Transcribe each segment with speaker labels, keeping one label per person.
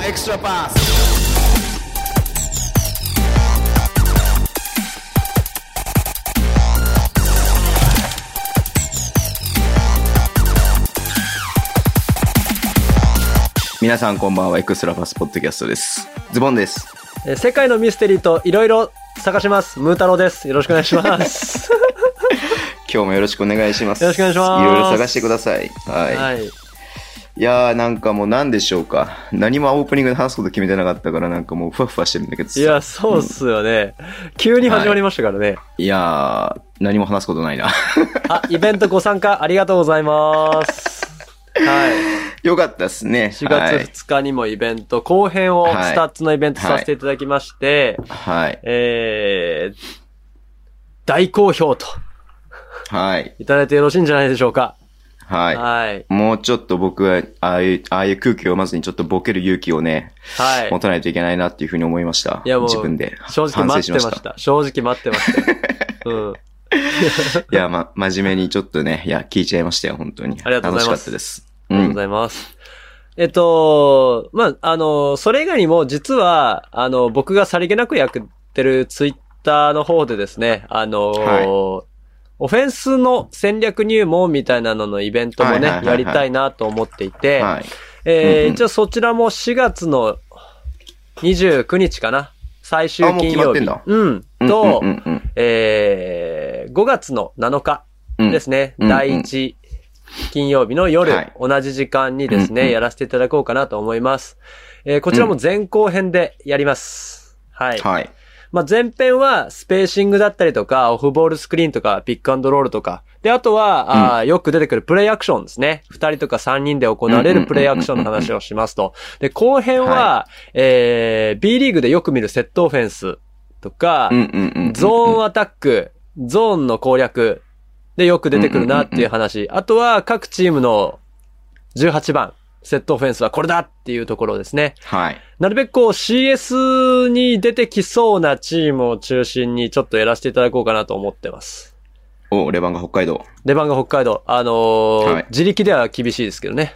Speaker 1: Deixa eu passar.
Speaker 2: 皆さんこんばんは、エクストラパスポッドキャストです。ズボンです。
Speaker 3: えー世界のミステリーといろいろ探します。ムータロウです。よろしくお願いします。
Speaker 2: 今日もよろしくお願いします。
Speaker 3: よろしくお願いします
Speaker 2: いろいろ探してください。はい。い、
Speaker 3: はい。
Speaker 2: やー、なんかもう何でしょうか。何もオープニングで話すこと決めてなかったから、なんかもうふわふわしてるんだけどさ
Speaker 3: いや、そうっすよね。急に始まりましたからね。
Speaker 2: いやー、何も話すことない な。
Speaker 3: あ、イベントご参加ありがとうございます。はい。
Speaker 2: よかったっすね。
Speaker 3: 4月2日にもイベント、後編を
Speaker 2: はい
Speaker 3: スタッツのイベントさせていただきまして、
Speaker 2: はい。はい。
Speaker 3: えー、大好評と
Speaker 2: はい。
Speaker 3: いただいてよろしいんじゃないでしょうか。
Speaker 2: はい。
Speaker 3: はい。
Speaker 2: もうちょっと僕は、ああいう、ああいう空気をまずにちょっとボケる勇気をね、
Speaker 3: はい。
Speaker 2: 持たないといけないなっていうふうに思いました。
Speaker 3: いやもう
Speaker 2: 自分で。
Speaker 3: 正直
Speaker 2: 反省
Speaker 3: 待ってました。正直待ってました。うん。
Speaker 2: いや、ま、真面目にちょっとね、いや、聞いちゃいましたよ、本当に。
Speaker 3: ありがとうございま
Speaker 2: 楽
Speaker 3: す
Speaker 2: しかったです。
Speaker 3: ありがとうございます。えっと、まあ、あの、それ以外にも、実は、あの、僕がさりげなくやってるツイッターの方でですね、あの、
Speaker 2: はい
Speaker 3: オフェンスの戦略入門みたいなののイベントもね、
Speaker 2: はいはいはいは
Speaker 3: や
Speaker 2: い
Speaker 3: りたいなと思っていて、
Speaker 2: うんはい。
Speaker 3: えー
Speaker 2: うんうん
Speaker 3: 一応そちらも4月の29日かな最終
Speaker 2: あもう
Speaker 3: 金
Speaker 2: 決まっ
Speaker 3: 曜
Speaker 2: て
Speaker 3: 日。
Speaker 2: んだ
Speaker 3: うん。と、
Speaker 2: うんうんうん
Speaker 3: えー5月の7日
Speaker 2: うん
Speaker 3: ですね、
Speaker 2: うん
Speaker 3: 第1金曜日の夜、
Speaker 2: はい
Speaker 3: 同じ時間にですね、
Speaker 2: うんうん
Speaker 3: やらせていただこうかなと思います。えーこちらも前後編でやります。はい。
Speaker 2: はい。
Speaker 3: まあ、前編はスペーシングだったりとか、オフボールスクリーンとか、ピックアンドロールとか、で、あとは、あーよく出てくるプレイアクションですね。二人とか三人で行われるプレイアクションの話をしますと。で、後編は、えー B リーグでよく見るセットオフェンスとか、
Speaker 2: うんうんうんうん。
Speaker 3: ゾーンアタック、ゾーンの攻略でよく出てくるなっていう話。あとは各チームの18番、セットオフェンスはこれだっていうところですね。
Speaker 2: はい。
Speaker 3: なるべくこう CS に出てきそうなチームを中心にちょっとやらせていただこうかなと思ってます。
Speaker 2: お、レバンが北海道。
Speaker 3: 出番が北海道。あのー
Speaker 2: はい
Speaker 3: 自力では厳しいですけどね。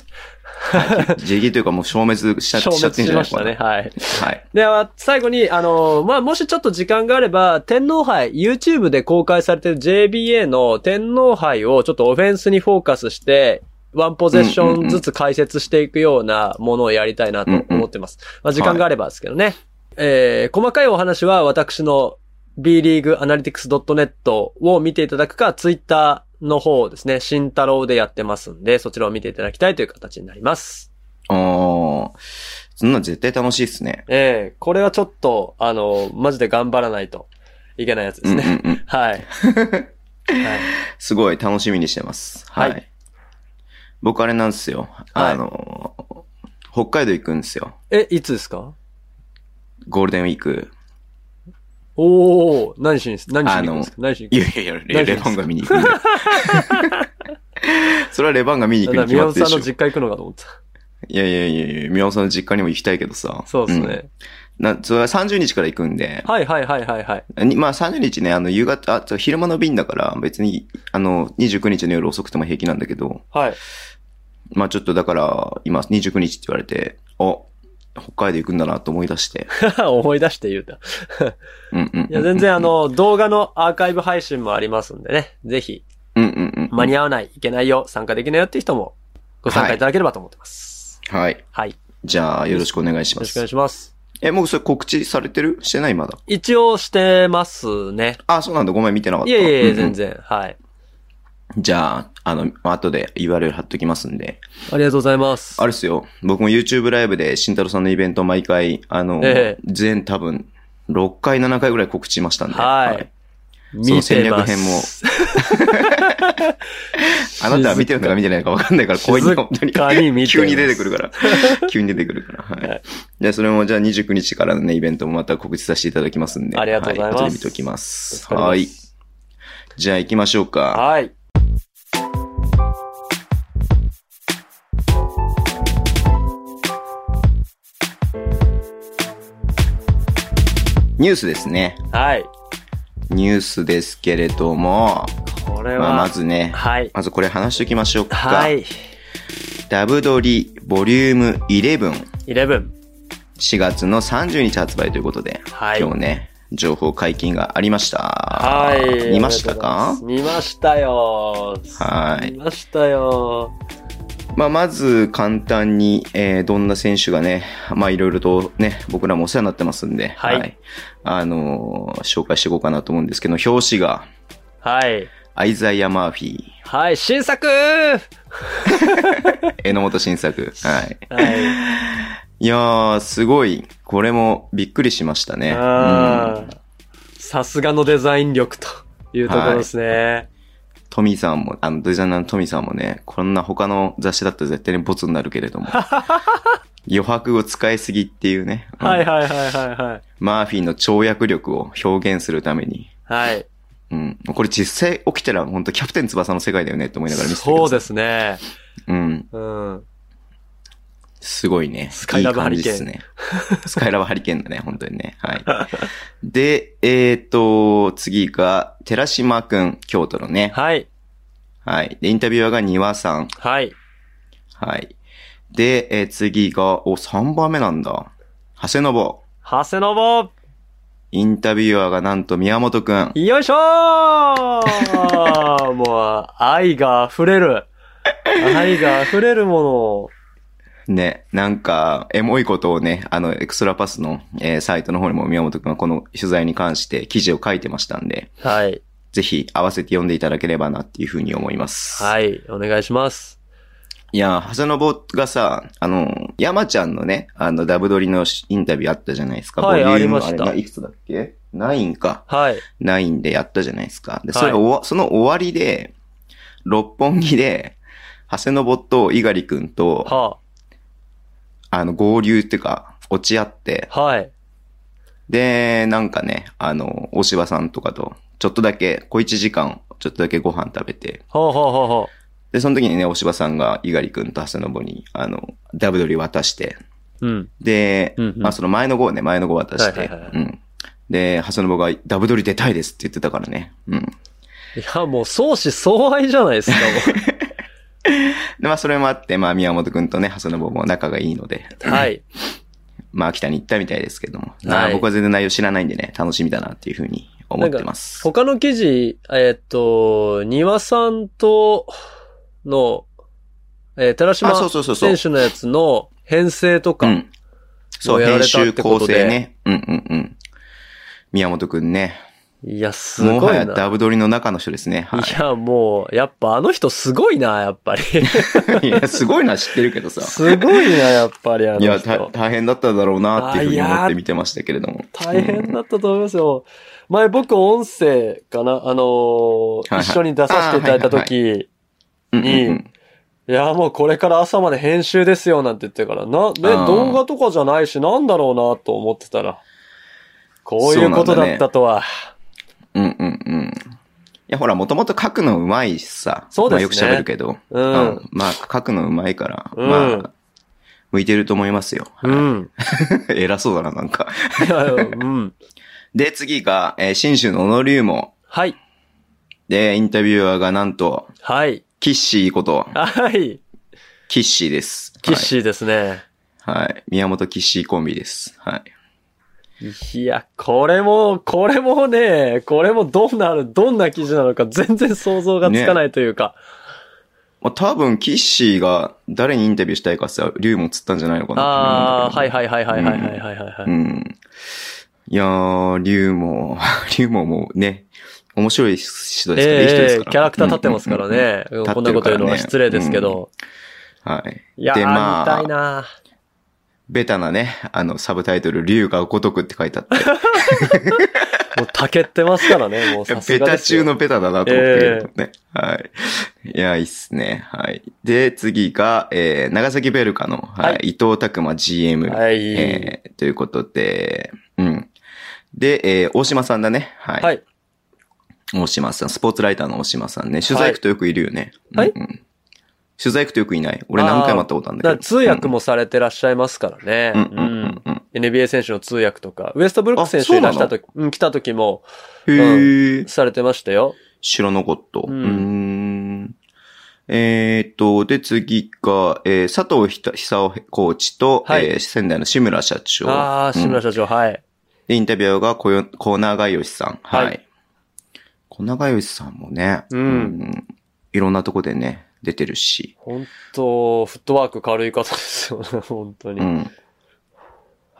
Speaker 2: 自力というかもう消滅しちゃ
Speaker 3: 消
Speaker 2: しちゃっ
Speaker 3: 滅
Speaker 2: てんじゃ
Speaker 3: し
Speaker 2: な
Speaker 3: ま
Speaker 2: い
Speaker 3: したね。
Speaker 2: のか
Speaker 3: はい。
Speaker 2: なはい。
Speaker 3: では、最後に、あの、まあ、もしちょっと時間があれば、天皇杯、YouTube で公開されてる JBA の天皇杯をちょっとオフェンスにフォーカスして、ワンポゼッションずつ解説していくようなものをやりたいなと思ってます。まあ、時間があればですけどね。えー、細かいお話は私の b リーグアナリティクス .net を見ていただくか、Twitter の方ですね、慎太郎でやってますんで、そちらを見ていただきたいという形になります。
Speaker 2: おー。そんなん絶対楽しいっすね。
Speaker 3: ええこれはちょっと、あの、マジで頑張らないといけないやつで
Speaker 2: う
Speaker 3: す
Speaker 2: んうん
Speaker 3: ね。
Speaker 2: うん。
Speaker 3: はい。はい。
Speaker 2: すごい楽しみにしてます。は。
Speaker 3: はい
Speaker 2: 僕あれなんですよ。
Speaker 3: はい
Speaker 2: あのー、北海道行くんですよ。
Speaker 3: え、いつですか
Speaker 2: ゴールデンウィーク。
Speaker 3: おお何しに、何しに行くんですか何しに
Speaker 2: い
Speaker 3: 行
Speaker 2: やいやいや、レレバンが見に行くんだ よ。それはレバンが見に行く
Speaker 3: くんだ
Speaker 2: に決
Speaker 3: 宮
Speaker 2: まっ
Speaker 3: 本
Speaker 2: てる
Speaker 3: さん
Speaker 2: で
Speaker 3: の
Speaker 2: しょ。
Speaker 3: 実家行くのかと思った。
Speaker 2: いやいやいやいや、宮本さんの実家にも行きたいけどさ。
Speaker 3: そうです
Speaker 2: ん
Speaker 3: ね。
Speaker 2: な、それは30日から行くんで、
Speaker 3: はいはいはいはいはい。
Speaker 2: にまあ30日ね、あの、夕方、あ、そう昼間の便だから、別に、あの、29日の夜遅くても平気なんだけど、
Speaker 3: はい。
Speaker 2: まあちょっとだから、今29日って言われて、あ、北海道行くんだなと思い出して。
Speaker 3: 思い出して言うた。
Speaker 2: うんうんうん。
Speaker 3: いや、全然あ、の、動画のアーカイブ配信もありますんでね。ぜひ、
Speaker 2: うんうんうん。
Speaker 3: 間に合わない、いけないよ、参加できないよっていう人もご参加いただければと思ってます。
Speaker 2: はい。
Speaker 3: はい。よ
Speaker 2: じゃあ、よろしくお願いしま
Speaker 3: ろしくお願い
Speaker 2: す。
Speaker 3: します。
Speaker 2: え、もうそれ告知されてるしてないまだ。
Speaker 3: 一応してますね。
Speaker 2: あ、そうなんだ。ごめん、見てなかった。
Speaker 3: いやいやいや、
Speaker 2: うんうん
Speaker 3: 全然。はい。
Speaker 2: じゃあ、あの、後で URL 貼っときますんで。
Speaker 3: ありがとうございます。
Speaker 2: あれっすよ。僕も YouTube ライブで慎太郎さんのイベント毎回、あの、
Speaker 3: ええ
Speaker 2: 全多分、6回、7回ぐらい告知しましたんで。
Speaker 3: はい
Speaker 2: その
Speaker 3: 見
Speaker 2: 戦
Speaker 3: て
Speaker 2: 略
Speaker 3: ま
Speaker 2: 編も
Speaker 3: す。
Speaker 2: あなたは見てるのか見てないのか分かんないから、こういうの本当に
Speaker 3: 静。かに見てます
Speaker 2: 急に出てくる から。急に出てくるから。はい。
Speaker 3: は
Speaker 2: じゃあ、それも、じゃあ29日からのね、イベントもまた告知させていただきますんで。
Speaker 3: ありがとうございます
Speaker 2: は後で見ておきます。
Speaker 3: 助か
Speaker 2: は
Speaker 3: り
Speaker 2: い
Speaker 3: ま。す
Speaker 2: じゃあ、行きましょうか。
Speaker 3: はい。
Speaker 2: ニュースですね。
Speaker 3: はい。
Speaker 2: ニュースですけれども、
Speaker 3: これは、
Speaker 2: まあ、まずね、
Speaker 3: はい。
Speaker 2: まずこれ話しておきましょうか。
Speaker 3: はい。
Speaker 2: ダブドリボリューム11。
Speaker 3: 11。
Speaker 2: 4月の30日発売ということで、
Speaker 3: はい
Speaker 2: 今日ね、情報解禁がありました。
Speaker 3: はい。
Speaker 2: 見ましたか
Speaker 3: 見ましたよ。
Speaker 2: はい
Speaker 3: 見ましたよ。
Speaker 2: まあ、まず簡単に、えーどんな選手がね、まあ、いろいろとね、僕らもお世話になってますんで、
Speaker 3: はい
Speaker 2: あのー紹介していこうかなと思うんですけど、表紙が、
Speaker 3: はい。
Speaker 2: アイザイア・マーフィー、
Speaker 3: はい、新作
Speaker 2: 榎本新作。はい。
Speaker 3: はい
Speaker 2: やー、すごい。これもびっくりしました
Speaker 3: い。
Speaker 2: ね。
Speaker 3: あ
Speaker 2: うん
Speaker 3: ーさすがのデザイン力というところですね。
Speaker 2: トミーさんも、あの、デザイナーのトミーさんもね、こんな他の雑誌だったら絶対にボツになるけれど も。余白を使いすぎっていうね。うん
Speaker 3: はいはいはいはいはい。
Speaker 2: マーフィーの跳躍力を表現するために。
Speaker 3: はい。
Speaker 2: うん。これ実際起きたら本当キャプテン翼の世界だよねって思いながら見てたけ
Speaker 3: そ
Speaker 2: ど。
Speaker 3: うですね。
Speaker 2: うん。
Speaker 3: うん。
Speaker 2: すごいね。
Speaker 3: スカイラブハリケーン
Speaker 2: いい感じですね。スカイラブハリケーンだね、本当にね。はい。で、えっ、と、次が、寺島くん、京都のね。
Speaker 3: はい。
Speaker 2: はい。で、インタビュアーが庭さん。
Speaker 3: はい。
Speaker 2: はい。で、えー次が、お、3番目なんだ。長谷信。
Speaker 3: 長谷信
Speaker 2: インタビュアーがなんと宮本くん。
Speaker 3: よいしょー もう、愛が溢れる。愛が溢れるも
Speaker 2: ね、なんか、エモいことをね、あの、エクストラパスの、えーサイトの方にも宮本くんはこの取材に関して記事を書いてましたんで、
Speaker 3: の。はい。
Speaker 2: ぜひ合わせて読んでいただければなっていうふうに思います。い。
Speaker 3: はい。お願いします。
Speaker 2: いや、長谷信がさ、あの、山ちゃんのね、あの、ダブドリのインタビューあったじゃないですか。
Speaker 3: はい
Speaker 2: ボリューム
Speaker 3: ありました
Speaker 2: あれないくつだっけ ?9 か。
Speaker 3: はい。
Speaker 2: 9でやったじゃないですか。で、
Speaker 3: はい
Speaker 2: それ、おわその終わりで、六本木で、長谷信と猪狩くんと、
Speaker 3: は
Speaker 2: あの、合流っていうか、落ち合って、
Speaker 3: あ、はい。
Speaker 2: で、なんかね、あの、大柴さんとかと、ちょっとだけ、小一時間、ちょっとだけご飯食べて、
Speaker 3: ほうほうほうほ
Speaker 2: で、その時にね、大柴さんが、猪狩くんと長谷信に、あの、ダブドリ渡して、
Speaker 3: う。うん。
Speaker 2: で、
Speaker 3: うんうん
Speaker 2: まあ、その前の号ね、前の号渡して、
Speaker 3: はいはいはいはい
Speaker 2: うん。で、長谷信が、ダブドリ出たいですって言ってたからね、うん。
Speaker 3: いや、もう相思相愛じゃないですか、も
Speaker 2: で、まあ、それもあって、まあ、宮本くんとね、長谷信も仲がいいので、
Speaker 3: う。はい。
Speaker 2: まあ、秋田に行ったみたいですけども、
Speaker 3: はい
Speaker 2: まあ僕は全然内容知らないんでね、楽しみだなっていうふうに思ってます。
Speaker 3: 他の記事、えーっと、庭さんとの、えー、寺島
Speaker 2: あ、そうそうそうそう
Speaker 3: 選。手のやつの編成と
Speaker 2: う
Speaker 3: か、
Speaker 2: ん。そ
Speaker 3: も
Speaker 2: う、
Speaker 3: うや
Speaker 2: 編
Speaker 3: られたっ
Speaker 2: 集
Speaker 3: てこ
Speaker 2: 構
Speaker 3: とで
Speaker 2: 成ね。うんうんうん。宮本くんね。
Speaker 3: いや、す
Speaker 2: も
Speaker 3: ご
Speaker 2: はいや
Speaker 3: な。
Speaker 2: ダブドリの中の人ですね。はい
Speaker 3: や、もう、やっぱあの人すごいな、やっぱり。
Speaker 2: い。いや、すごいな、知ってるけどさ。
Speaker 3: す ごいな、やっぱりあの
Speaker 2: い
Speaker 3: 人。
Speaker 2: や、た大変だっただろうなっていうふうに思って見てましたけれども。
Speaker 3: 大
Speaker 2: うん
Speaker 3: 変だったと思いますよ。前僕音声かなあのー
Speaker 2: はいはい
Speaker 3: 一緒に出させていただいた時、い
Speaker 2: うんうんうん
Speaker 3: や、もうこれから朝まで編集ですよなんて言ってから、な、ね、
Speaker 2: あー
Speaker 3: 動画とかじゃないし、なんだろうなと思ってたら、こういうことだったとは。
Speaker 2: うんうんうん。いや、ほら、もともと書くのうまいしさ。
Speaker 3: そうですね
Speaker 2: まあよく喋るけど。
Speaker 3: う。
Speaker 2: うんまあ、書くのうまいから、
Speaker 3: うん
Speaker 2: まあ、向いてると思いますよ。
Speaker 3: うん。
Speaker 2: 偉そうだな、なんか。
Speaker 3: いやうん。
Speaker 2: で、次が、えー新州の小野龍門。
Speaker 3: はい。
Speaker 2: で、インタビュアーがなんと、
Speaker 3: はい。
Speaker 2: キッシーこと、
Speaker 3: はい。
Speaker 2: キッシーです。
Speaker 3: キッシーですね。
Speaker 2: ー。はい。はい宮本キッシーコンビです。はい。
Speaker 3: いや、これも、これもね、これもどうなる、どんな記事なのか全然想像がつかないというか。
Speaker 2: まあ、多分、キッシーが誰にインタビューしたいかさ、龍門釣ったんじゃないのかな。
Speaker 3: ああ、はい
Speaker 2: い。
Speaker 3: はいはいはいはいはいはい、
Speaker 2: う
Speaker 3: はい
Speaker 2: ん。いやー、龍門、 龍門もね、面白い人ですから、いい人で
Speaker 3: え
Speaker 2: す
Speaker 3: え
Speaker 2: から
Speaker 3: キャラクター立ってますから。ね。
Speaker 2: んうんうん
Speaker 3: こんなこと言うのは失礼ですけど。
Speaker 2: うんうんうんはい。
Speaker 3: いやー、
Speaker 2: でまあ
Speaker 3: 見たいな
Speaker 2: ベタなね、あの、サブタイトル、龍が如くって書いてあ って。
Speaker 3: もう竹ってますからね、もうさす
Speaker 2: ベ
Speaker 3: が
Speaker 2: タ
Speaker 3: ですよ
Speaker 2: 中のベタだなと思ってるけどね。はい。いや、いいっすね。はい。で、次が、えー、長崎ベルカの、はい、
Speaker 3: は
Speaker 2: 伊藤拓馬 GM。
Speaker 3: はい、
Speaker 2: えー、ということで、うん。で、えー、大島さんだね。はい。
Speaker 3: はい。
Speaker 2: 大島さん、スポーツライターの大島さんね。取材区とよくいるよね。
Speaker 3: はい
Speaker 2: うんうん取材区とよくいない。俺何回も会ったことあるんだ
Speaker 3: だ
Speaker 2: けど。
Speaker 3: から通訳もされてらっしゃいますからね。
Speaker 2: うん。うんうんうんうん。
Speaker 3: NBA 選手の通訳とか、ウエストブルック選手
Speaker 2: あそう
Speaker 3: が
Speaker 2: なの
Speaker 3: 来た時、うん、来た時も
Speaker 2: へー。
Speaker 3: されてましたよ。
Speaker 2: 白のゴッド。
Speaker 3: う
Speaker 2: うんん。んえーっと、で、次が、えー佐藤ひた久夫コーチと、
Speaker 3: はい
Speaker 2: えー仙台の志村社長。
Speaker 3: ああ、志
Speaker 2: うん
Speaker 3: 村社長、はい。
Speaker 2: でインタビュアーがこよ、コーナーガヨシさん。はい。
Speaker 3: はい
Speaker 2: コーナーガヨシさんもね、
Speaker 3: うん
Speaker 2: んいろんなとこでね、出てるし。
Speaker 3: 本当フットワーク軽い方ですよね、本当に。
Speaker 2: うん。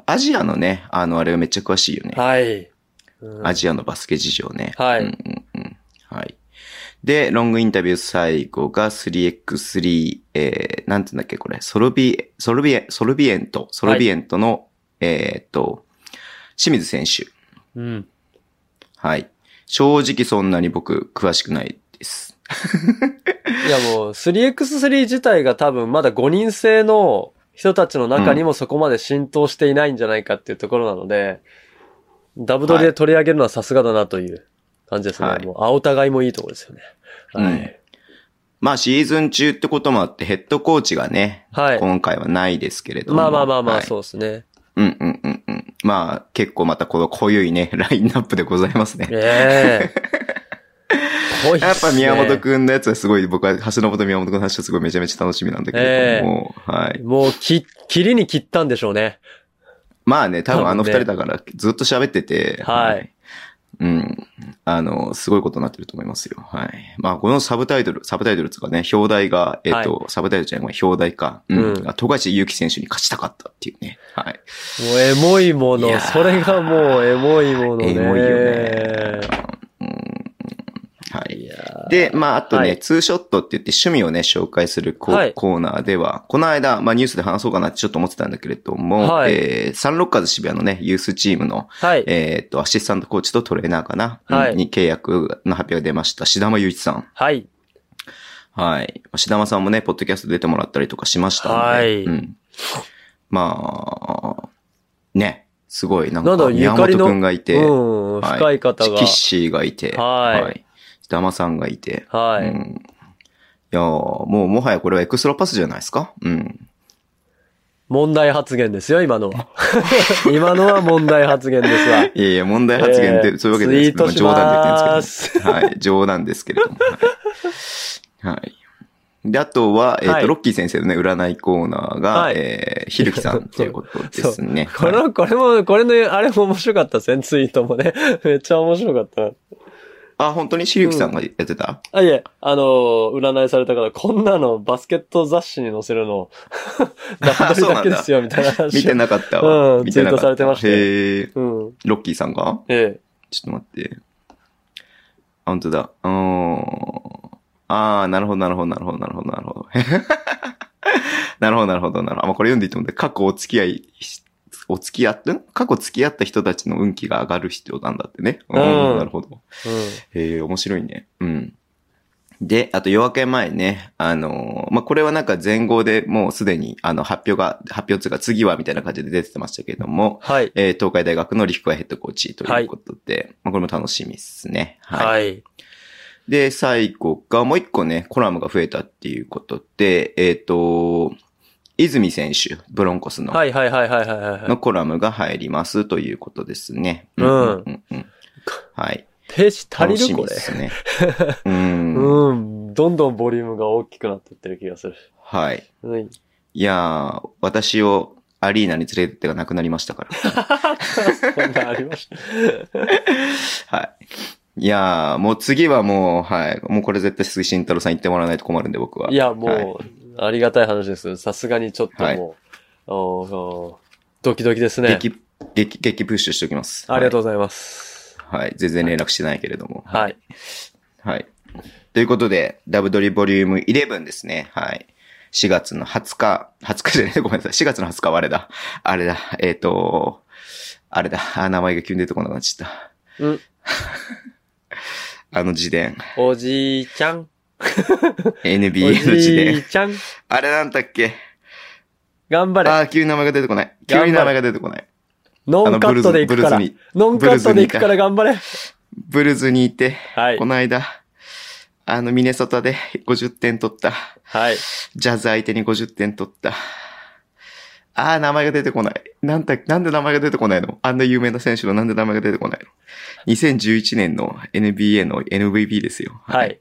Speaker 2: アジアのね、あの、あれはめっちゃ詳しいよね。
Speaker 3: はい。うん
Speaker 2: アジアのバスケ事情ね。
Speaker 3: は
Speaker 2: う
Speaker 3: い
Speaker 2: んうんうん。はい。で、ロングインタビュー最後が 3x3、えー、なんて言うんだっけ、これ、ソルビ、ソルビエ、ソルビエント、ソルビエントの、えーっと、清水選手。
Speaker 3: うん。
Speaker 2: はい。正直そんなに僕、詳しくないです。
Speaker 3: いやもう、3x3 自体が多分まだ5人制の人たちの中にもそこまで浸透していないんじゃないかっていうところなので、ダブドリで取り上げるのはさすがだなという感じですね。
Speaker 2: はい
Speaker 3: もう、青互いもいいところですよね。はい。
Speaker 2: まあ、シーズン中ってこともあって、ヘッドコーチがね、
Speaker 3: はい。
Speaker 2: 今回はないですけれども。
Speaker 3: まあまあまあまあ、
Speaker 2: う。
Speaker 3: そうですね。
Speaker 2: うんうんうんうん。まあ、結構またこの濃ゆいね、ラインナップでございますね。
Speaker 3: ええ濃い
Speaker 2: やっぱ
Speaker 3: すね
Speaker 2: 宮本くんのやつはすごい、僕は橋本宮本くんの話はすごいめちゃめちゃ楽しみなんだけれども、はい。
Speaker 3: もう、き、切りに切ったんでしょうね。
Speaker 2: まあね、多分あの
Speaker 3: 多
Speaker 2: 二
Speaker 3: 分ね
Speaker 2: 人だからずっと喋ってて、
Speaker 3: はい。
Speaker 2: うん。あの、すごいことになってると思いますよ。はい。まあ、このサブタイトル、サブタイトルとかね、表題が、えっ、と、サブタイトルじゃない、表題か。う
Speaker 3: うん
Speaker 2: ん。あ富樫勇樹選手に勝ちたかったっていうね。はい。
Speaker 3: もう、エモいも
Speaker 2: い
Speaker 3: の。
Speaker 2: やー
Speaker 3: それがもう、エモいものね。
Speaker 2: エモいよね。うんはい。で、まあ、あとね、
Speaker 3: はい
Speaker 2: ツーショットって言って趣味をね、紹介するコ,、
Speaker 3: はい
Speaker 2: コーナーでは、この間、まあ、ニュースで話そうかなってちょっと思ってたんだけれども、
Speaker 3: はい
Speaker 2: えーサンロッカーズ渋谷のね、ユースチームの、
Speaker 3: はい。
Speaker 2: えーっと、アシスタントコーチとトレーナーかな、
Speaker 3: はい
Speaker 2: うんに契約の発表が出ました、志田間祐一さん。
Speaker 3: はい。
Speaker 2: はい。志田間さんもね、ポッドキャスト出てもらったりとかしましたので、
Speaker 3: はい
Speaker 2: うん。まあ、ね、すごい、なん
Speaker 3: なん
Speaker 2: か、
Speaker 3: だ
Speaker 2: 宮本
Speaker 3: ゆかりの
Speaker 2: くんがいて、
Speaker 3: うん、
Speaker 2: はい
Speaker 3: 深い方が。
Speaker 2: キッシーがいて、
Speaker 3: はい
Speaker 2: ダマさんがいて、
Speaker 3: はい。
Speaker 2: うん、いやーもうもはやこれはエクストラパスじゃないですかうん。
Speaker 3: 問題発言ですよ、今のは。 今のは問題発言ですわ。
Speaker 2: いやいや、問題発言で、
Speaker 3: えー
Speaker 2: そういうわけじゃないですけど、
Speaker 3: ツイートし
Speaker 2: 冗談で言ってるん
Speaker 3: ま
Speaker 2: ですすけど、はい、冗談ですけれども。はい。はいで、あとは、えっ、と、
Speaker 3: はい
Speaker 2: ロッキー先生のね、占いコーナーが、
Speaker 3: はい
Speaker 2: えー、ひるきさんと いうことですね。
Speaker 3: こ
Speaker 2: はい
Speaker 3: の、これも、これの、あれも面白かったですね、ツイートもね。 めっちゃ面白かった。
Speaker 2: あ、本当にひるきさんがやってた、
Speaker 3: あ、いえ、あのー、占いされた方、こんなのバスケット雑誌に載せる の、ダブドリだけですよ、みたいな話。
Speaker 2: 見てなかったわ。
Speaker 3: うん
Speaker 2: 見てなかった。
Speaker 3: ツイートされてましたよ
Speaker 2: へー
Speaker 3: うん。
Speaker 2: ロッキーさんが
Speaker 3: ええ。
Speaker 2: ちょっと待って。あ、本当だ。うーん。あー、なるほど、なるほど、なるほど、なるほど、なるほど。 なるほど、なるほど、なるほど。あ、まあ、これ読んでいいと思うんで、過去お付き合いし、お付き合って、ん過去付き合った人たちの運気が上がる必要なんだってね。うん、
Speaker 3: うん
Speaker 2: なるほど。
Speaker 3: うん。
Speaker 2: へえ、面白いね。うん。で、あと夜明け前ね、あのーまあ、これはなんか前後でもうすでに、あの、発表が、発表つうか次はみたいな感じで出てましたけども、
Speaker 3: はい。
Speaker 2: えー東海大学の陸海ヘッドコーチということで、まあこれも楽しみですね。はい。
Speaker 3: はい。
Speaker 2: で、最後が、もう一個ね、コラムが増えたっていうことで、えっ、と、泉選手、ブロンコスの、
Speaker 3: はい、はい、はい、はい、はいはいは
Speaker 2: の
Speaker 3: い。
Speaker 2: コラムが入りますということですね。
Speaker 3: うん
Speaker 2: うんうんはい。
Speaker 3: ページ足りるこ
Speaker 2: 楽
Speaker 3: れ。
Speaker 2: しみ ですね。うん。
Speaker 3: うん。どんどんボリュームが大きくなってってる気が する。
Speaker 2: はい。
Speaker 3: うん。
Speaker 2: いやー、私をアリーナに連れてってがなくなりましたから。
Speaker 3: そんなんありました。
Speaker 2: はい。いやー、もう次はもう、はい。もうこれ絶対杉慎太郎さん言ってもらわないと困るんで、僕は。
Speaker 3: いや、もう、
Speaker 2: はい
Speaker 3: ありがたい話です。さすがにちょっともう、
Speaker 2: はい
Speaker 3: おーおードキドキですね。
Speaker 2: 激、激、激プッシュしておきます。
Speaker 3: ありがと
Speaker 2: う。
Speaker 3: うございます。
Speaker 2: はい。全然連絡してないけれども。
Speaker 3: はい。
Speaker 2: はい。ということで、ダブドリボリューム11ですね。はい。4月の20日、20日じゃない、ごめんなさい。4月の20日はあれだ。あれだ。えっ、と、あれだ。あ、名前が急に出てこなくなっちゃった。
Speaker 3: うん。
Speaker 2: あの自伝。
Speaker 3: おじいちゃん。お
Speaker 2: NBA の自
Speaker 3: じい
Speaker 2: 伝。
Speaker 3: ちゃん。
Speaker 2: あれなんだっけ
Speaker 3: 頑張れ。
Speaker 2: あー、急に名前が出てこない。急に名前が出てこない。あ
Speaker 3: ノ
Speaker 2: の、
Speaker 3: ンカ
Speaker 2: ブル
Speaker 3: ッ
Speaker 2: ズ、
Speaker 3: ト
Speaker 2: ブ
Speaker 3: で
Speaker 2: ル
Speaker 3: 行くか
Speaker 2: ズ
Speaker 3: ら。
Speaker 2: に、
Speaker 3: ノンカットで行くか
Speaker 2: ブルズに
Speaker 3: ら頑張れ。
Speaker 2: ブルズにいて、
Speaker 3: はい
Speaker 2: こ。の間、あの、ミネソタで50点取った。
Speaker 3: はい。
Speaker 2: ジャズ相手に50点取った。ああ、名前が出てこない。なんだ、なんで名前が出てこないのあんな有名な選手のなんで名前が出てこないの ?2011 年の NBA の MVP ですよ。
Speaker 3: はい。。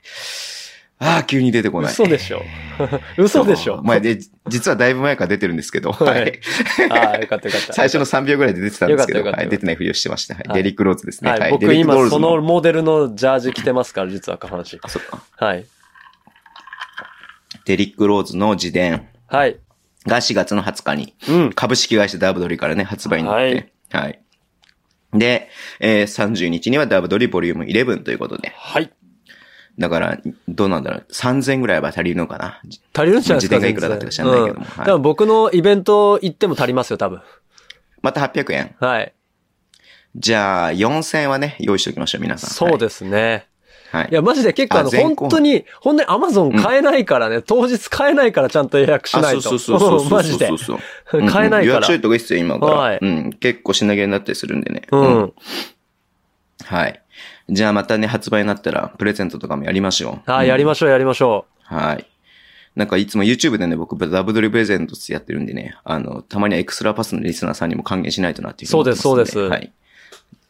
Speaker 2: ああ、急に出てこない。
Speaker 3: 嘘で しょ。 嘘でしょ。
Speaker 2: まあ、で、実はだいぶ前から出てるんですけど、
Speaker 3: は
Speaker 2: はいい。
Speaker 3: ああ、よかったよかった。
Speaker 2: 最初の3秒ぐらいで出てたんですけど、
Speaker 3: よかったよかった
Speaker 2: はい、出てないふりをしてました。はい。
Speaker 3: はい
Speaker 2: デリック・ローズですね。
Speaker 3: はい、
Speaker 2: デ
Speaker 3: 僕
Speaker 2: リック・ロー
Speaker 3: 今
Speaker 2: ズ
Speaker 3: そのモデルのジャージ着てますから、実は下半身。
Speaker 2: あ、そっか。
Speaker 3: はい。
Speaker 2: デリック・ローズの自伝
Speaker 3: はい。
Speaker 2: が4月の20日に、
Speaker 3: うん。
Speaker 2: 株式会社ダーブドリからね、発売になって、はい。で、えー、30日にはダーブドリボリューム11ということで。
Speaker 3: はい。
Speaker 2: だから、どうなんだろう。3000ぐらいは足りるのかな。
Speaker 3: 足りるんじゃないです
Speaker 2: 自
Speaker 3: か
Speaker 2: 転がいくらだったか知らないけども
Speaker 3: 全然うん
Speaker 2: はい
Speaker 3: 多分僕のイベント行っても足りますよ、多分。
Speaker 2: また800円。
Speaker 3: はい。
Speaker 2: じゃあ、4000はね、用意しておきましょう、皆さん。
Speaker 3: そう
Speaker 2: す。
Speaker 3: ですね。
Speaker 2: はい。
Speaker 3: いや、マジで結構あの、
Speaker 2: あ全
Speaker 3: 本
Speaker 2: 国
Speaker 3: 当に、本当に Amazon 買えないからね、当日買えないからちゃんと予約しな
Speaker 2: あ
Speaker 3: いと。
Speaker 2: そうそうそうそうう。
Speaker 3: ん マジで
Speaker 2: そう。そうそう
Speaker 3: 買えない
Speaker 2: うんうん予約
Speaker 3: か
Speaker 2: しと。
Speaker 3: ら
Speaker 2: いた方がいいっすよ、今から。
Speaker 3: はい
Speaker 2: うん。結構品切れになったりするんでね。
Speaker 3: うん。
Speaker 2: はい。じゃあまたね、発売になったら、プレゼントとかもやりましょう。
Speaker 3: はい、やりましょう、やりましょう。
Speaker 2: はい。なんかいつも YouTube でね、僕、ダブドリプレゼントやってるんでね、あの、たまにはエクストラパスのリスナーさんにも還元しないとなっていうふに思って
Speaker 3: そうです
Speaker 2: ますん
Speaker 3: そう
Speaker 2: は
Speaker 3: で
Speaker 2: い。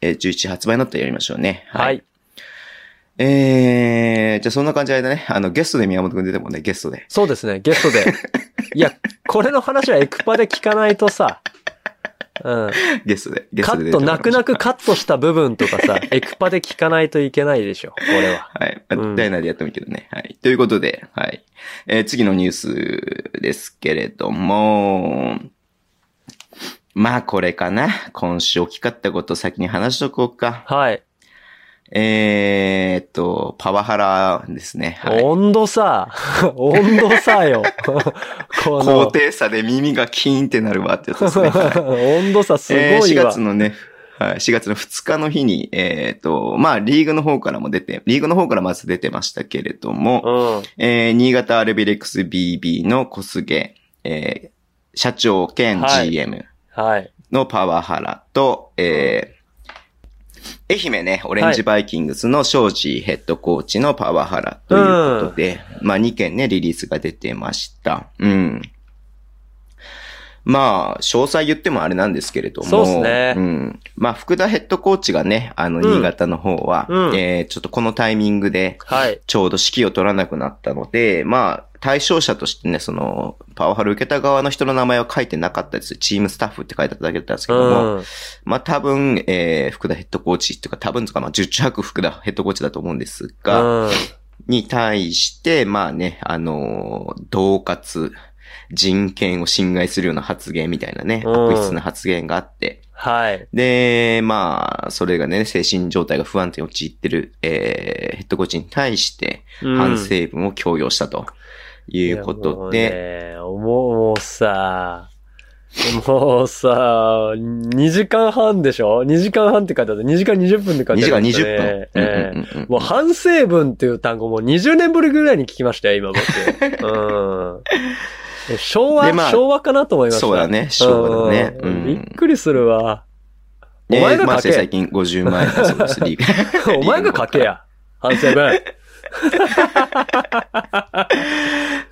Speaker 2: えー、11発売になったらやりましょうね。
Speaker 3: はい。。
Speaker 2: えー、じゃあそんな感じでね、あの、ゲストで宮本くん出てもんね、ゲストで。
Speaker 3: そうですね、ゲストで。いや、これの話はエクパで聞かないとさ、うん。
Speaker 2: ゲストで。ゲス
Speaker 3: カ
Speaker 2: トで
Speaker 3: ッ
Speaker 2: 出て
Speaker 3: ト、
Speaker 2: もらい
Speaker 3: 泣
Speaker 2: ましょ
Speaker 3: く
Speaker 2: う
Speaker 3: 泣くカットした部分と かさ、エクパで聞かないといけないでしょ、これは。
Speaker 2: はい。
Speaker 3: うん
Speaker 2: ダイナでやってもいいけどね。はい。ということで、はい。えー次のニュースですけれども、まあこれかな。今週大きかったこと先に話しとこうか。
Speaker 3: はい。
Speaker 2: えーっと、パワハラですね。はい。
Speaker 3: 温度差 温度差 よ。こ
Speaker 2: 高低差で耳がキーンってなるわってやつですね。はい
Speaker 3: 温度差 すごいわ。
Speaker 2: えー4月のね、はい、4月の2日の日に、えーっと、まあ、リーグの方からも出て、リーグの方からまず出てましたけれども、
Speaker 3: うん。
Speaker 2: えー新潟アルビレックス BB の小菅、えー社長兼
Speaker 3: はい
Speaker 2: GM
Speaker 3: はい。
Speaker 2: のパワハラと、えー愛媛ね、オレンジバイキングスの庄司ヘッドコーチのパワハラということで、まあ2件ね、リリースが出てました。うん。まあ、詳細言ってもあれなんですけれども。
Speaker 3: そうっすね
Speaker 2: うん。まあ、福田ヘッドコーチがね、あの、新潟の方は、
Speaker 3: うんうん
Speaker 2: えーちょっとこのタイミングで、
Speaker 3: はい。
Speaker 2: ちょうど指揮を取らなくなったので、まあ、対象者としてね、その、パワハラ受けた側の人の名前は書いてなかったです。チームスタッフって書いてあっただけだったんですけ
Speaker 3: う
Speaker 2: ども、
Speaker 3: ん。
Speaker 2: まあ多分、えー、福田ヘッドコーチとか、多分とか、まあ、十着福田ヘッドコーチだと思うんですが、
Speaker 3: うん。
Speaker 2: に対して、まあね、あのー恫喝、人権を侵害するような発言みたいなね、
Speaker 3: うん
Speaker 2: 悪質な発言があって、
Speaker 3: はい。
Speaker 2: で、まあ、それがね、精神状態が不安定に陥ってる、えー、ヘッドコーチに対して、
Speaker 3: うん
Speaker 2: 反省文を強要したということで、
Speaker 3: いやもうね、もうもうさ、もうさ、2時間半でしょ ?2 時間半って書いてあった。2時間20分って書
Speaker 2: 2
Speaker 3: いて
Speaker 2: 時
Speaker 3: あ
Speaker 2: 間
Speaker 3: った、
Speaker 2: 20分。
Speaker 3: ええ
Speaker 2: うんうんうんうん
Speaker 3: もう反省文っていう単語も20年ぶりぐらいに聞きましたよ、今僕。うん。え昭和、
Speaker 2: でまあ
Speaker 3: 昭和かなと思いました。
Speaker 2: そうだね、昭和だね。
Speaker 3: う
Speaker 2: うんん
Speaker 3: びっくりするわ。お
Speaker 2: で
Speaker 3: 前が
Speaker 2: まあ、
Speaker 3: 書け
Speaker 2: 最近50万円だそうです、リーグ
Speaker 3: お前が書け。や。反省文。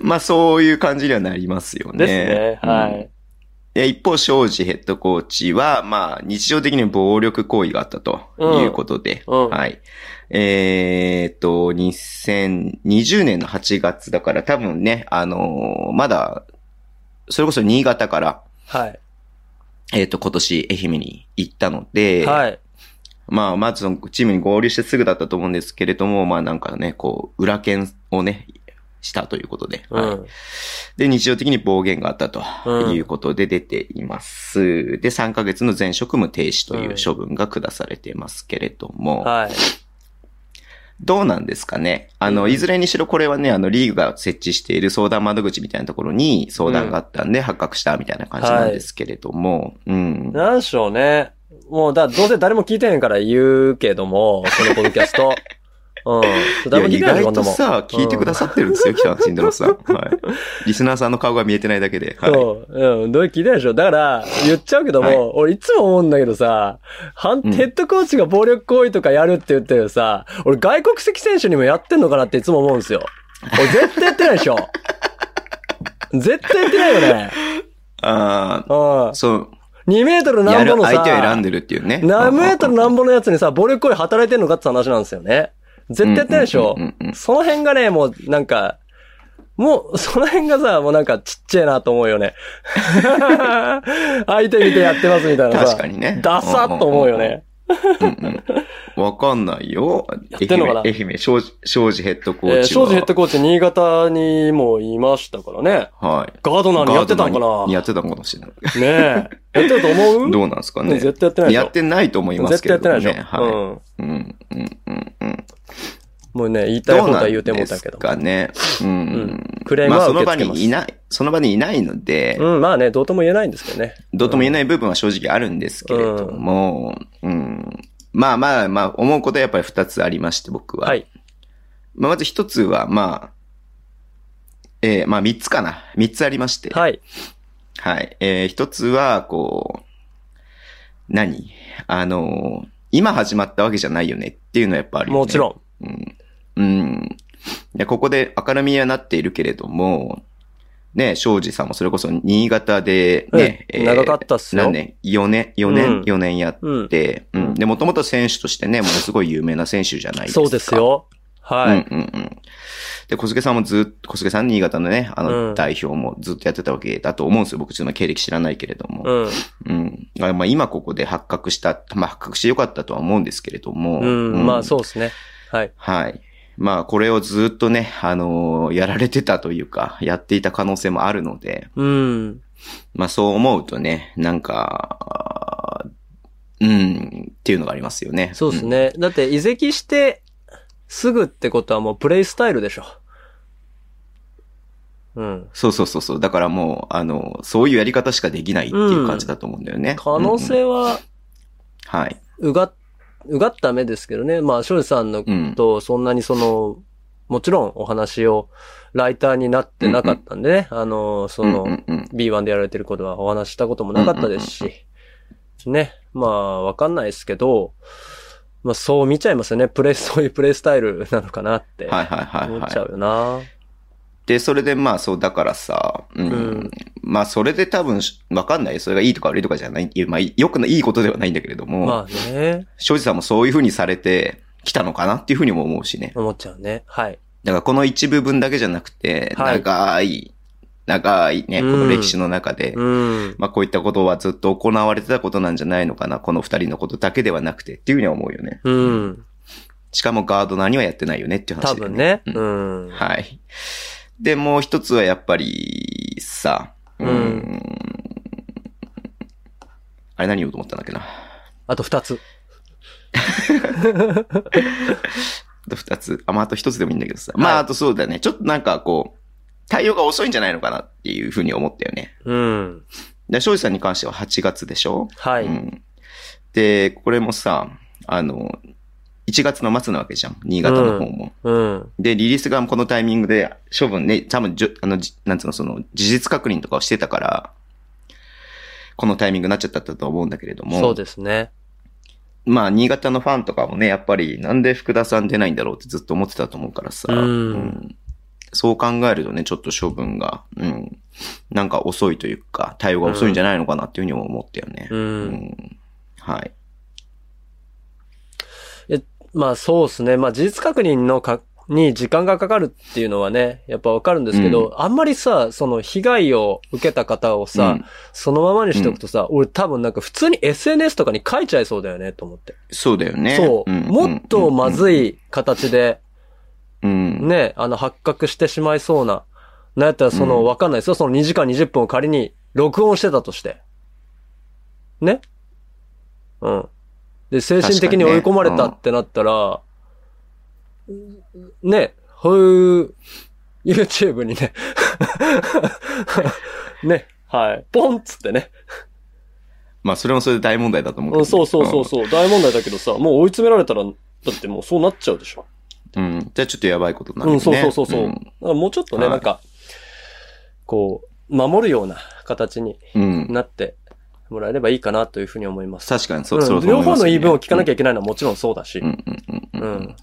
Speaker 2: まあ、そういう感じにはなりますよね。
Speaker 3: ですね。はい。
Speaker 2: い。一方、庄司ヘッドコーチは、まあ、日常的に暴力行為があったということで、
Speaker 3: うんうん
Speaker 2: はい。えーっと、2020年の8月だから、多分ね、あのーまだ、それこそ新潟から、
Speaker 3: はい。
Speaker 2: えっ、と、今年、愛媛に行ったので、
Speaker 3: はい。
Speaker 2: まあ、まずそのチームに合流してすぐだったと思うんですけれども、まあなんかね、こう、裏剣をね、したということで、
Speaker 3: う
Speaker 2: はい
Speaker 3: ん。
Speaker 2: で、日常的に暴言があったと
Speaker 3: うん
Speaker 2: いうことで出ています。で、3ヶ月の全職務停止という処分が下されていますけれども、
Speaker 3: はい。
Speaker 2: どうなんですかねあ
Speaker 3: う
Speaker 2: の、
Speaker 3: ん
Speaker 2: いずれにしろこれはね、あの、リーグが設置している相談窓口みたいなところに相談があったんで発覚したみたいな感じなんですけれども、うん。
Speaker 3: なんでしょうね。もう、だ、どうせ誰も聞いてへんから言うけども、このポッドキャスト。うん。誰も聞い
Speaker 2: い
Speaker 3: て
Speaker 2: や
Speaker 3: ない
Speaker 2: 意
Speaker 3: よ、
Speaker 2: 外
Speaker 3: こんな
Speaker 2: と
Speaker 3: もん。
Speaker 2: さ、聞いてくださってるんですよ、北野慎太郎さん。はい。リスナーさんの顔が見えてないだけで。はい。
Speaker 3: そう。うん。どう聞いてないでしょ。だから、言っちゃうけども、
Speaker 2: はい
Speaker 3: 俺いつも思うんだけどさ、ハン、
Speaker 2: うん
Speaker 3: ヘッドコーチが暴力行為とかやるって言ってるさ、俺外国籍選手にもやってんのかなっていつも思うんですよ。俺絶対やってな いでしょ。絶対やってないよね。
Speaker 2: あ
Speaker 3: う
Speaker 2: あ、そう、
Speaker 3: ん。2メートルな
Speaker 2: や
Speaker 3: んぼ
Speaker 2: る
Speaker 3: のさ、
Speaker 2: 相手を選んでるっていうね。
Speaker 3: 何メートル
Speaker 2: な
Speaker 3: なんぼのやつにさ、暴力行為働いてんのかって話なんですよね。絶対やってないでしょ、
Speaker 2: うんうんうんうん
Speaker 3: その辺がね、もうなんか、もう、その辺がさ、もうなんかちっちゃいなと思うよね。相手見てやってますみたいなさ。
Speaker 2: 確かにね。
Speaker 3: ダサっと思うよね。
Speaker 2: うんうんうん。わかんないよ。
Speaker 3: ってんのかな
Speaker 2: 愛媛、愛媛、庄司庄司ヘッドコ
Speaker 3: えー
Speaker 2: ーチは。
Speaker 3: 庄司ヘッドコーチ、新潟にもいましたからね。
Speaker 2: はい。
Speaker 3: ガードナーにやってたのか
Speaker 2: に
Speaker 3: な
Speaker 2: やってたのかもしれない。
Speaker 3: ね え。やってると思う
Speaker 2: どうなんですかね。
Speaker 3: 絶対やってない
Speaker 2: やってない
Speaker 3: でしょ。
Speaker 2: と思います
Speaker 3: 絶
Speaker 2: け
Speaker 3: 対
Speaker 2: れ
Speaker 3: やって
Speaker 2: ど
Speaker 3: な
Speaker 2: もね。
Speaker 3: いでしょ。
Speaker 2: は
Speaker 3: う
Speaker 2: い。う
Speaker 3: ん。
Speaker 2: ん、うん、うん、うん。
Speaker 3: もうね、言いたい
Speaker 2: どう
Speaker 3: こと
Speaker 2: な
Speaker 3: は言うんてもう
Speaker 2: で
Speaker 3: た
Speaker 2: す
Speaker 3: けど。
Speaker 2: かね。う
Speaker 3: うん
Speaker 2: ん。
Speaker 3: クレーム
Speaker 2: まあ、そ
Speaker 3: は受
Speaker 2: の場
Speaker 3: け付けます
Speaker 2: にいない、その場にいないので、
Speaker 3: うん、まあね、どうとも言えないんですけどね。
Speaker 2: どうとも言えない部分は正直あるんですけれども、うん。まあまあまあ、思うことはやっぱり二つありまして、僕は。
Speaker 3: はい。
Speaker 2: まあ、まず一つは、まあ、えー、まあ三つかな。三つありまして。い。
Speaker 3: はい。
Speaker 2: はい。えー、一つは、こう、何あのー今始まったわけじゃないよねっていうのはやっぱあるよね。
Speaker 3: もちろん。
Speaker 2: うん。うん。で、ここで明るみにはなっているけれども、ね、庄司さんもそれこそ新潟でね、
Speaker 3: うん長かったっすよ
Speaker 2: 何年 ?4 年、4年、
Speaker 3: うん
Speaker 2: 4年や
Speaker 3: うん
Speaker 2: っ。て、うん。で、もともと選手としてね、ものすごい有名な選手じゃないですか。
Speaker 3: そうです。よ。はい。
Speaker 2: うんうんうん。で、小菅さんもずっと、小菅さん、新潟のね、あ
Speaker 3: うん
Speaker 2: の、代表もずっとやってたわけだと思うんですよ。僕、ちょっと経歴知らないけれども。
Speaker 3: うん。
Speaker 2: うん。だからまあ、今ここで発覚した、まあ、発覚してよかったとは思うんですけれども。
Speaker 3: うん。まあ、
Speaker 2: う
Speaker 3: そ
Speaker 2: ん。
Speaker 3: うですね。はい。
Speaker 2: はい。まあ、これをずっとね、あのーやられてたというか、やっていた可能性もあるので、
Speaker 3: うん。
Speaker 2: まあ、そう思うとね、なんか、うん、っていうのがありますよね。
Speaker 3: そうですね。だって、移籍して、すぐってことはもうプレイスタイルでしょ。うん。
Speaker 2: そうそうそうそう。だからもう、あの、そういうやり方しかできないっていう感じだと思うんだよね。
Speaker 3: 可能
Speaker 2: うんうん
Speaker 3: 性は、
Speaker 2: はい。
Speaker 3: うが、うがった目ですけどね。まあ、庄司さんの
Speaker 2: うん。
Speaker 3: と、そんなにその、もちろんお話を、ライターになってなかったんでね。あの、その、
Speaker 2: うんうん
Speaker 3: B1 でやられてることはお話ししたこともなかったですし、ね、まあ、わかんないですけど、まあ、そう見ちゃいますよね。プレイ、そういうプレイスタイルなのかなって
Speaker 2: うん。はいはいはい
Speaker 3: 思っちゃ
Speaker 2: は
Speaker 3: うよな。
Speaker 2: い。で、それでまあそう、だからさ、うん。
Speaker 3: うん
Speaker 2: まあそれで多分、わかんないよ。それがいいとか悪いとかじゃない。まあ、よくない、いいことではないんだけれども、
Speaker 3: まあね、
Speaker 2: 庄司さんもそういうふうにされてきたのかなっていうふうにも思うしね。
Speaker 3: 思っちゃうね。はい。
Speaker 2: だからこの一部分だけじゃなくて、
Speaker 3: はい
Speaker 2: 長い、長いね、この歴史の中で、
Speaker 3: うん。
Speaker 2: まあこういったことはずっと行われてたことなんじゃないのかな。この二人のことだけではなくてっていうふうには思うよね。
Speaker 3: うん。
Speaker 2: しかもガードナーにはやってないよねっていう
Speaker 3: 多
Speaker 2: 話で、
Speaker 3: 分ね。
Speaker 2: うん
Speaker 3: うん。
Speaker 2: はい。で、もう一つはやっぱり、さ、うーん。あれ何言おうと思ったんだっけな。
Speaker 3: あと二つ。
Speaker 2: あと二つ。あ、まあ、あと一つでもいいんだけどさ。ま
Speaker 3: は
Speaker 2: あ、
Speaker 3: い
Speaker 2: あとそうだね。ちょっとなんかこう、対応が遅いんじゃないのかなっていうふうに思ったよね。
Speaker 3: うん。
Speaker 2: で、庄司さんに関しては8月でしょ
Speaker 3: はい。
Speaker 2: うん。で、これもさ、あの、1月の末なわけじゃん。新潟の方も。
Speaker 3: うん。
Speaker 2: で、リリースがこのタイミングで、処分ね、多分じゅ、あの、じなんつうの、その、事実確認とかをしてたから、このタイミングになっちゃったと思うんだけれども。
Speaker 3: そうですね。
Speaker 2: まあ、新潟のファンとかもね、やっぱり、なんで福田さん出ないんだろうってずっと思ってたと思うからさ。
Speaker 3: うん
Speaker 2: んそう考えるとね、ちょっと処分が、うん。なんか遅いというか、対応が遅いんじゃないのかなっていうふうにも思ったよね。
Speaker 3: うん
Speaker 2: んはい。
Speaker 3: まあそうですね。まあ事実確認のか、に時間がかかるっていうのはね、やっぱわかるんですけど、
Speaker 2: う
Speaker 3: あんまりさ、その被害を受けた方を
Speaker 2: う
Speaker 3: さ、
Speaker 2: ん
Speaker 3: そのままにしておくとさ、俺多分なんか普通に SNS とかに書いちゃいそうだよね、と思って。
Speaker 2: そうだよね。
Speaker 3: そう、
Speaker 2: ん
Speaker 3: もっとまず。い形で、
Speaker 2: うん。
Speaker 3: ね、あの発覚してしまいそうな、なんやったらその、
Speaker 2: うん
Speaker 3: わかんないですよ。その2時間20分を仮に録音してたとして。ねうん。で、精神的に追い込まれたってなったら、ね、そういう、YouTube にね、 ね、はい、ポンっつってね。
Speaker 2: まあ、それもそれで大問題だと思うけど
Speaker 3: うん、
Speaker 2: ね
Speaker 3: そうそうそうそう、大問題だけどさ、もう追い詰められたら、だってもうそうなっちゃうでしょ。
Speaker 2: うん。うん。じゃあちょっとやばいことになる
Speaker 3: う
Speaker 2: よ
Speaker 3: ん、
Speaker 2: ね。
Speaker 3: そうそうそうそう。だ
Speaker 2: ん
Speaker 3: からもうちょっとね、
Speaker 2: はい
Speaker 3: なんか、こう、守るような形に
Speaker 2: うん。
Speaker 3: なってもらえればいいかなというふうに思います。
Speaker 2: 確かに、そ、
Speaker 3: うん
Speaker 2: そろそろ
Speaker 3: 両方の言い分を聞かなき
Speaker 2: ゃ。
Speaker 3: ゃいけないのはもちろんそうだし。
Speaker 2: うん、うん、うんう。
Speaker 3: うん
Speaker 2: うん
Speaker 3: ん。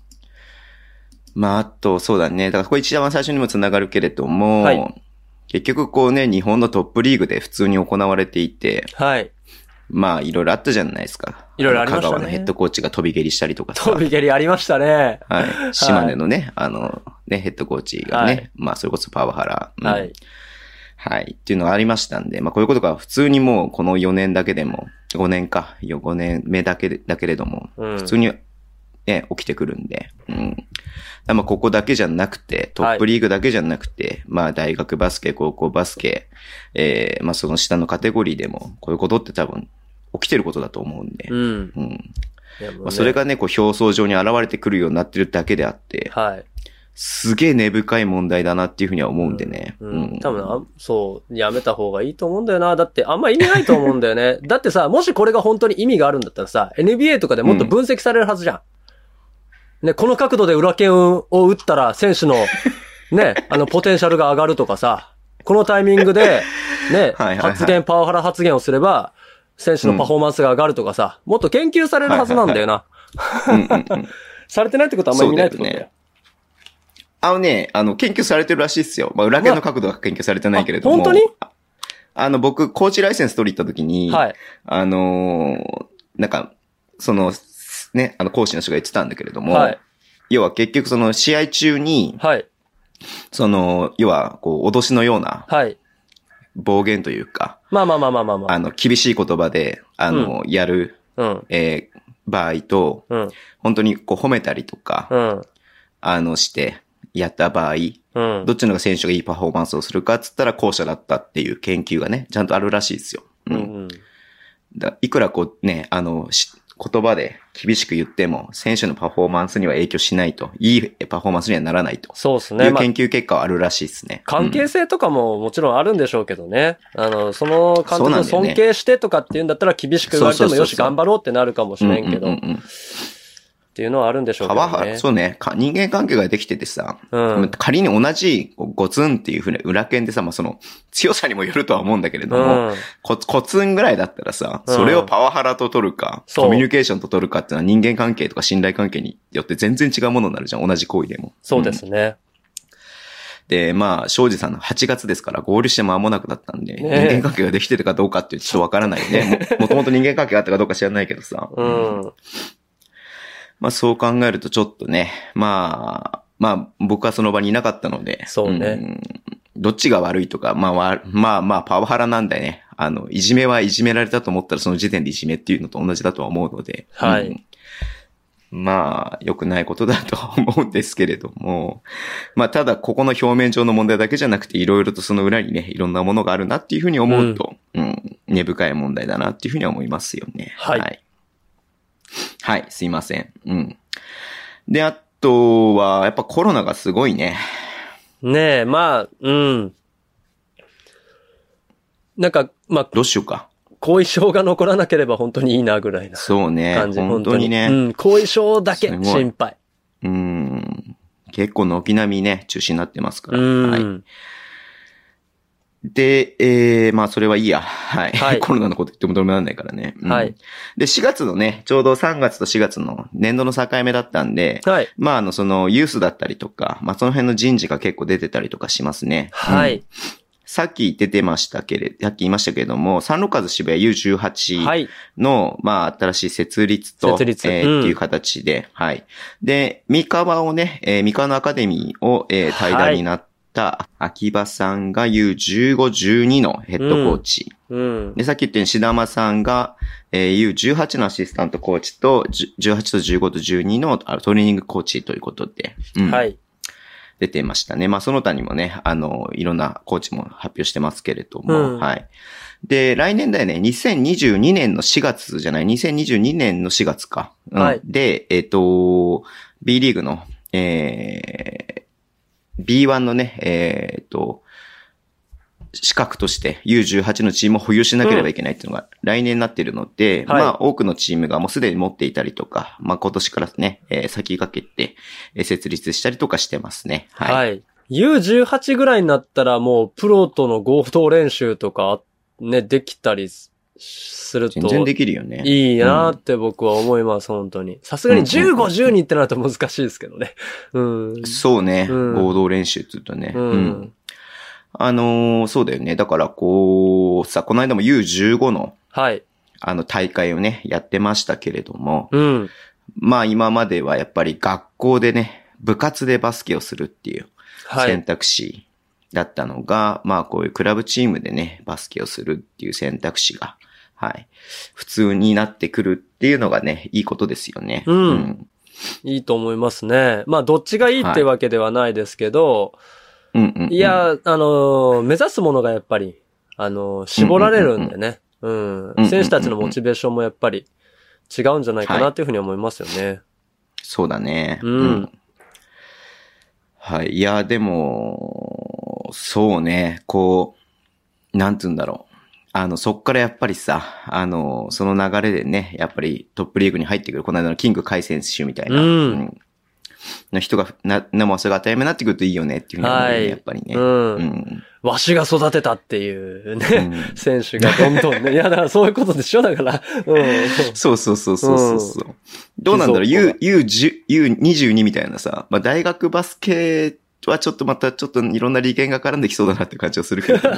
Speaker 2: まあ、あと、そうだね。だから、これ一番最初にもつながるけれども、
Speaker 3: はい
Speaker 2: 結局こうね、日本のトップリーグで普通に行われていて、
Speaker 3: はい。
Speaker 2: まあ、いろいろあったじゃないですか。
Speaker 3: いろいろありましたね
Speaker 2: 香川のヘッドコーチが飛び蹴りしたりとかさ。
Speaker 3: 飛び蹴りありましたね。
Speaker 2: はい。島根のね、あの、ね、ヘッドコーチがね、
Speaker 3: はい
Speaker 2: まあ、それこそパワハラ。うん
Speaker 3: はい。
Speaker 2: はい。っていうのがありましたんで、まあこういうことが普通にもうこの4年だけでも、5年か、よ5年目だけで、だけれども、
Speaker 3: うん
Speaker 2: 普通に、ね、起きてくるんで、うん。だからまあここだけじゃなくて、トップリーグだけじゃなくて、まあ大学バスケ、高校バスケ、えー、まあその下のカテゴリーでも、こういうことって多分起きてることだと思うんで、
Speaker 3: うん。
Speaker 2: うん。
Speaker 3: いやもうね
Speaker 2: まあ、それがね、こう表層上に現れてくるようになってるだけであって、
Speaker 3: はい。
Speaker 2: すげえ根深い問題だなっていうふうには思うんでね。
Speaker 3: うん。多分あ、そう、やめた方がいいと思うんだよな。だって、あんま意味ないと思うんだよ ね。だってさ、もしこれが本当に意味があるんだったらさ、NBA とかでもっと分析されるはずじゃん。ね、この角度で裏剣を打ったら、選 手の、ね、あの、ポテンシャルが上がるとかさ、このタイミングで、
Speaker 2: は
Speaker 3: ね、
Speaker 2: いはいはい
Speaker 3: 発言、パワハラ発言をすれば、選手のパフォーマンスが上がるとかさ、もっと研究されるはずなんだよな。
Speaker 2: うんうんうん
Speaker 3: されてないってことはあんまり意味ないってことだ
Speaker 2: そうだ
Speaker 3: よ
Speaker 2: よ。あのね、あの、研究されてるらしいっすよ。まあ、裏剣の角度は研究されてないけれども。
Speaker 3: あ本当に
Speaker 2: ああの、僕、コーチライセンス取り行った時に、
Speaker 3: はい。
Speaker 2: あのーなんか、その、ね、あの、講師の人が言ってたんだけれども、
Speaker 3: はい。
Speaker 2: 要は結局その試合中に、
Speaker 3: はい。
Speaker 2: その、要は、こう、脅しのような
Speaker 3: はい。
Speaker 2: 暴言というか、
Speaker 3: まあまあまあまあまあまあ。
Speaker 2: あの、厳しい言葉で、あの、やる、
Speaker 3: うん。
Speaker 2: えー場合と、
Speaker 3: うん。
Speaker 2: 本当にこう褒めたりとか、
Speaker 3: うん。
Speaker 2: あの、して、やった場合、
Speaker 3: うん
Speaker 2: ど。っちのが選手がいいパフォーマンスをするかっつったら後者だったっていう研究がね、ちゃんとあるらしいですよ。う。
Speaker 3: うんん。
Speaker 2: だいくらこうね、あの、し言葉で厳しく言っても、選手のパフォーマンスには影響しないと、いいパフォーマンスにはならないと。
Speaker 3: そうです
Speaker 2: い
Speaker 3: ね。
Speaker 2: う
Speaker 3: まあ
Speaker 2: 研、究結果はあるらしいですね。
Speaker 3: 関係性とかももちろんあるんでしょうけどね。あの、その監督を
Speaker 2: そうなんだ
Speaker 3: 尊
Speaker 2: よね
Speaker 3: 敬してとかっていうんだったら厳しく言われても
Speaker 2: そうそうそうそう
Speaker 3: よし頑張ろうってなるかもし
Speaker 2: うん
Speaker 3: れんけど、
Speaker 2: うんう
Speaker 3: っ
Speaker 2: んうんうん
Speaker 3: ていうのはあるんでしょうけ
Speaker 2: パワ
Speaker 3: ど
Speaker 2: ハ
Speaker 3: ね
Speaker 2: ラ、。そうね、か人間関係ができててさ、
Speaker 3: うん。
Speaker 2: 仮に同じこうゴツンっていうふうな裏剣でさ、まあ、その強さにもよるとは思うんだけれど
Speaker 3: う
Speaker 2: も、
Speaker 3: ん。
Speaker 2: コツ、コツンぐらいだったらさ、
Speaker 3: うん
Speaker 2: それをパワハラと取るか、
Speaker 3: そう
Speaker 2: コミュニケーションと取るかっていうのは人間関係とか信頼関係によって全然違うものになるじゃん、同じ行為でも。
Speaker 3: そうで
Speaker 2: ん。
Speaker 3: すね。
Speaker 2: で、まあ、庄司さんの8月ですから合流して間もなくだったんで、
Speaker 3: ねえ
Speaker 2: 人間関係ができてるかどうかってちょっとわからないよ ね。ももともと人間関係があったかどうか知らないけどさ。
Speaker 3: うん。
Speaker 2: まあ、そう考えるとちょっとね、まあ、まあ、僕はその場にいなかったので、
Speaker 3: そうね
Speaker 2: んどっちが悪いとか、まあわ、まあまあ、パワハラなんだよね。あの、いじめはいじめられたと思ったらその時点でいじめっていうのと同じだとは思うので。
Speaker 3: はい
Speaker 2: うんまあ、良くないことだとは思うんですけれども。まあ、ただ、ここの表面上の問題だけじゃなくて、いろいろとその裏にね、いろんなものがあるなっていうふうに思うと、うん、根深い問題だなっていうふうには思いますよね。
Speaker 3: はい
Speaker 2: はい、はいすいません。うん。で、あとは、やっぱコロナがすごいね。
Speaker 3: ねえ、まあ、うん。なんか、まあ、
Speaker 2: どうしようか。
Speaker 3: 後遺症が残らなければ本当にいいなぐらいな
Speaker 2: そうね。
Speaker 3: 感じ。
Speaker 2: 本当にね。
Speaker 3: うん。後遺症だけ
Speaker 2: すごい
Speaker 3: 心配。
Speaker 2: うーん。結構軒並みね、中止になってますから。
Speaker 3: うん。
Speaker 2: はい、で、えー、まあそれはいいや。はい。
Speaker 3: はい
Speaker 2: コロナのこと言ってもどうにもなんないからね、うん
Speaker 3: はい。
Speaker 2: で、4月のね、ちょうど3月と4月の年度の境目だったんで、
Speaker 3: はい。
Speaker 2: まああの、その、ユースだったりとか、まあその辺の人事が結構出てたりとかしますね。
Speaker 3: は
Speaker 2: うん
Speaker 3: い。
Speaker 2: さっき出てましたけれ、さっき言いましたけれども、サンロカズ渋谷 U18。
Speaker 3: はい。
Speaker 2: の、まあ、新しい設立と、
Speaker 3: 設立
Speaker 2: えー
Speaker 3: うん
Speaker 2: っていう形で、はい。で、三河をね、えー三河のアカデミーを、えー
Speaker 3: は
Speaker 2: 対
Speaker 3: い
Speaker 2: 談になった秋葉さんが U15、12のヘッドコーチ。
Speaker 3: うん。
Speaker 2: で、さっき言ったように志玉さんが、えー U18 のアシスタントコーチと、じゅ18と15と12のあトレーニングコーチということで、うん
Speaker 3: はい。
Speaker 2: 出てましたね。まあ、その他にもね、あの、いろんなコーチも発表してますけれども、
Speaker 3: うん
Speaker 2: はい。で、来年だよね、2022年の4月じゃない、2022年の4月か。うん
Speaker 3: はい
Speaker 2: で、えっ、と、B リーグの、えー、B1 のね、えっ、と、資格として U18 のチームを保有しなければいけないっていうのが来年になっているので、
Speaker 3: はい
Speaker 2: まあ多くのチームがもうすでに持っていたりとか、まあ今年からね、えー先駆けて、えー設立したりとかしてますね。はい。
Speaker 3: はい。U18 ぐらいになったらもうプロとの合同練習とかね、できたりすすると
Speaker 2: 全然できるよね。
Speaker 3: いいなって僕は思います、本当に。さすがに15、12ってなると難しいですけどね。うん。
Speaker 2: そうね、
Speaker 3: うん
Speaker 2: 合同練習って言うとね。
Speaker 3: うん
Speaker 2: あのーそうだよね。だからこう、さ、この間も U15 の、
Speaker 3: はい。
Speaker 2: あの、大会をね、やってましたけれども、
Speaker 3: うん。
Speaker 2: まあ今まではやっぱり学校でね、部活でバスケをするっていう
Speaker 3: は
Speaker 2: 選
Speaker 3: い。
Speaker 2: 択肢だったのが、まあこういうクラブチームでね、バスケをするっていう選択肢が、はい、普通になってくるっていうのがね、いいことですよね。
Speaker 3: うんいいと思いますね。まあ、どっちがいいってわけではないですけど、
Speaker 2: うんうんうん
Speaker 3: い、や、あのー、目指すものがやっぱり、あのー、絞られるんでね。うん
Speaker 2: うん。
Speaker 3: 選手たちのモチベーションもやっぱり違うんじゃないかなっていうふうに思いますよね。
Speaker 2: そうだね。
Speaker 3: うん
Speaker 2: はい。いや、でも、そうね、こう、なんつうんだろう。あの、そっからやっぱりさ、あの、その流れでね、やっぱりトップリーグに入ってくる、この間のキング海選手みたいな、
Speaker 3: うん
Speaker 2: の人が、な、な、もうそれが当たり前になってくるといいよねっていうふうに思うよね、
Speaker 3: はい
Speaker 2: やっぱりね。
Speaker 3: うん
Speaker 2: うん
Speaker 3: わしが育てたっていう
Speaker 2: う
Speaker 3: ね、
Speaker 2: ん
Speaker 3: 選手がどんどんね。いや、だからそういうことでしょだから。うん。
Speaker 2: そうそうそうそうそうそう、どうなんだろう
Speaker 3: そ
Speaker 2: ?U、
Speaker 3: う
Speaker 2: U10、U22 みたいなさ、まあ大学バスケはちょっとまたちょっといろんな利権が絡んできそうだなって感じはするけど、 ね、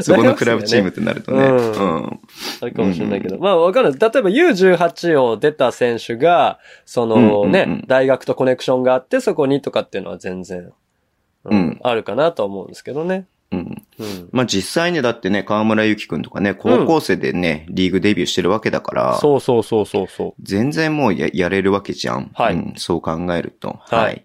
Speaker 2: そこのクラブチームってなるとね。う
Speaker 3: う
Speaker 2: んん。
Speaker 3: あるかもしれないけど。まあ、わかる。例えば U18 を出た選手が、そのね、
Speaker 2: うんうんうん
Speaker 3: 大学とコネクションがあって、そこにとかっていうのは全然、
Speaker 2: う
Speaker 3: うん
Speaker 2: ん
Speaker 3: あるかなとは思うんですけどね。
Speaker 2: うん。
Speaker 3: うん。
Speaker 2: まあ実際ね、だってね、河村ゆきくんとかね、高校生でね、リーグデビューしてるわけだから、
Speaker 3: そうそうそうそうそう。
Speaker 2: 全然もうややれるわけじゃん。
Speaker 3: はい
Speaker 2: うんそう考えると。
Speaker 3: はい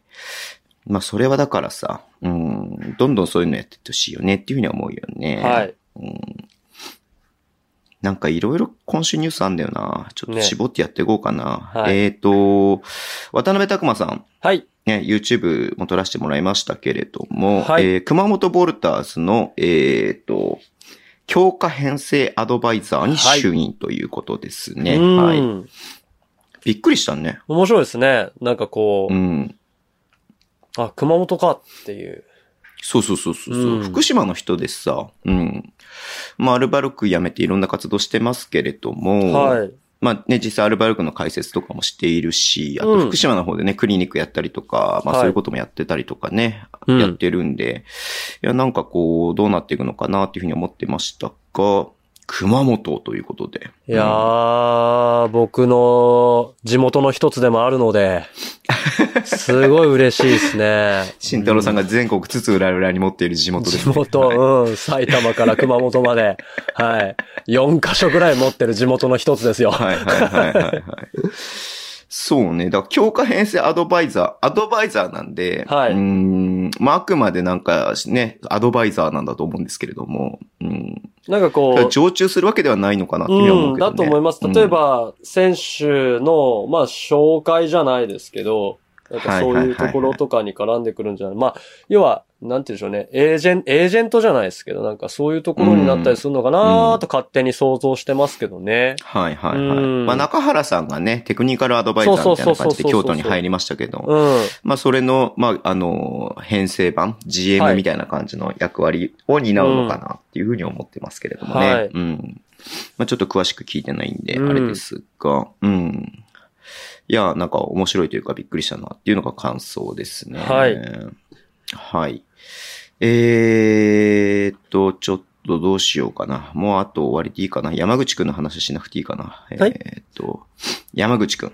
Speaker 2: まあそれはだからさ、うん、どんどんそういうのやってってほしいよねっていうふうには思うよね。
Speaker 3: はい。
Speaker 2: うんなんかいろいろ今週ニュースあんだよな。ちょっと
Speaker 3: ね
Speaker 2: 絞ってやっていこうかな。
Speaker 3: はい
Speaker 2: えっ、と、渡辺拓馬さん、
Speaker 3: はい。
Speaker 2: ね、YouTube も撮らせてもらいましたけれども、
Speaker 3: はい
Speaker 2: えー熊本ボルターズの、えっ、と、強化編成アドバイザーに就任ということですね。
Speaker 3: うん、
Speaker 2: はい。びっくりしたね。
Speaker 3: 面白いですね。なんかこう、
Speaker 2: うん。
Speaker 3: あ、熊本かっていう。
Speaker 2: そうそうそうそうそう、
Speaker 3: うん
Speaker 2: 福島の人でさ、うん。まあ、アルバルク辞めていろんな活動してますけれども、
Speaker 3: はい。
Speaker 2: まあね、実際アルバルクの解説とかもしているし、あと
Speaker 3: うん
Speaker 2: 福島の方でね、クリニックやったりとか、まあ
Speaker 3: はい
Speaker 2: そういうこともやってたりとかね、
Speaker 3: うん
Speaker 2: やってるんで、いや、なんかこう、どうなっていくのかなっていうふうに思ってましたが、熊本ということで。
Speaker 3: いや
Speaker 2: うん
Speaker 3: ー、僕の地元の一つでもあるので、 すごい嬉しいですね。
Speaker 2: 慎太郎さんが全国津々浦々に持っている地元です、
Speaker 3: 地
Speaker 2: ね。はい
Speaker 3: 元、うん、埼玉から熊本まで、はい。4カ所ぐらい持ってる地元の一つですよ。
Speaker 2: はいはいはいはいはい。そうね。だから、強化編成アドバイザー、アドバイザーなんで、
Speaker 3: はいう
Speaker 2: ーん、まあ、あくまでなんかね、アドバイザーなんだと思うんですけれども、うん、
Speaker 3: なんかこ
Speaker 2: だから
Speaker 3: う、
Speaker 2: 常駐するわけではないのかなっていうのは思
Speaker 3: う、
Speaker 2: うんけど、ね
Speaker 3: だと思います。例え、ば、選手の、まあ、紹介じゃないですけど、なんかそういうところとかに絡んでくるんじゃないまあ、要は、なんていうんでしょうね、エージェン、エージェントじゃないですけど、なんかそういうところになったりするのかなーと勝手に想像してますけどね。
Speaker 2: はいはいはい。
Speaker 3: うん
Speaker 2: まあ中原さんがね、テクニカルアドバイザーみたいな感じで
Speaker 3: そうそうそうそうそう
Speaker 2: 京都に入りましたけど、
Speaker 3: うん。
Speaker 2: まあそれの、まああの、編成版、
Speaker 3: は
Speaker 2: GM
Speaker 3: い
Speaker 2: みたいな感じの役割を担うのかなっていうふうに思ってますけれどもね。
Speaker 3: はい
Speaker 2: うん。まあちょっと詳しく聞いてないんで、
Speaker 3: うん
Speaker 2: あれですが、うん。いや、なんか面白いというかびっくりしたなっていうのが感想ですね。
Speaker 3: はい。
Speaker 2: はい。えーっと、ちょっとどうしようかな。もうあと終わりでいいかな。山口くんの話しなくていいかな。
Speaker 3: はい
Speaker 2: えーっと、山口くん。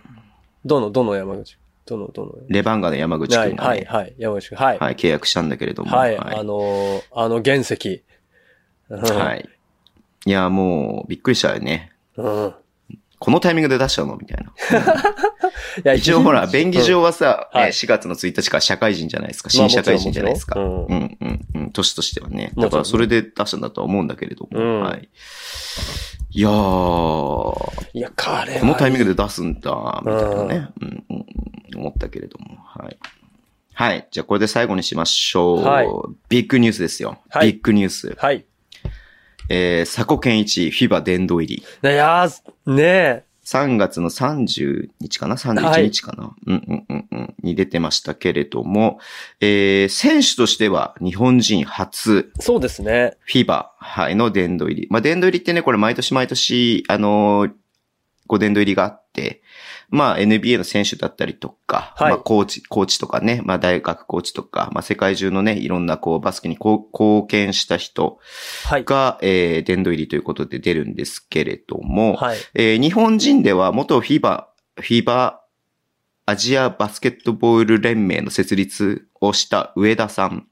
Speaker 3: どの、どの山口どの、どの
Speaker 2: レバンガの山口くんが、
Speaker 3: は
Speaker 2: ね
Speaker 3: い、はい、はい、山口君、はい。
Speaker 2: はい、契約したんだけれども。
Speaker 3: はい、あのーあの原石。うん
Speaker 2: はい。いや、もう、びっくりしたよね。
Speaker 3: うん。
Speaker 2: このタイミングで出したのみたいな。
Speaker 3: いや
Speaker 2: 一応ほら、便宜上はさ、
Speaker 3: うん
Speaker 2: ね
Speaker 3: はい
Speaker 2: 4月の1日から社会人じゃないですか。
Speaker 3: ま
Speaker 2: 新
Speaker 3: あ
Speaker 2: 社会人じゃないですか。
Speaker 3: もちろんもち
Speaker 2: うんうんうん。年としてはね。
Speaker 3: もちろん
Speaker 2: だからそれで出したんだとは思うんだけれども。
Speaker 3: うん
Speaker 2: はい。いやー、こ
Speaker 3: いや、彼は。
Speaker 2: のタイミン
Speaker 3: グ。
Speaker 2: グで出すんだ、みたいなね。うんうんうん。思ったけれども。はい。はい。じゃあこれで最後にしましょう。
Speaker 3: はい
Speaker 2: ビッグニュースですよ。
Speaker 3: はい
Speaker 2: ビッグニュース。
Speaker 3: はい。
Speaker 2: えー、佐古健一、フィバ殿堂入り。
Speaker 3: いやー、ねえ。
Speaker 2: 3月の30日かな ?31 日かな、うんうんうんうん。に出てましたけれども、えー、選手としては日本人初、
Speaker 3: そうですね。
Speaker 2: フィバ、はい、の殿堂入り。まあ、殿堂入りってね、これ毎年毎年、あのー5年度入りがあって、まあ NBA の選手だったりとか、
Speaker 3: はい
Speaker 2: まあコーチ、コーチとかね、まあ大学コーチとか、まあ世界中のね、いろんなこうバスケにこう貢献した人
Speaker 3: はい。
Speaker 2: が、えー、殿堂入りということで出るんですけれども、
Speaker 3: はい。
Speaker 2: えー日本人では元フィバ、フィバアジアバスケットボール連盟の設立をした上田さん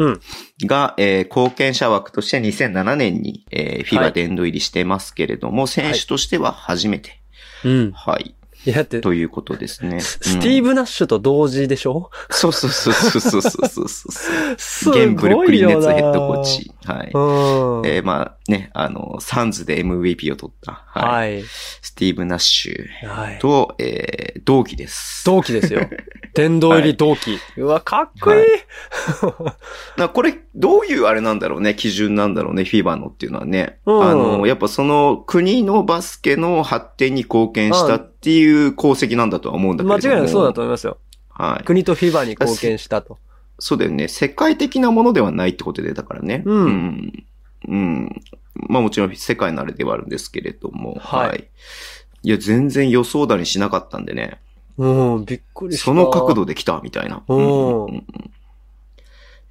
Speaker 3: うん
Speaker 2: が、えー貢献者枠として2007年に、えーフィ
Speaker 3: は
Speaker 2: バ
Speaker 3: い
Speaker 2: 殿堂入りしてますけれども、選手としては初めて、
Speaker 3: うん。
Speaker 2: はい、
Speaker 3: いや、だって、
Speaker 2: ということです ね。
Speaker 3: ススティー
Speaker 2: ブ、
Speaker 3: ブ・ナッシュと同時でしょ、
Speaker 2: そうそうそうそうそうそうそう。
Speaker 3: す
Speaker 2: 現ブルッ
Speaker 3: ご
Speaker 2: ク
Speaker 3: い
Speaker 2: リンネ
Speaker 3: よ
Speaker 2: ッツ
Speaker 3: な。
Speaker 2: ヘッドコーチ。はい。
Speaker 3: うん。
Speaker 2: えーまあね、あの、サンズで MVP を取った、はい。
Speaker 3: はい。
Speaker 2: スティーブ・ナッシュ。
Speaker 3: はい。
Speaker 2: と、えー同期です。
Speaker 3: 同 期ですよ。殿堂入り同期。うわ、かっこいい。
Speaker 2: なこれ、どういうあれなんだろうね、基準なんだろうね、フィーバーのっていうのはね。
Speaker 3: うん
Speaker 2: あの、やっぱその国のバスケの発展に貢献したっていう功績なんだとは思うんだけ
Speaker 3: 間
Speaker 2: れ
Speaker 3: 違
Speaker 2: ど
Speaker 3: い
Speaker 2: も。
Speaker 3: なくそうだと思いますよ。
Speaker 2: はい。
Speaker 3: 国とフィバに貢献したと。
Speaker 2: そうだよね。世界的なものではないってことで、だからね。
Speaker 3: うん
Speaker 2: うん。うんまあもちろん世界のあれではあるんですけれども。
Speaker 3: はい
Speaker 2: い、いや、全然予想だにしなかったんでね。
Speaker 3: うん、びっくりした。
Speaker 2: その角度で来たみたいな。
Speaker 3: うん
Speaker 2: うんうんうん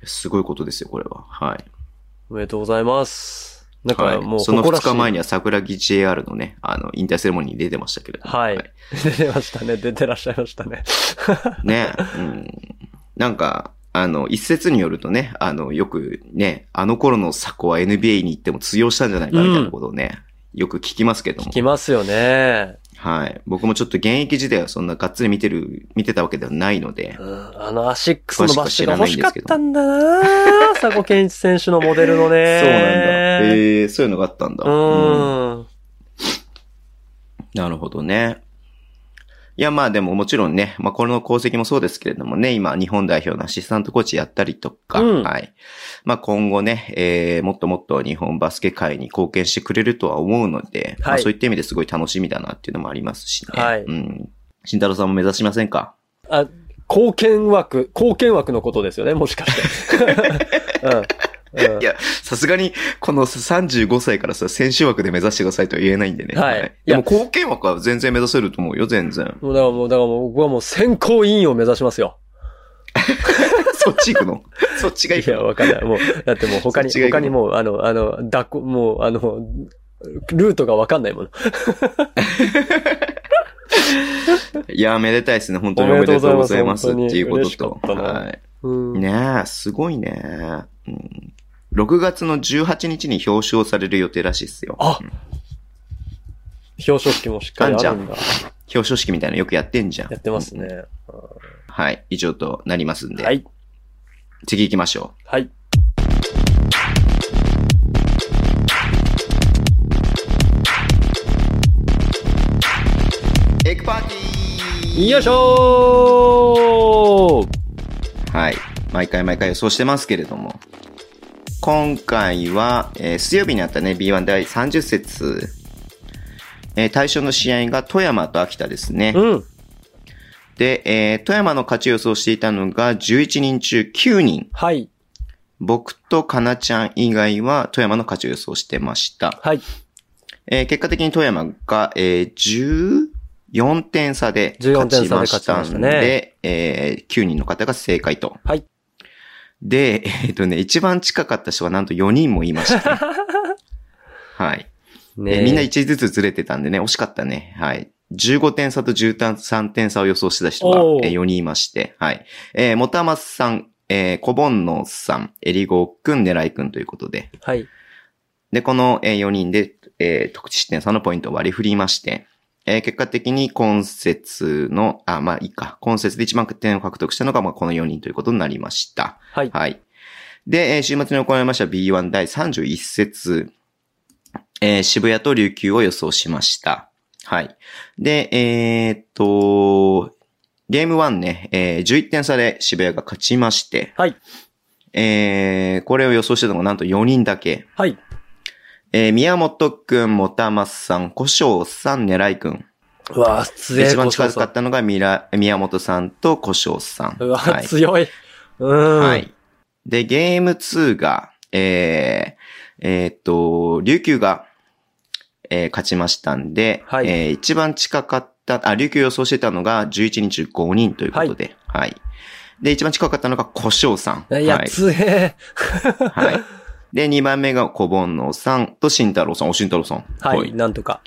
Speaker 2: すごいことですよ、これは。はい。
Speaker 3: おめでとうございます。なん
Speaker 2: は
Speaker 3: か
Speaker 2: い、
Speaker 3: もう、
Speaker 2: その
Speaker 3: 誇ら
Speaker 2: 2
Speaker 3: しい
Speaker 2: 日前には桜木 JR のね、あの、引退セレモニーに出てましたけれども。
Speaker 3: はい。 出てましたね。出てらっしゃいましたね。
Speaker 2: ね、うん。なんか、あの、一説によるとね、あの、よくね、あの頃の佐古は NBA に行っても通用したんじゃないかみたいなことをね、よく聞きますけども
Speaker 3: 聞。きますよね。
Speaker 2: はい。僕もちょっと現役時代はそんながっつり見てる、見てたわけではないので
Speaker 3: う。ん、あのアシックスのバッシュが欲しかったんだな佐古健一選手のモデルの
Speaker 2: そう
Speaker 3: ね。
Speaker 2: なんだ。えー、そういうのがあったんだ。
Speaker 3: うん。
Speaker 2: なるほどね。いや、まあでももちろんね、まあこの功績もそうですけれどもね、今日本代表のアシスタントコーチやったりとか、
Speaker 3: うん
Speaker 2: はい。まあ今後ね、えー、もっともっと日本バスケ界に貢献してくれるとは思うので、ま
Speaker 3: は
Speaker 2: あ
Speaker 3: い
Speaker 2: そういった意味ですごい楽しみだなっていうのもありますしね。
Speaker 3: はい
Speaker 2: うん。慎太郎さんも目指しませんか
Speaker 3: あ、貢献枠、貢献枠のことですよね、もしかして。 うん。うん
Speaker 2: いや、さすがに、この35歳からさ、選手枠で目指してくださいとは言えないんでね。
Speaker 3: はい
Speaker 2: でも貢献枠は全然目指せると思うよ、全然。
Speaker 3: もうだからもう、だからもう、僕はもう選考委員を目指しますよ。
Speaker 2: そっち行く のそっちが行
Speaker 3: い
Speaker 2: く
Speaker 3: や、
Speaker 2: の
Speaker 3: わかんない。もう、だってもう他に、
Speaker 2: そっちがいいか
Speaker 3: 他
Speaker 2: も
Speaker 3: にもう、あの、あの、だこ、もう、あの、ルートがわかんないもの。
Speaker 2: いやー、めでたいですね。本当にお
Speaker 3: おめ
Speaker 2: め
Speaker 3: で
Speaker 2: で
Speaker 3: と
Speaker 2: と
Speaker 3: うございう
Speaker 2: ご
Speaker 3: ます
Speaker 2: ざいますっていうこと
Speaker 3: 本
Speaker 2: と。
Speaker 3: 当に嬉しかったな
Speaker 2: はい。
Speaker 3: うん。
Speaker 2: ねえ、すごいね、うん。6月の18日に表彰される予定らしいですよ。
Speaker 3: あ表彰式もしっかりあるんだ。
Speaker 2: 表彰式みたいなのよくやってんじゃん。
Speaker 3: やってますね。
Speaker 2: はい。以上となりますんで。
Speaker 3: はい。
Speaker 2: 次行きましょ
Speaker 3: はい。
Speaker 2: う。エッグパーティー
Speaker 3: よいしょー
Speaker 2: はい。毎回毎回予想してますけれども。今回は、えー水曜日にあったね、B1 第30節。えー対象の試合が富山と秋田ですね。
Speaker 3: うん。
Speaker 2: で、えー富山の勝ちを予想していたのが11人中9人。
Speaker 3: はい。
Speaker 2: 僕とかなちゃん以外は富山の勝ちを予想してました。
Speaker 3: はい。
Speaker 2: えー結果的に富山が、えー14点差で
Speaker 3: 14
Speaker 2: 勝ち
Speaker 3: 点差で
Speaker 2: まし
Speaker 3: 勝ちま
Speaker 2: た
Speaker 3: し
Speaker 2: ん
Speaker 3: た
Speaker 2: で、
Speaker 3: ね
Speaker 2: えー9人の方が正解と。
Speaker 3: はい。
Speaker 2: で、えっ、とね、一番近かった人はなんと4人もいました、 ね。はい。
Speaker 3: ね
Speaker 2: えーみんな1ずつずれてたんでね、惜しかったね。はい。15点差と13点差を予想してた人が
Speaker 3: おー
Speaker 2: えー4人いまして、はい。えー、もたまさん、えー、こぼんのさん、えりごくん、ねらいくんということで。
Speaker 3: はい。
Speaker 2: で、このえー4人で、えー、特殊点差のポイントを割り振りまして、えー結果的に今節の、あ、まあいいか、今節で1万点を獲得したのが、まあこの4人ということになりました。
Speaker 3: はい。
Speaker 2: はい。で、えー週末に行われました B1 第31節、えー渋谷と琉球を予想しました。はい。で、えーっと、ゲーム1ね、えー11点差で渋谷が勝ちまして、
Speaker 3: はい。
Speaker 2: えーこれを予想してたのがなんと4人だけ。
Speaker 3: はい。
Speaker 2: えー宮本くん、もたまさん、小翔さん、狙いくん。
Speaker 3: うわー、強い。
Speaker 2: 一番近
Speaker 3: 小
Speaker 2: か
Speaker 3: 僧
Speaker 2: ったのがミラ宮本さんと小翔さん。
Speaker 3: うわ
Speaker 2: は
Speaker 3: ー、
Speaker 2: い
Speaker 3: 強い。うん。
Speaker 2: は。い。で、ゲーム2が、えー、えーっと、琉球が、えー勝ちましたんで、
Speaker 3: はい
Speaker 2: えー一番近かった、あ、琉球予想してたのが11人中5人ということで、はい。で、一番近かったのが小翔さん。
Speaker 3: いや、
Speaker 2: はい。
Speaker 3: つえ。
Speaker 2: はい。で、2番目が小煩悩さんと慎太郎さん。お、慎太郎さん。
Speaker 3: はい、。なんとか。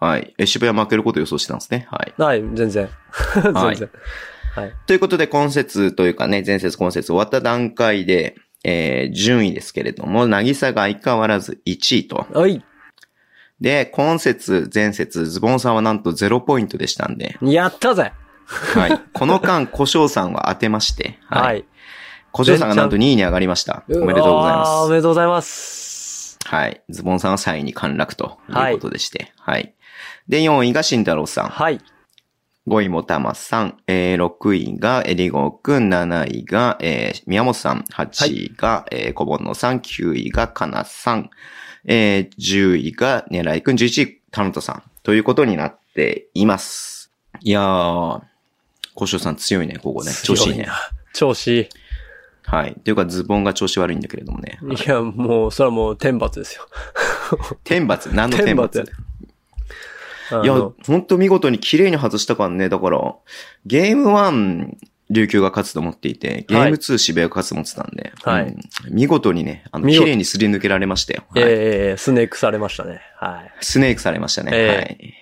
Speaker 2: はい。え、渋谷負けることを予想してたんですね。はい。
Speaker 3: はい、全然。 全然。
Speaker 2: はいということで、今節というかね、前節今節終わった段階で、えー、順位ですけれども、なぎさが相変わらず1位と。
Speaker 3: はい。
Speaker 2: で、今節、前節、ズボンさんはなんと0ポイントでしたんで、
Speaker 3: やったぜ
Speaker 2: はい。この間、小翔さんは当てまして、
Speaker 3: は
Speaker 2: はい。
Speaker 3: い。
Speaker 2: 小翔さんがなんと2位に上がりました。おめでとうござい
Speaker 3: わーお
Speaker 2: ます。
Speaker 3: めでとうございます。
Speaker 2: はい。ズボンさんは3位に陥落ということでして、はい。で、4位が慎太郎さん。
Speaker 3: はい。
Speaker 2: 5位もたまさん、えー、6位がえりごうくん、7位が、えー、宮本さん、8位が、えー、こぼんのさん、9位がかなさん、えー、10位がねらいくん、11位、たのとさん、ということになっています。いやー、こしょうさん強いね、ここね。調子いいね。。
Speaker 3: 調子いい。
Speaker 2: はい。というか、ズボンが調子悪いんだけれどもね。
Speaker 3: いや、もう、それはもう天罰ですよ。
Speaker 2: 天罰何の天罰
Speaker 3: 天罰あの
Speaker 2: いや、ほんと見事に綺麗に外したからね。だから、ゲーム1、琉球が勝つと思っていて、ゲーム2、渋谷が勝つと思ってたんで、
Speaker 3: はい
Speaker 2: うん見事にね、あの、
Speaker 3: 見
Speaker 2: 綺
Speaker 3: 事
Speaker 2: 麗にすり抜けられましたよ。
Speaker 3: ええ
Speaker 2: はい
Speaker 3: ええスネークされましたね。はい。
Speaker 2: スネークされましたね。
Speaker 3: ええ
Speaker 2: はい。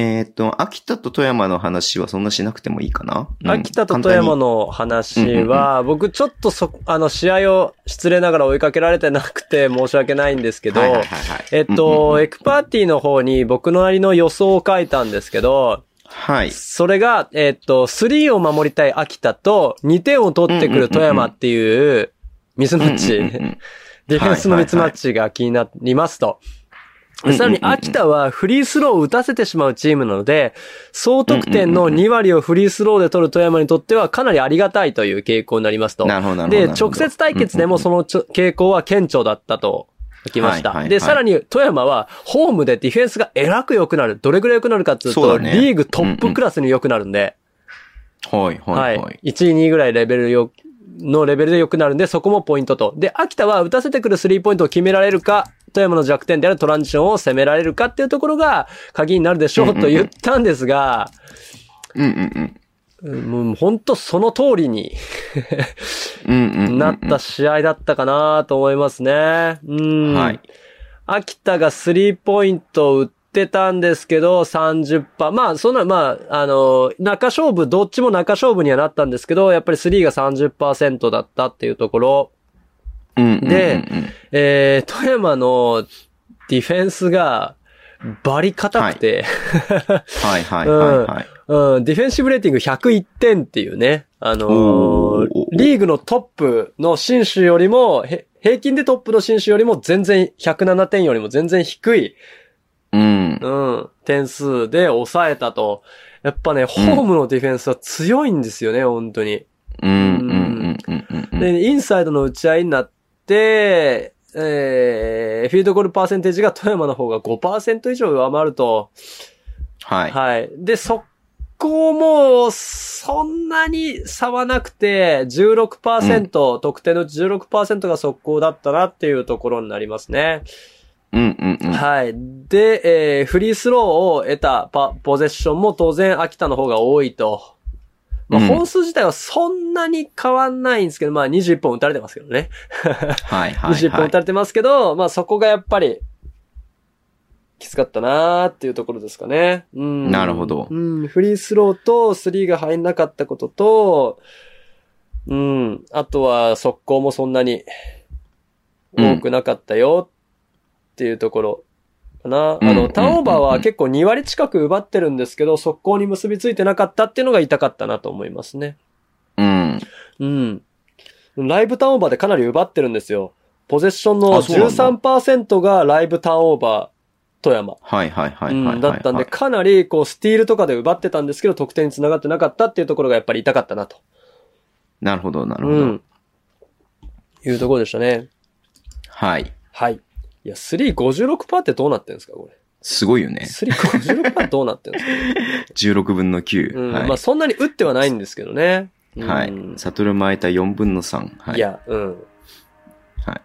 Speaker 2: えーっと、秋田と富山の話はそんなしなくてもいいかな、うん
Speaker 3: 秋田と富山。
Speaker 2: 簡
Speaker 3: の話は、僕ちょっとそ、あの、試合を失礼ながら追いかけられてなくて申し訳ないんですけど、
Speaker 2: 単にはいはいはいはい
Speaker 3: えっ
Speaker 2: うんうん
Speaker 3: と、
Speaker 2: うん
Speaker 3: エクパーティーの方に僕のなりの予想を書いたんですけど、
Speaker 2: はい。
Speaker 3: それが、えっと、3を守りたい秋田と、2点を取ってくる富山っていう、ミスマッチ、
Speaker 2: うんうんうんうん
Speaker 3: ディフェンスのミスマッチが気になりますと。
Speaker 2: うんうんうん
Speaker 3: さらに秋田はフリースローを打たせてしまうチームなので、総得点の2割をフリースローで取る富山にとってはかなりありがたいという傾向になりますと。
Speaker 2: なるほどなるほど
Speaker 3: で、
Speaker 2: なるほど
Speaker 3: 直接対決でもそのちょ傾向は顕著だったと書きました。
Speaker 2: はいはいはい
Speaker 3: で、さらに富山はホームでディフェンスがえらく良くなる。どれくらい良くなるかっていう
Speaker 2: そうだ
Speaker 3: と、
Speaker 2: ね
Speaker 3: リーグトップクラスに良くなるんで、
Speaker 2: はい、は、
Speaker 3: はいい。
Speaker 2: はい。
Speaker 3: 1位、2位ぐらいレベルよ、のレベルで良くなるんで、そこもポイントと。で、秋田は打たせてくるスリーポイントを決められるか、富山の弱点であるトランジションを攻められるかっていうところが鍵になるでしょうと言ったんですが、
Speaker 2: うんうん
Speaker 3: うんもう本当その通りに
Speaker 2: うん。うんうんうん、うん。
Speaker 3: なった試合だったかなと思いますね。うん。
Speaker 2: はい。
Speaker 3: 秋田がスリーポイントを打ってたんですけど、30%。まあ、そんな、まあ、あの、中勝負、どっちも中勝負にはなったんですけど、やっぱりスリーが30%だったっていうところ。
Speaker 2: うんうんうんうん
Speaker 3: でえー、富山のディフェンスが、バリ硬くて、
Speaker 2: はい、はい、はい、はい。
Speaker 3: うん、ディフェンシブレーティング101点っていうね、あの
Speaker 2: お
Speaker 3: ー
Speaker 2: ー
Speaker 3: リーグのトップの新州よりも、へ平均でトップの新州よりも全然107点よりも全然低い
Speaker 2: うん。
Speaker 3: うん、点数で抑えたと。やっぱね、ホームのディフェンスは強いんですよね、本当に。
Speaker 2: うん、うん、うん、うん、うんうん。
Speaker 3: で、インサイドの打ち合いになって、えー、フィールドゴールパーセンテージが富山の方が5%以上上回ると。
Speaker 2: はい。
Speaker 3: はい。で、速攻も、そんなに差はなくて、16%、得点のうち16%が速攻だったなっていうところになりますね。
Speaker 2: うんうんうん。
Speaker 3: はい。で、えーフリースローを得たパポゼッションも当然秋田の方が多いと。まあ、
Speaker 2: うん
Speaker 3: 本数自体はそんなに変わんないんですけど、まあ21本打たれてますけどね。
Speaker 2: はいはい
Speaker 3: 21
Speaker 2: は
Speaker 3: 本打
Speaker 2: い。
Speaker 3: たれてますけど、まあそこがやっぱり、きつかったなーっていうところですかね。うん。
Speaker 2: なるほど
Speaker 3: うん。フリースローとスリーが入んなかったことと、うん。あとは速攻もそんなに
Speaker 2: うん
Speaker 3: 多くなかったよっていうところかな。
Speaker 2: うん
Speaker 3: あ
Speaker 2: うん
Speaker 3: の、ターンオーバーは結構2割近く奪ってるんですけど、速攻に結びついてなかったっていうのが痛かったなと思いますね。
Speaker 2: うん。
Speaker 3: うん。ライブターンオーバーでかなり奪ってるんですよ。ポゼッションの
Speaker 2: あそうなんだ
Speaker 3: 13%がライブターンオーバー、富山。
Speaker 2: はいはいはいはいはいは
Speaker 3: う
Speaker 2: い。
Speaker 3: んだったんで、かなり、こう、スティールとかで奪ってたんですけど、得点につながってなかったっていうところがやっぱり痛かったなと。
Speaker 2: なるほどなるほ
Speaker 3: う
Speaker 2: ど。
Speaker 3: ん。いうところでしたね。
Speaker 2: はい。
Speaker 3: はい。いや、356%ってどうなってるんですか、こ
Speaker 2: すごいよ
Speaker 3: れ。
Speaker 2: ね。
Speaker 3: 356%ってどうなってるんです
Speaker 2: 16分の
Speaker 3: か、うん
Speaker 2: 9。はい
Speaker 3: まあ、。そんなに打ってはないんですけどね。うん
Speaker 2: はい。サトル巻いた4分の3。はいい。
Speaker 3: や、うん。
Speaker 2: はい。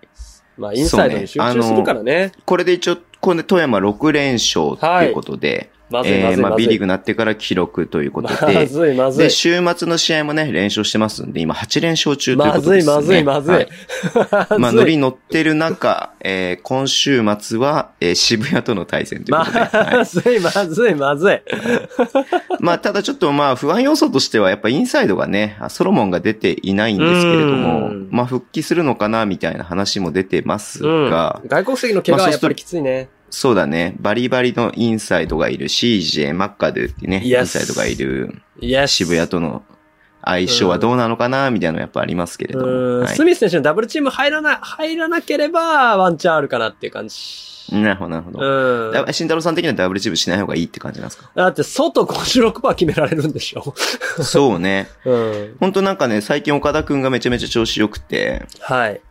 Speaker 3: まあ、インサイドに集
Speaker 2: そうねあ
Speaker 3: 中
Speaker 2: の
Speaker 3: するからね。
Speaker 2: これで一応、これ、富山6連勝ということで、
Speaker 3: まずい、
Speaker 2: え
Speaker 3: ま
Speaker 2: ー
Speaker 3: ずい、
Speaker 2: まあ
Speaker 3: まず
Speaker 2: B リー
Speaker 3: い
Speaker 2: グ。になってから記録ということ
Speaker 3: ま
Speaker 2: で、
Speaker 3: ずい、まずい
Speaker 2: で、。週末の試合もね、連勝してますんで、今8連勝中という
Speaker 3: ま
Speaker 2: こと
Speaker 3: ず
Speaker 2: で
Speaker 3: い、
Speaker 2: すね。
Speaker 3: まずい、まず。
Speaker 2: はい ま
Speaker 3: ま
Speaker 2: あ、
Speaker 3: ず
Speaker 2: 乗
Speaker 3: い
Speaker 2: り乗ってる中、えー今週末は、えー渋谷との対戦ということで。はい
Speaker 3: まずい、まずい、まずい。
Speaker 2: まあ、ただちょっとまあ、不安要素としては、やっぱインサイドがね、あソロモンが出ていないんですけれども
Speaker 3: うん、
Speaker 2: まあ、復帰するのかな、みたいな話も出てますが、
Speaker 3: 外国籍の怪我はやっぱりきついね。
Speaker 2: そうだね、バリバリのインサイドがいる、CJ、マッカドゥってね、イ
Speaker 3: Yes
Speaker 2: ンサイドがいる、
Speaker 3: いや、
Speaker 2: 渋谷との相性はどうなのかな、みたいなのやっぱありますけれども。
Speaker 3: うん
Speaker 2: はい
Speaker 3: スミス選手のダブルチーム入らな、入らなければワンチャンあるかなっていう感じ。
Speaker 2: なるほど、なるほ
Speaker 3: う
Speaker 2: ど。だ
Speaker 3: ん。
Speaker 2: 慎太郎さん的にはダブルチームしない方がいいって感じなん ですか
Speaker 3: だって、外56%決められるんでしょ。
Speaker 2: そうね。
Speaker 3: うん。
Speaker 2: 本当なんかね、最近岡田くんがめちゃめちゃ調子良くて、
Speaker 3: はい。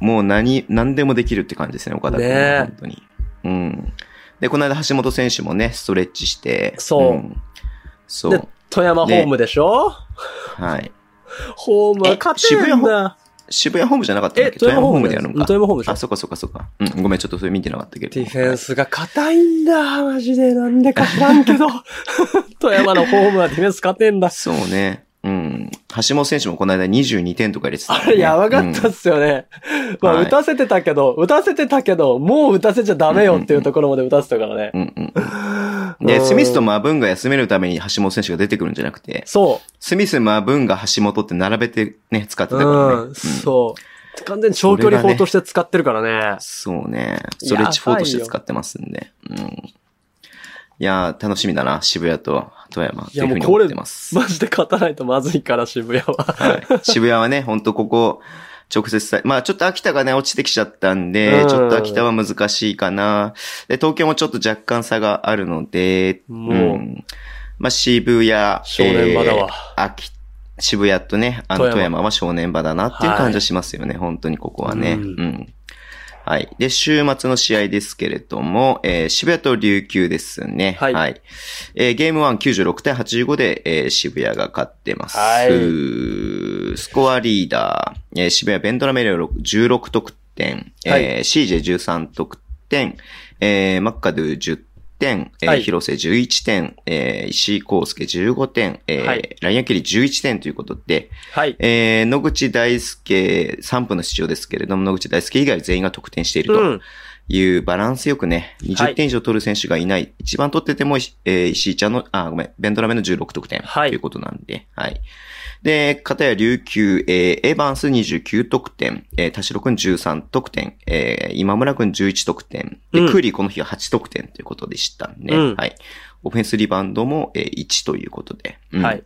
Speaker 2: もう何、何でもできるって感じですね、岡田くん
Speaker 3: ねえ
Speaker 2: は。本当に。うん。で、この間橋本選手もね、ストレッチして。
Speaker 3: そうん
Speaker 2: そ
Speaker 3: で
Speaker 2: う。、
Speaker 3: 富山ホームでしょ
Speaker 2: はい。
Speaker 3: ホームは勝てるんだ。
Speaker 2: 渋谷ホームじゃなかったんだ
Speaker 3: え、
Speaker 2: っけ富
Speaker 3: 富
Speaker 2: 山
Speaker 3: 山
Speaker 2: ホ
Speaker 3: ホ
Speaker 2: ー
Speaker 3: ー
Speaker 2: ム
Speaker 3: ム
Speaker 2: でや
Speaker 3: でや
Speaker 2: るん
Speaker 3: るん
Speaker 2: か
Speaker 3: か。。富山ホームでしょ
Speaker 2: あ、そっかそっかそっか。うん、ごめん、ちょっとそれ見てなかったけれど
Speaker 3: ディ
Speaker 2: も。
Speaker 3: フェンスが硬いんだ。マジで。なんでか知らんけど。 富山のホームはディフェンス勝てんだ。
Speaker 2: そうね。うん。橋本選手もこの間22点とか入れてたね、
Speaker 3: あれ、やばかったっすよね。ま
Speaker 2: は
Speaker 3: あ、
Speaker 2: い
Speaker 3: 打たせてたけど、打たせてたけど、もう打たせちゃダメよっていうところまで打たせたからね。
Speaker 2: うん。うんうんうん。で、
Speaker 3: うん
Speaker 2: スミスとマブンが休めるために橋本選手が出てくるんじゃなくて、
Speaker 3: そ
Speaker 2: スミス、マブンが橋本って並べてね、使って
Speaker 3: う。
Speaker 2: たからね。
Speaker 3: うん。そう。完全に長距離砲として使ってるからね。
Speaker 2: そうね。ストレッチ4として使ってますんで。うん。いやー、楽しみだな。渋谷と富山。って
Speaker 3: い
Speaker 2: い
Speaker 3: や
Speaker 2: うふ
Speaker 3: も
Speaker 2: う
Speaker 3: う
Speaker 2: に
Speaker 3: こ
Speaker 2: 思
Speaker 3: れ
Speaker 2: ってます。
Speaker 3: マジで勝たないとまずいから、渋谷は。
Speaker 2: はい渋谷はね、ほんとここ、直接さ、まあちょっと秋田がね、落ちてきちゃったんで、
Speaker 3: うん
Speaker 2: ちょっと秋田は難しいかな。で、東京もちょっと若干差があるので、
Speaker 3: もうん
Speaker 2: まあ渋谷、
Speaker 3: 正念場だわ
Speaker 2: えー秋、渋谷とね、あの
Speaker 3: 富山
Speaker 2: 富山は正念場だなっていう感じはしますよね、本当にここはね。う
Speaker 3: うんん。
Speaker 2: はい。で、週末の試合ですけれども、えー渋谷と琉球ですね。
Speaker 3: はい
Speaker 2: えーゲーム1 96対85で、えー渋谷が勝ってます。
Speaker 3: はい
Speaker 2: スコアリーダー、えー渋谷ベンドラメレオ16得点、
Speaker 3: はい
Speaker 2: えー、CJ13 得点、えーマッカドゥ10点、えー
Speaker 3: はい
Speaker 2: 広瀬11点、えー石井康介15点、えー
Speaker 3: はい
Speaker 2: ライアン・ケリー11点ということで、
Speaker 3: はい。
Speaker 2: えー野口大輔3分の出場ですけれども、野口大輔以外全員が得点していると。
Speaker 3: うん。
Speaker 2: いうバランスよくね、
Speaker 3: は
Speaker 2: 20
Speaker 3: い
Speaker 2: 点以上取る選手がいない。一番取ってても、えー石井ちゃんの、あ、ごめん、ベンドラメの16得点。
Speaker 3: はい
Speaker 2: ということなんで、はい。で、片や琉球、えーエヴァンス29得点、えー田代くん13得点、えー今村くん11得点、で、
Speaker 3: うん
Speaker 2: クーリーこの日は8得点ということでしたね。
Speaker 3: うん
Speaker 2: はい。オフェンスリバウンドも、えー1ということで。うん
Speaker 3: はい。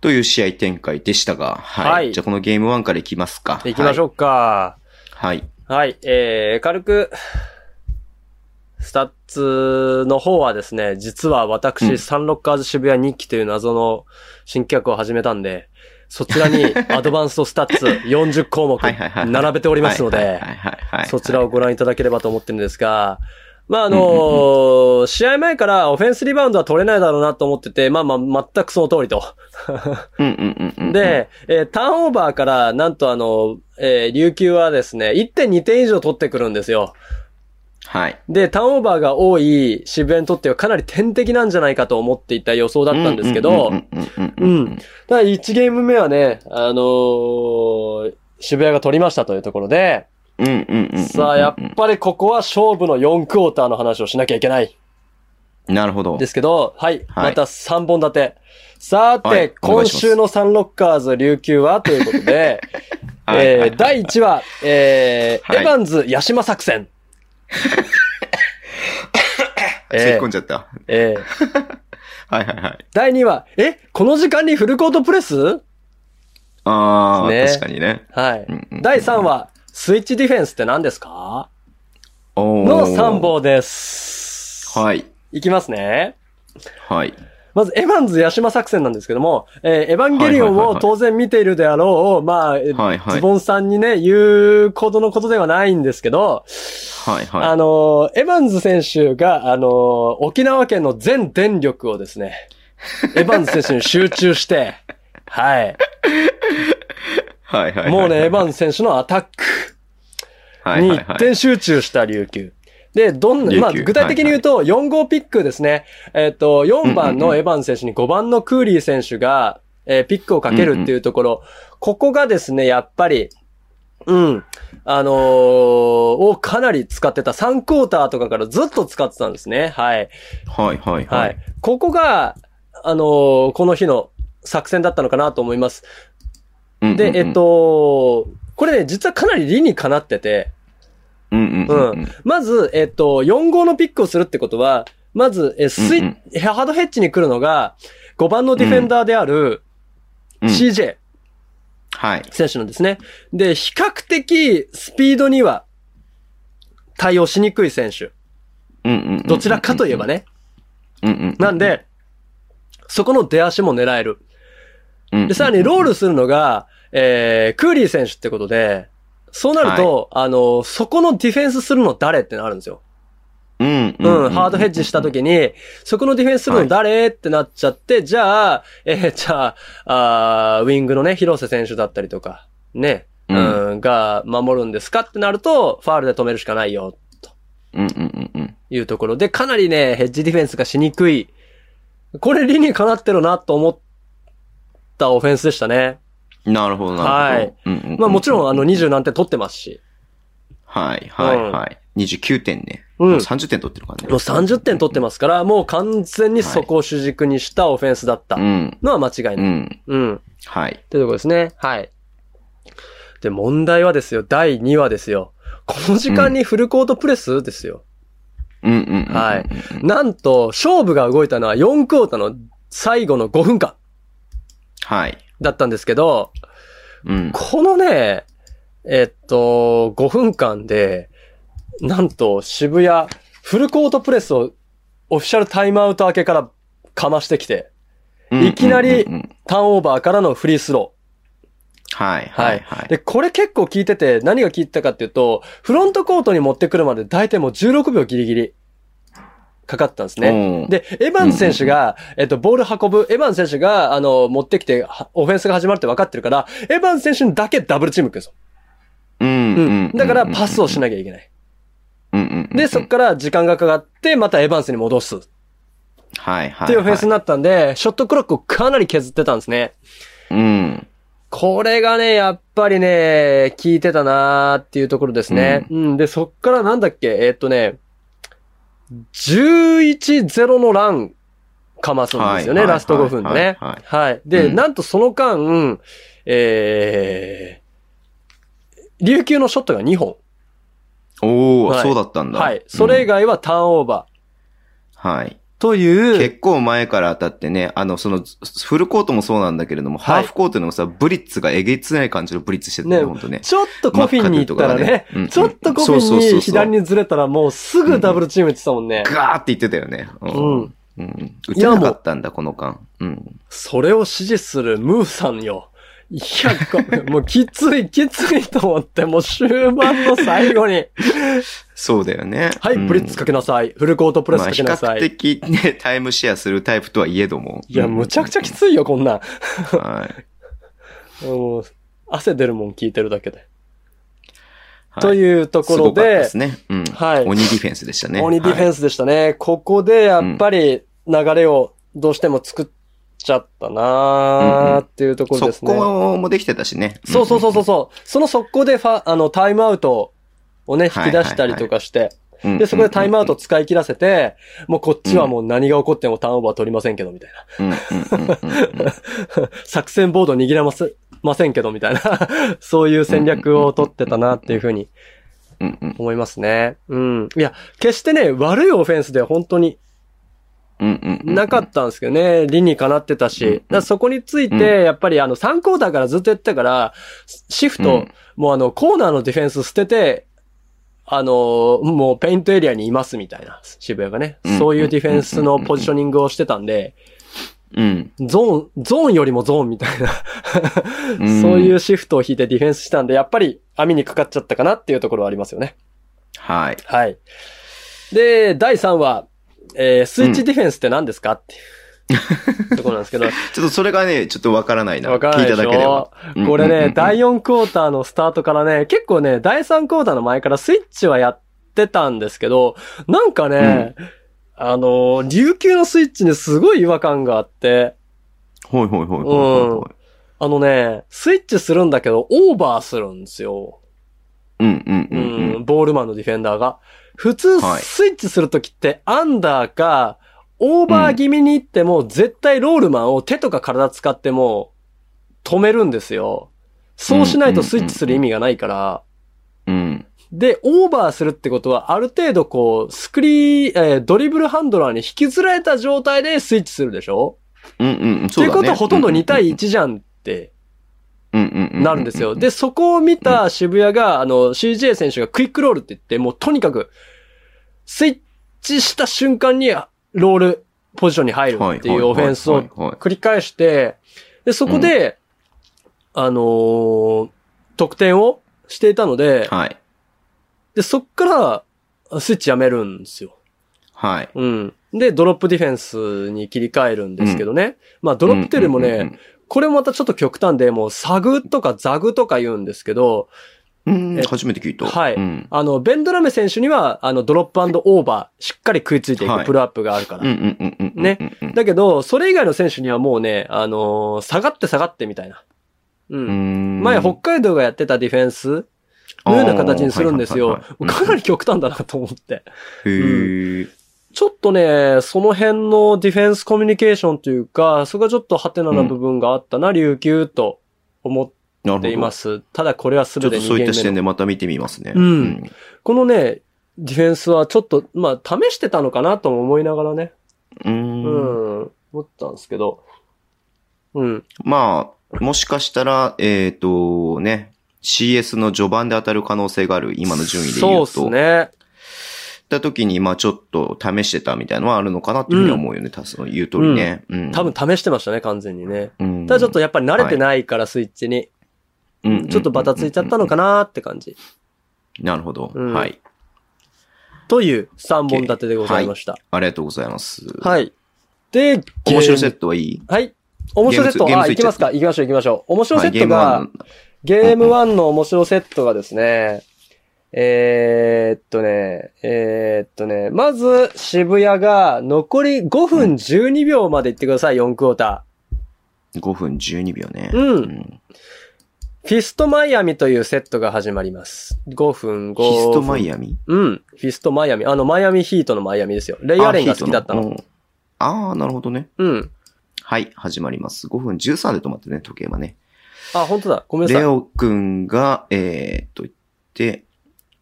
Speaker 2: という試合展開でしたが、はい。
Speaker 3: はい
Speaker 2: じゃあこのゲーム1からいきますか。
Speaker 3: 行きましょうか。
Speaker 2: はい。はい。
Speaker 3: はい。えー、軽く、スタッツの方はですね、実は私、
Speaker 2: うん
Speaker 3: サンロッカーズ渋谷日記という謎の新企画を始めたんで、そち らにアドバンストスタッツ40項目
Speaker 2: はいはいはいはい
Speaker 3: 並べておりますの
Speaker 2: はいはいは、
Speaker 3: で
Speaker 2: いはいはい。
Speaker 3: そちらをご覧いただければと思ってるんですが、まああのー試合前からオフェンスリバウンドは取れないだろうなと思ってて、まあまあ全くその通りと。
Speaker 2: うんうんうんうんうん。
Speaker 3: で、えーターンオーバーから、なんとあの、えー琉球はですね、1.2点以上取ってくるんですよ。
Speaker 2: はい。
Speaker 3: で、ターンオーバーが多い渋谷にとってはかなり天敵なんじゃないかと思っていた予想だったんですけど、
Speaker 2: うんうんうんう
Speaker 3: うん
Speaker 2: うん
Speaker 3: ん。ただ1ゲーム目はね、あのー渋谷が取りましたというところで、
Speaker 2: うんうんうんうんうん。
Speaker 3: さあ、やっぱりここは勝負の4クォーターの話をしなきゃいけない。
Speaker 2: なるほど
Speaker 3: で。すけど、はい。
Speaker 2: はい
Speaker 3: また3本立て。さて、
Speaker 2: はいお願い
Speaker 3: 今
Speaker 2: します
Speaker 3: 週のサンロッカーズ琉球はというこ とで、
Speaker 2: はい
Speaker 3: えー第1話、えー
Speaker 2: はい
Speaker 3: エヴァンズ・ヤシマ作戦。
Speaker 2: 突
Speaker 3: え
Speaker 2: っ込ん
Speaker 3: ー
Speaker 2: じゃった。
Speaker 3: えー
Speaker 2: はいはいはい。
Speaker 3: 第2話、え、この時間にフルコートプレス
Speaker 2: ああ、
Speaker 3: ね
Speaker 2: 確かにね。
Speaker 3: はい
Speaker 2: うんうん。
Speaker 3: 第3話、スイッチディフェンスって何ですか
Speaker 2: おー
Speaker 3: の3。本です。
Speaker 2: はい。
Speaker 3: いきますね。
Speaker 2: はい。
Speaker 3: まず、エヴァンズ・ヤシマ作戦なんですけども、えーエヴァンゲリオ
Speaker 2: はい
Speaker 3: ン
Speaker 2: はいはい
Speaker 3: を
Speaker 2: はい
Speaker 3: 当然見ているであろう、まあえー、
Speaker 2: はいはい
Speaker 3: ズボンさんにね、言うほどのことではないんですけど、
Speaker 2: はい
Speaker 3: あ
Speaker 2: は
Speaker 3: のー、エヴァンズ選手が、あのー、沖縄県の全電力 をですね、エヴァンズ選手に集中して、はい。
Speaker 2: い。はいはいはい。
Speaker 3: もうね、エヴァンズ選手のアタック
Speaker 2: はい
Speaker 3: に
Speaker 2: はい
Speaker 3: 一
Speaker 2: はい。
Speaker 3: 点集中した琉球。で、どん
Speaker 2: 琉
Speaker 3: な、
Speaker 2: 球
Speaker 3: まあ、具体的に言うと、4号ピックですね。えっと、4番のエバンス選手に5番のクーリー選手が、えーピックをかけるっていうところ、ここがですね、やっぱり、うん。あのーをかなり使ってた。3クォーターとかからずっと使ってたんですね。はい。
Speaker 2: はいはいは
Speaker 3: はいい。。ここが、あのーこの日の作戦だったのかなと思います。
Speaker 2: うんうんう
Speaker 3: で
Speaker 2: ん、
Speaker 3: えっ、と、これね、実はかなり理にかなってて、
Speaker 2: うんうんうんうん。
Speaker 3: まず、えっと、4号のピックをするってことは、まず、え、スイ
Speaker 2: うん
Speaker 3: ハードヘッジに来るのが、5番のディフェンダーである、
Speaker 2: うん
Speaker 3: CJ
Speaker 2: はい。
Speaker 3: 選手なんですね。で、比較的、スピードには、対応しにくい選手。
Speaker 2: うんうんうんうん
Speaker 3: どちらかといえば。ね。
Speaker 2: うんうんうん。
Speaker 3: なんで、そこの出足も狙える。
Speaker 2: うんうんうん、
Speaker 3: で、さらにロールするのが、えー、クーリー選手ってことで、そうなると、あの、そこのディフェンスするの誰ってなるんですよ。
Speaker 2: うんうんうん、
Speaker 3: うん、ハードヘッジしたときに、そこのディフェンスするの誰、ってなっちゃって、じゃあ、えー じゃああー、ウィングのね、広瀬選手だったりとか、ね、
Speaker 2: うん
Speaker 3: うん、が守るんですかってなると、ファールで止めるしかないよ、
Speaker 2: うんうんうんうん。
Speaker 3: いうところで、かなりね、ヘッジディフェンスがしにくい。これ理にかなってるなと思ったオフェンスでしたね。
Speaker 2: なるほど、なるほど。
Speaker 3: はい
Speaker 2: うんうんうん
Speaker 3: まあもちろんあの20何点取ってますし、
Speaker 2: はい、はい、はい。29点ね。
Speaker 3: うん
Speaker 2: も30点取ってるからね。
Speaker 3: もう30点取ってますから、もう完全にそこを主軸にしたオフェンスだった
Speaker 2: うん。
Speaker 3: のは間違
Speaker 2: う
Speaker 3: いない。
Speaker 2: ん。
Speaker 3: うん。っ
Speaker 2: はい。
Speaker 3: てとこですね。はい。で、問題はですよ、第2話ですよ。この時間にフルコートプレスですよ。
Speaker 2: うんうんうんうん。
Speaker 3: はい。なんと、勝負が動いたのは4クォーターの最後の5分間
Speaker 2: はい。
Speaker 3: だったんですけど、
Speaker 2: うん。
Speaker 3: このね、えっと、5分間で、なんと渋谷、フルコートプレスをオフィシャルタイムアウト明けからかましてきて、いきなり
Speaker 2: うんうんうんうん
Speaker 3: ターンオーバーからのフリースロ
Speaker 2: はい、
Speaker 3: ー。は
Speaker 2: はいい、。はい。
Speaker 3: で、これ結構聞いてて、何が聞いてたかっていうと、フロントコートに持ってくるまで大体もう16秒ギリギリかかったんですね。
Speaker 2: ね
Speaker 3: で、エヴァンス選手が、えっと、ボール運ぶ、エヴァンス選手が、あの、持ってきて、はオフェンスが始まるって分かってるから、エヴァンス選手にだけダブルチーム来るんですよ。
Speaker 2: うん
Speaker 3: う
Speaker 2: うんん。
Speaker 3: だから、パスをし
Speaker 2: ない。
Speaker 3: なきゃいけない。
Speaker 2: うんうんうん。
Speaker 3: で、そっから時間がかかって、またエヴァンスに戻す。っ
Speaker 2: はい、はい。
Speaker 3: ていうオフェンスに
Speaker 2: な。
Speaker 3: なったんで、ショットクロックをかなり削ってたんですね。
Speaker 2: うん。
Speaker 3: これがね、やっぱりね、効いてたなーっていうところですね。うん、で、そっからなんだっけ、えーっとね、11-0のランかますんですよね、
Speaker 2: はいはい
Speaker 3: ラスト5分でね。
Speaker 2: はい
Speaker 3: はい。で、
Speaker 2: うん
Speaker 3: なんとその間、えー、琉球のショットが2本。
Speaker 2: お
Speaker 3: は
Speaker 2: ー、
Speaker 3: い
Speaker 2: そうだったんだ。
Speaker 3: はい。それ以
Speaker 2: が。
Speaker 3: 外はターンオーバー。
Speaker 2: はい。
Speaker 3: という、
Speaker 2: 結構前から当たってね、あの、その、フルコートもそうなんだけれども、
Speaker 3: はい
Speaker 2: ハーフコートでもさ、ブリッツがえげつない感じのブリッツしてたね、
Speaker 3: ね
Speaker 2: ほんとね。
Speaker 3: ちょっとコフィンに行った
Speaker 2: マ
Speaker 3: ら
Speaker 2: ッカ
Speaker 3: ね
Speaker 2: ルとかねうんうん、
Speaker 3: ちょっとコフ
Speaker 2: そうそうそ
Speaker 3: ィン
Speaker 2: うそ
Speaker 3: に
Speaker 2: う
Speaker 3: 左にずれたらもうすぐダブルチームって言ってたもんね。
Speaker 2: ガーって言ってたよね。うん
Speaker 3: うん。
Speaker 2: うん。打てなかったんだ、この間。うん。
Speaker 3: それを支持するムーさんよ。いや、こもうきついきついと思って、もう終盤の最後に、
Speaker 2: そうだよね。
Speaker 3: はい、
Speaker 2: うん
Speaker 3: ブリッツかけなさい。フルコートプレスかけな
Speaker 2: ま
Speaker 3: さ
Speaker 2: あ、
Speaker 3: い。
Speaker 2: 比較的ね、タイムシェアするタイプとはいえども。
Speaker 3: いや、むちゃくちゃきついよ、こんなん。
Speaker 2: ゃ。はい。
Speaker 3: もう汗出るもん聞いてるだけで。
Speaker 2: はい
Speaker 3: というところ
Speaker 2: すごかった
Speaker 3: で、
Speaker 2: すね。うん。
Speaker 3: はい
Speaker 2: 鬼ディフェンスでしたね。
Speaker 3: 鬼ディフェ
Speaker 2: ン
Speaker 3: ンスでしたね。ここでやっぱり流れをどうしても作っちゃったなーっていうところですね。
Speaker 2: 速攻もできてたしね。
Speaker 3: そうそうそうそううそう。その速攻でファ、あの、タイムアウトをね、引き出したりとかして、
Speaker 2: んうん。
Speaker 3: で、そこでタイムアウト
Speaker 2: う
Speaker 3: 使い切らせて、もうこっちはもう何が起こってもターンオーバー取りませんけど、みたいな。
Speaker 2: んうんうんうんうん。
Speaker 3: 作戦ボード握れませ、ませんけど、みたいな。 そういう戦略を取ってたなっていうふうに
Speaker 2: うんうん
Speaker 3: 思いますね。うん。いや、決してね、悪いオフェンスでは本当に
Speaker 2: うんうんうん。
Speaker 3: なかったんですけどね、理にかなってたし、だからそこについて、やっぱりあの3クォーターからずっとやってたから、シフ
Speaker 2: う
Speaker 3: ト
Speaker 2: ん、
Speaker 3: もうあのコーナーのディフェンス捨てて、あのー、もうペイントエリアにいますみたいな、渋谷がね
Speaker 2: う。ん
Speaker 3: そういうディフェンスのポジショニングをしてたんで、
Speaker 2: うん。
Speaker 3: ゾーン、ゾーンよりもゾーンみたいな、
Speaker 2: うん
Speaker 3: そういうシフトを引いてディフェンスしたんで、やっぱり網にかかっちゃったかなっていうところはありますよね。
Speaker 2: はい。
Speaker 3: はい。で、第3話、えースイッチディフェンスって何ですか、って いうところなんですけど、
Speaker 2: ちょっとそれがね、ちょっとわからないな。
Speaker 3: わからない
Speaker 2: 聞
Speaker 3: で
Speaker 2: いた
Speaker 3: し
Speaker 2: だけでは
Speaker 3: ょ。これ
Speaker 2: うんうんうんう
Speaker 3: ね
Speaker 2: ん、
Speaker 3: 第4クォーターのスタートからね、結構ね、第3クォーターの前からスイッチはやっってたんですけど、なんかね、あの、琉球のスイッチにすごい違和感があって、
Speaker 2: ほいほいほいほいほいほい。
Speaker 3: あのね、スイッチするんだけど、オーバーするんですよ。
Speaker 2: うんうんう
Speaker 3: うん
Speaker 2: うん
Speaker 3: ん、。ボールマンのディフェンダーが。普通、
Speaker 2: はい
Speaker 3: スイッチするときって、アンダーか、オーバー気味に行っても、絶対ロールマンを手とか体使っても、止めるんですよ。そうしないとスイッチする意味がないから。
Speaker 2: うん。
Speaker 3: で、オーバーするってことは、ある程度こう、スクリーン、えードリブルハンドラーに引きずられた状態でスイッチするでしょ
Speaker 2: うんうんうん。
Speaker 3: って
Speaker 2: そう
Speaker 3: い
Speaker 2: だ
Speaker 3: う
Speaker 2: ね。
Speaker 3: ことはほとんど2対
Speaker 2: 1
Speaker 3: 1じゃんって
Speaker 2: な
Speaker 3: なるんですよ。で、、そこを見た渋谷が、あの、CJ 選手がクイックロールって言って、もうとにかく、スイッチした瞬間に、ロールポジションに入るっていうオフェンスを
Speaker 2: を。
Speaker 3: 繰り返して、で、そこで、あのー得点をしていたので、
Speaker 2: はい。
Speaker 3: で、そっから、スイッチやめるんですよ。
Speaker 2: はい。
Speaker 3: うん。で、ドロップディフェンスに切り替えるんですけどね。まあ、ドロップテルもね、これもまたちょっと極端で、もう、サグとかザグとか言うんですけど、
Speaker 2: うんうんうん。う
Speaker 3: え
Speaker 2: ん、初めて聞いた。
Speaker 3: はい
Speaker 2: うん
Speaker 3: あの、ベンドラメ選手には、あの、ドロップオーバー、しっかり食いついてい
Speaker 2: は
Speaker 3: く
Speaker 2: い
Speaker 3: プルアップがあるか
Speaker 2: う
Speaker 3: ら。
Speaker 2: んうんうんうんうん。
Speaker 3: ね
Speaker 2: うんうん
Speaker 3: だけど、それ以外の選手にはもうね、あのー下がって下がってみたいな。う。
Speaker 2: うんん。
Speaker 3: 前、北海道がやってたディフェンス
Speaker 2: あー
Speaker 3: のような形にするんです
Speaker 2: はい
Speaker 3: よ
Speaker 2: はいはい。はい
Speaker 3: かなり極端だなと思って。
Speaker 2: へえ。
Speaker 3: ちょっとね、その辺のディフェンスコミュニケーションというか、そこがちょっとハテナな部分があったな、琉球と思
Speaker 2: なる
Speaker 3: っ
Speaker 2: ほど。
Speaker 3: ています。ただこれは
Speaker 2: ちょ
Speaker 3: 全
Speaker 2: ってと
Speaker 3: 2
Speaker 2: そういった視
Speaker 3: ゲー
Speaker 2: 点
Speaker 3: ム目の。
Speaker 2: でまた見てみますね。
Speaker 3: うん。このね、ディフェンスはちょっと、まあ、試してたのかなとも思いながらね、
Speaker 2: う。
Speaker 3: うんん、思ったんですけど、うん、
Speaker 2: まあ、もしかしたら、えっと、ね、CS の序盤で当たる可能性がある今の順位で言うと。
Speaker 3: そうですね。
Speaker 2: った時に、まあちょっと試してたみたいのはあるのかなっていうふうには思うよね。たその言う通りね。うん。
Speaker 3: 多分、試してましたね、完全にね。
Speaker 2: うん、
Speaker 3: ただちょっとやっぱり慣れてないから、スイッチに。
Speaker 2: うん、
Speaker 3: ちょっとバタついちゃったのか
Speaker 2: な。
Speaker 3: なって感じ。
Speaker 2: なるほど、
Speaker 3: うん
Speaker 2: はい。
Speaker 3: という3本立てでございました。
Speaker 2: ありがとうございます。
Speaker 3: はい。で、
Speaker 2: 面白いセ
Speaker 3: ッ
Speaker 2: ットはいい
Speaker 3: ト。はい。面白いセッ
Speaker 2: ゲ
Speaker 3: ト。
Speaker 2: ーム
Speaker 3: あ、
Speaker 2: スゲームスイ
Speaker 3: 行
Speaker 2: ッチ
Speaker 3: きますか。行きましょう、行きましょう。面白い
Speaker 2: は
Speaker 3: セ
Speaker 2: い、ゲー
Speaker 3: ット
Speaker 2: ム
Speaker 3: が
Speaker 2: は、、
Speaker 3: ゲーム1の面白セットがですね、えーっとね、えーっとね、まず渋谷が残り5分12秒まで行ってください、4クォータ
Speaker 2: 5分12秒ね。
Speaker 3: うん
Speaker 2: ん
Speaker 3: ー。フィストマイアミというセットが始まります。5分5
Speaker 2: ヒストマ
Speaker 3: アミ。
Speaker 2: イアミ
Speaker 3: うん。フィストマイアミ。あの、マイアミヒートのマイアミですよ。レイアレンが好きだったの。
Speaker 2: あヒートうんあー、なるほどね。
Speaker 3: うん。
Speaker 2: はい、始まります。5分13で止まってね、時計はね。
Speaker 3: あ、本当だ。ごめんなさ
Speaker 2: レ
Speaker 3: い。
Speaker 2: オくんが、えー、っと、言って、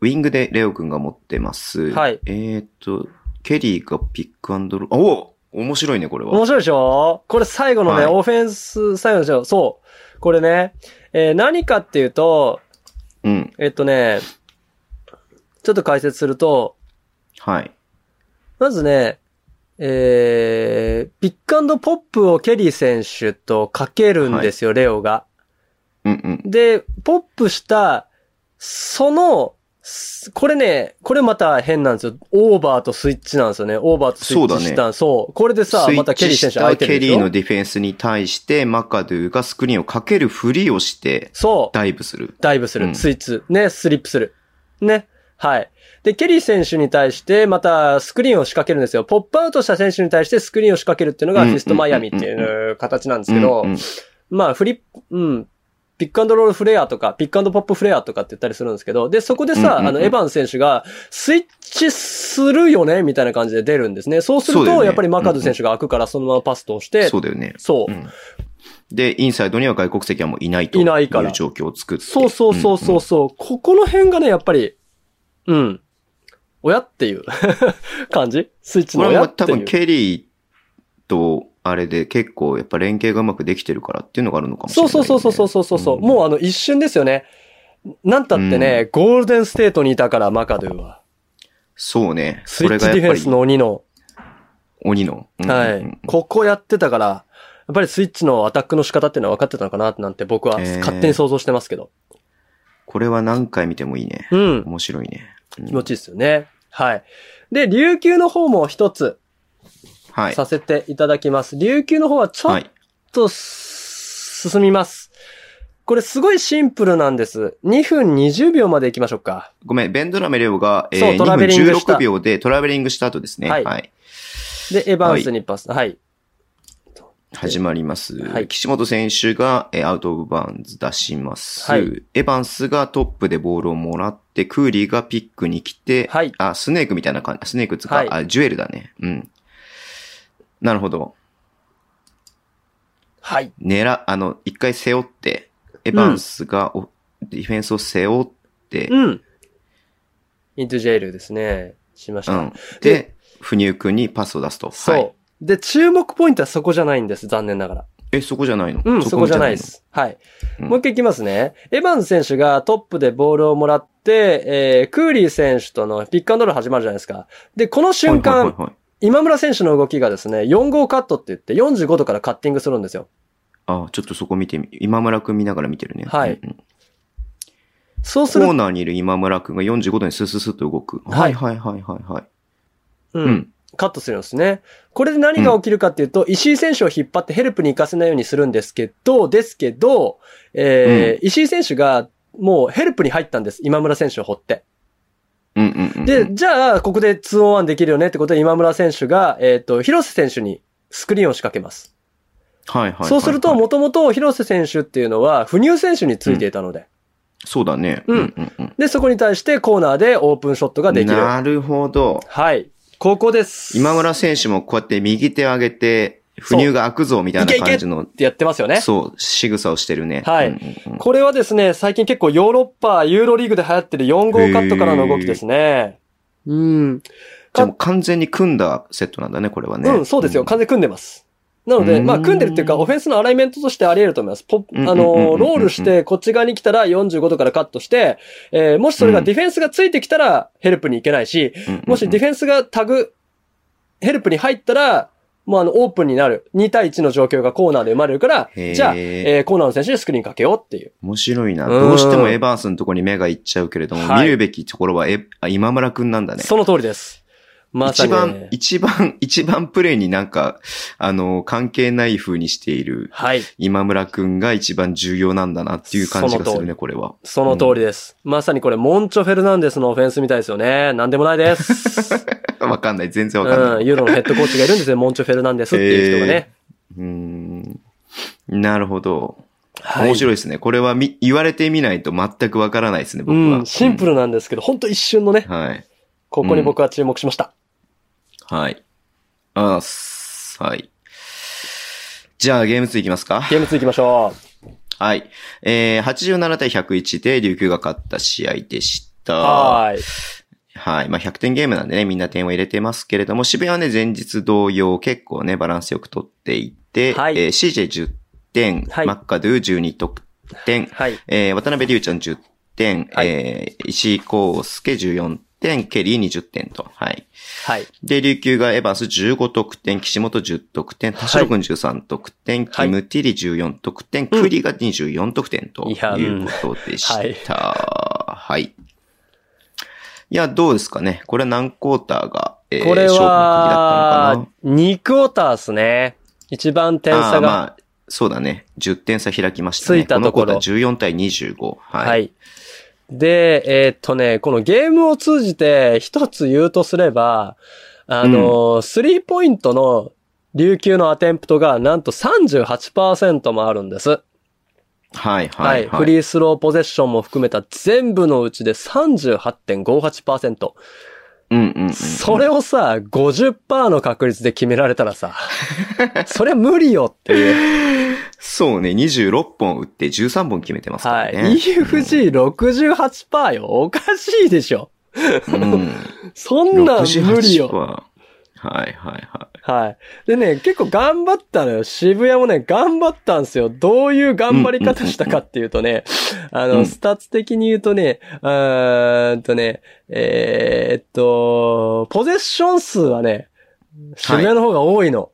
Speaker 2: ウィングでレオくんが持ってます。
Speaker 3: はい
Speaker 2: えー、っと、ケリーがピックアンドロール、おお面白いね、これは。
Speaker 3: 面白いでしょこれ最後のね、
Speaker 2: はい
Speaker 3: オフェンス、最後のしそう。これね、えー何かっていうと、
Speaker 2: うん。
Speaker 3: えっとね、ちょっと解説すると、
Speaker 2: はい。
Speaker 3: まずね、えー、ピックアンドポップをケリー選手とかけるんですよ、レオが。
Speaker 2: うんうん。
Speaker 3: で、ポップした、その、すこれね、これまた変なんですよ。オーバーとスイッチなんですよね。オーバーとスイッチした。そう,、これでさ、またケリー選手
Speaker 2: スイッチ
Speaker 3: 空
Speaker 2: した
Speaker 3: いて
Speaker 2: ケ
Speaker 3: るで
Speaker 2: リ
Speaker 3: し
Speaker 2: ー
Speaker 3: ょ
Speaker 2: のディフェンスに対して、マカドゥがスクリーンをかけるふりをして、
Speaker 3: そう。
Speaker 2: ダイブする。
Speaker 3: ダイブする、
Speaker 2: うん
Speaker 3: スイッチ、ね、スリップする。ね。はい。で、ケリー選手に対して、また、スクリーンを仕掛けるんですよ。ポップアウトした選手に対してスクリーンを仕掛けるっていうのが、
Speaker 2: うん
Speaker 3: フィストマイアミっていう形なんですけど
Speaker 2: うん、うん
Speaker 3: まあ、フリップ、うん、ピックアンドロールフレアとか、ピックアンドポップフレアとかって言ったりするんですけど、で、そこでさ、
Speaker 2: うんうんうん
Speaker 3: あの、エヴァン選手が、スイッチするよねみたいな感じで出るんですね。そうす
Speaker 2: そ
Speaker 3: る
Speaker 2: うだよ
Speaker 3: と、
Speaker 2: ね
Speaker 3: やっぱりマカドゥ選手が開くから、そのままパス通して、
Speaker 2: そうだよね。
Speaker 3: そうう。
Speaker 2: んで、インサイドには外国籍はもういないと
Speaker 3: い
Speaker 2: い
Speaker 3: ないから
Speaker 2: う状況を作って。
Speaker 3: そうそうそうそうそう、ここの辺がね、やっぱり、うん。親っていう 感じスイッチ
Speaker 2: こ
Speaker 3: の
Speaker 2: れ
Speaker 3: 親
Speaker 2: も
Speaker 3: って
Speaker 2: 多
Speaker 3: い
Speaker 2: 分
Speaker 3: う。
Speaker 2: ケリーとあれで結構やっぱ連携がうまくできてるからっていうのがあるのかもしれ
Speaker 3: そ
Speaker 2: な
Speaker 3: う
Speaker 2: い、
Speaker 3: そうそうそうそうそうそう、もうあの一瞬ですよね。なんたってね、ゴールデンステートにいたから、マカドゥは。
Speaker 2: そうね。
Speaker 3: スイッチディフェンスの鬼の。
Speaker 2: 鬼の。うんうんうん
Speaker 3: はい。ここやってたから、やっぱりスイッチのアタックの仕方っていうのは分かってたのかなってなんて僕は
Speaker 2: えー
Speaker 3: 勝手に想像してますけど。
Speaker 2: これは何回見てもいいね。
Speaker 3: うん。
Speaker 2: 面白いね。うん
Speaker 3: 気持ちいいですよね。はい。で、琉球の方も一つ
Speaker 2: はい。
Speaker 3: させていただきます。琉球の方はちょっ
Speaker 2: はい。
Speaker 3: とす、進みます。これすごいシンプルなんです。2分20秒まで行きましょうか。
Speaker 2: ごめん、ベンドラメレオが、え
Speaker 3: そう
Speaker 2: ー、2
Speaker 3: トラ
Speaker 2: 分
Speaker 3: ベリングした
Speaker 2: 16秒でトラベリングした後ですね。
Speaker 3: は
Speaker 2: はいい。
Speaker 3: で、エヴァンスにパス。はい。
Speaker 2: 始まります、
Speaker 3: はい
Speaker 2: 岸本選手が、えーアウトオブバウンズ出します。
Speaker 3: はい
Speaker 2: エヴァンスがトップでボールをもらって、クーリーがピックに来て、
Speaker 3: はい
Speaker 2: あ、スネークみたいな感じ、スネークつうか、
Speaker 3: はい
Speaker 2: あ、ジュエルだね。うん。なるほど。
Speaker 3: はい。
Speaker 2: 狙、あの、一回背負って、エヴァンスがお、ディフェンスを背負って、
Speaker 3: うん。イントゥジェイルですね。しまし
Speaker 2: う
Speaker 3: た。
Speaker 2: ん。で、フニュー君にパスを出すと。
Speaker 3: そう、
Speaker 2: はい。
Speaker 3: で、注目ポイントはそこじゃないんです。残念ながら。
Speaker 2: え、そこじゃないの
Speaker 3: うん、そこじゃないで
Speaker 2: の
Speaker 3: す。はい。
Speaker 2: うん
Speaker 3: もう一回いきますね。エヴァンス選手がトップでボールをもらって、えー、クーリー選手とのピックアンドロール始まるじゃないですか。で、この瞬間、
Speaker 2: はいはいはいはい
Speaker 3: 今村選手の動きがですね、4号カットって言って45度からカッティングするんですよ。
Speaker 2: あ、ちょっとそこ見てみ、今村くん見ながら見てるね。
Speaker 3: はい
Speaker 2: うんうん
Speaker 3: そうす
Speaker 2: コー
Speaker 3: る、
Speaker 2: ナーにいる今村くんが45度にスススッと動く。
Speaker 3: は
Speaker 2: はいいはいはいはいはい。
Speaker 3: う、
Speaker 2: うんん。
Speaker 3: カットするんですね。これで何が起きるかっていうと、石井選手を引っ張ってヘルプに行かせないようにするんですけど、ですけど、えー石井選手がもうヘルプに入ったんです。今村選手を掘って。
Speaker 2: うんうんうん。
Speaker 3: で、、じゃあ、ここで 2on1 できるよねってことで今村選手が、えっ、と、広瀬選手にスクリーンを仕掛けます。
Speaker 2: はいはいはい。
Speaker 3: そうすると、
Speaker 2: はい
Speaker 3: もともと広瀬選手っていうのは、不入選手についていたので、
Speaker 2: そうだね。
Speaker 3: うん
Speaker 2: うんうん
Speaker 3: で、そこに対してコーナーでオープンショットが
Speaker 2: う
Speaker 3: で
Speaker 2: ん。
Speaker 3: きる。
Speaker 2: なるほど。
Speaker 3: はい。ここです。
Speaker 2: 今
Speaker 3: っ
Speaker 2: 村選手もこうやって右手を上げて、不乳が開くぞみたい
Speaker 3: そう
Speaker 2: ない
Speaker 3: けいけ
Speaker 2: 感じの、
Speaker 3: てやってますよね。
Speaker 2: そう、仕草をしてるね。
Speaker 3: はい
Speaker 2: うんうんうん
Speaker 3: これはですね、最近結構ヨーロッパ、ユーロリーグで流行ってる4号カットからの動きですね。うん。
Speaker 2: じゃあもう完全に組んだセットなんだね、これはね。
Speaker 3: うん、そうですよ。完全に組んでます。なので、
Speaker 2: うん
Speaker 3: まあ、組んでるっていうか、オフェンスのアライメントとしてあり得ると思います。ポッ
Speaker 2: うんうんうん
Speaker 3: あ
Speaker 2: うんうん
Speaker 3: の
Speaker 2: う
Speaker 3: ー、
Speaker 2: ん
Speaker 3: ロールして、こっち側に来たら45度からカットして、えーもしそれがディフェンスがついてきたら、ヘルプに行けないし、
Speaker 2: うんうんうん
Speaker 3: もしディフェンスがタグ、ヘルプに入ったら、もうあの、オープンになる。2対1の状況がコーナーで生まれるから、
Speaker 2: へー
Speaker 3: じゃあ、えーコーナーの選手にスクリーンかけようっていう。
Speaker 2: 面白いな。
Speaker 3: うん
Speaker 2: どうしてもエヴァンスのとこに目がいっちゃうけれども、
Speaker 3: はい
Speaker 2: 見るべきところはえあ今村くんなんだね。
Speaker 3: その通りです。まさ
Speaker 2: 一
Speaker 3: にね、
Speaker 2: 番、一番、 一番プレイになんか、あの、関係ない風にしている
Speaker 3: はい。
Speaker 2: 今村くんが一番重要なんだなっていう感じが
Speaker 3: そ
Speaker 2: す
Speaker 3: の通
Speaker 2: る
Speaker 3: り
Speaker 2: ね、これは。
Speaker 3: その通りです。まさにこれ、モンチョ・フェルナンデスのオフェンスみたいですよね。なんでもないです。
Speaker 2: わかんない、全然 わかん
Speaker 3: う、
Speaker 2: なんい。
Speaker 3: ユーロのヘッドコーチがいるんですよ。モンチョ・フェルナンデスっていう人がね。
Speaker 2: うーん。なるほど。
Speaker 3: はい
Speaker 2: 面白いですね。これはみ、言われてみないと全くわからないですね、僕
Speaker 3: う
Speaker 2: は。
Speaker 3: ん、シンプルなんですけど、ほんと一瞬のね、
Speaker 2: うん。はい。
Speaker 3: ここに僕は注目しました。
Speaker 2: はい。あーすはい。じゃあ、ゲーム2いきますか。
Speaker 3: ゲーム2行きましょ
Speaker 2: はい。えー、87対101で琉球が勝った試合でした。
Speaker 3: う。はーい。
Speaker 2: はい。まあ、100点ゲームなんでね、みんな点を入れてますけれども、渋谷はね、前日同様、結構ね、バランスよく取っていて、
Speaker 3: はい
Speaker 2: えー CJ10 点、
Speaker 3: はい
Speaker 2: マッカドゥ12得点、
Speaker 3: はい。
Speaker 2: えー渡辺龍ちゃん10点、
Speaker 3: はい
Speaker 2: えー石井康介14点、ケリー20点と。はい。
Speaker 3: はい。
Speaker 2: で、琉球がエバンス15得点、岸本10得点、田代君13得点、
Speaker 3: はい
Speaker 2: キムティリ14得点、クリが24得点という
Speaker 3: いやうん
Speaker 2: ことでした。はい。いや、どうですかねこれは何クォーターが、えー
Speaker 3: これ
Speaker 2: 勝負の
Speaker 3: は
Speaker 2: 鍵、
Speaker 3: 2クォーターですね。一番点
Speaker 2: だったのかなあ
Speaker 3: 差
Speaker 2: ーま
Speaker 3: が、
Speaker 2: あ、そうだね。10点差開きましたね。
Speaker 3: ついたところ
Speaker 2: のクォーター14対25。はい。
Speaker 3: はい。で、えーっとね、このゲームを通じて一つ言うとすれば、あのー、スリーポイントの琉球のアテンプトがなんと38%もあるんです。
Speaker 2: はい、は
Speaker 3: はいい。。フリースローポゼッションも含めた全部のうちで38.58%。
Speaker 2: うんうんうん。
Speaker 3: それをさ、50%の確率で決められた らさ、そりゃ無理よっていう。
Speaker 2: そうね、26本打って13本決めてますか
Speaker 3: は
Speaker 2: ら
Speaker 3: い。
Speaker 2: ね。
Speaker 3: EFG68% よ。おかしいでしょ。
Speaker 2: うん。
Speaker 3: そんなん無理よ。
Speaker 2: 68%はいはいは
Speaker 3: はい。でね、結構頑張ったのよ。渋谷もね、頑張ったんですよ。どういう頑張り方したかっていうとね、あ
Speaker 2: う
Speaker 3: の、
Speaker 2: ん
Speaker 3: スタッツ的に言うとね、うーんとね、えーっと、ポゼッション数はね、渋谷の方が多いの。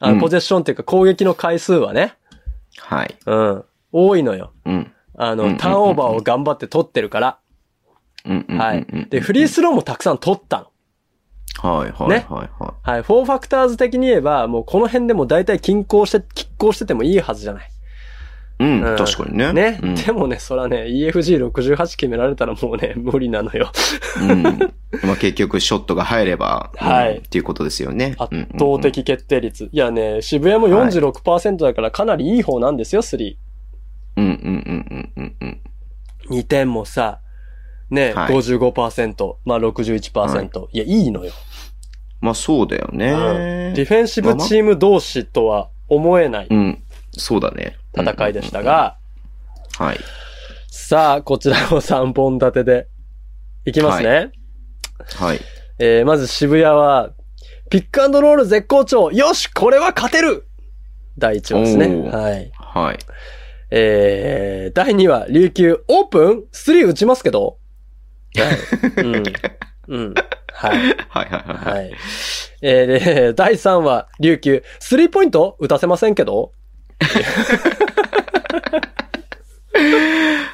Speaker 3: あ
Speaker 2: う
Speaker 3: の、
Speaker 2: ん
Speaker 3: ポゼッションっていうか攻撃の回数はね、
Speaker 2: い。はい。
Speaker 3: うん、多いのよ。
Speaker 2: うん。
Speaker 3: あ
Speaker 2: うんうんうん
Speaker 3: の、
Speaker 2: うん
Speaker 3: ターンオーバーを頑張って取ってるから。
Speaker 2: うんうん。
Speaker 3: はい。で、フリースローもたくさん取ったの。
Speaker 2: はいはいはい
Speaker 3: ね
Speaker 2: は
Speaker 3: はい。フォーファクターズ的に言えば、もうこの辺でもう大体均衡して、拮抗しててもいいはずじゃない。
Speaker 2: い。うん、
Speaker 3: うん
Speaker 2: 確かにね。
Speaker 3: ね、
Speaker 2: うん
Speaker 3: でもね、そらね、EFG68 決められたらもうね、 無理なのよ。
Speaker 2: うん。 まあ結局、ショットが入れば、うん
Speaker 3: はい
Speaker 2: っていうことですよね。
Speaker 3: 圧
Speaker 2: うん
Speaker 3: 倒。的決定率。いやね、渋谷も46%だからかなりいい方なんですよ、3。
Speaker 2: うんうんうんうんうんうん。
Speaker 3: 2点もさ、ね、
Speaker 2: はい
Speaker 3: 55%、まあ61%、い。や、いいのよ、
Speaker 2: まあそうだよ
Speaker 3: うんディ
Speaker 2: ね。
Speaker 3: フェンシブチーム同士とは思えない
Speaker 2: うん。そうだね。
Speaker 3: 戦いでしたが、
Speaker 2: うん。はい。
Speaker 3: さあ、こちらも3本立てで、いきますね。
Speaker 2: はい。
Speaker 3: えー、まず渋谷は、ピックアンドロール絶好調よしこれは勝てる第1話です
Speaker 2: お
Speaker 3: ね。
Speaker 2: ー
Speaker 3: はい。
Speaker 2: はい。
Speaker 3: えー、第2話、琉球オープン ?3 打ちますけど。はい。 うん。うん。はい。
Speaker 2: はいはいはい。は、
Speaker 3: はいい。えーで、第3話、琉球、スリーポイント打たせませんけど。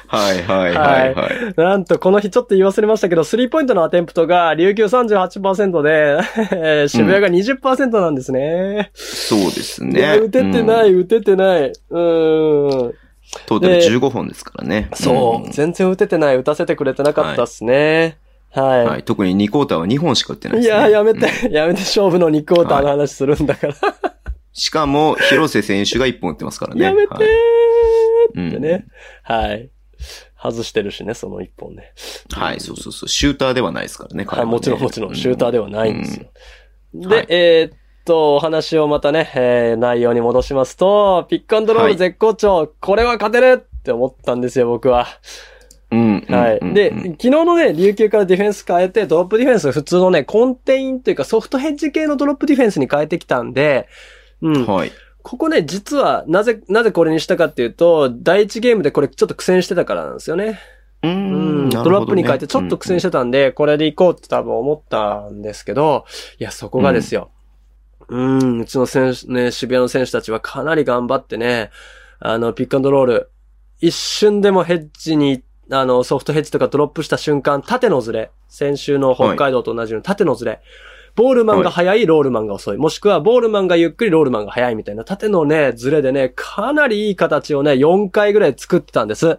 Speaker 2: はいはいはいはい。
Speaker 3: なんと、この日ちょっと言い忘れましたけど、スリーポイントのアテンプトが、琉球38%で、えー渋谷が20%なんですね。
Speaker 2: そうです
Speaker 3: いや
Speaker 2: ね。
Speaker 3: 打ててな
Speaker 2: う
Speaker 3: い、
Speaker 2: ん
Speaker 3: 打ててない。うーん。
Speaker 2: トータル
Speaker 3: で
Speaker 2: 15本ですからね。
Speaker 3: そう、
Speaker 2: ん
Speaker 3: 全然打ててない、打たせてくれてなかったっすね。はい。
Speaker 2: はい。特に2クォーターは2本しか打ってない
Speaker 3: い
Speaker 2: ですね。
Speaker 3: や、やめ
Speaker 2: うん
Speaker 3: て、やめて、勝負の2クォーターの話するんだから。
Speaker 2: しかも、広瀬選手が1本打ってますからね。
Speaker 3: やめて
Speaker 2: はい
Speaker 3: ーってね。はい。外してるしね、その1本ね。
Speaker 2: はい、そうそうそう。シューターではないですからね、
Speaker 3: はい、もちろんもちろん、シューターではないんですよ。。
Speaker 2: ん
Speaker 3: で、
Speaker 2: はい
Speaker 3: えーっと、お話をまたね、えー内容に戻しますと、ピックアンドロール絶好調、これは勝てるって思ったんですよ、僕は。
Speaker 2: うん。うん
Speaker 3: はい。で、
Speaker 2: うん
Speaker 3: 昨日のね、琉球からディフェンス変えて、ドロップディフェンス、普通のね、コンテインというかソフトヘッジ系のドロップディフェンスに変えてきたんで、うん。
Speaker 2: はい。
Speaker 3: ここね、実は、なぜ、なぜこれにしたかっていうと、第一ゲームでこれちょっと苦戦してたからなんですよね。
Speaker 2: う。
Speaker 3: うん。ドロップに変えてちょっと苦戦しててたんで、これで行こうって多分思ったんですけど、いや、そこがですよ。うん、うちの選手、ね、渋谷の選手たちはかなり頑張ってね、あの、ピックアンドロール、一瞬でもヘッジに、あの、ソフトヘッジとかドロップした瞬間、縦のずれ。先週の北海道と同じように縦のずれ。ボールマンが速い、ロールマンが遅い。もしくは、ボールマンがゆっくり、ロールマンが速いみたいな、縦のね、ずれでね、かなりいい形をね、4回ぐらい作ってたんです。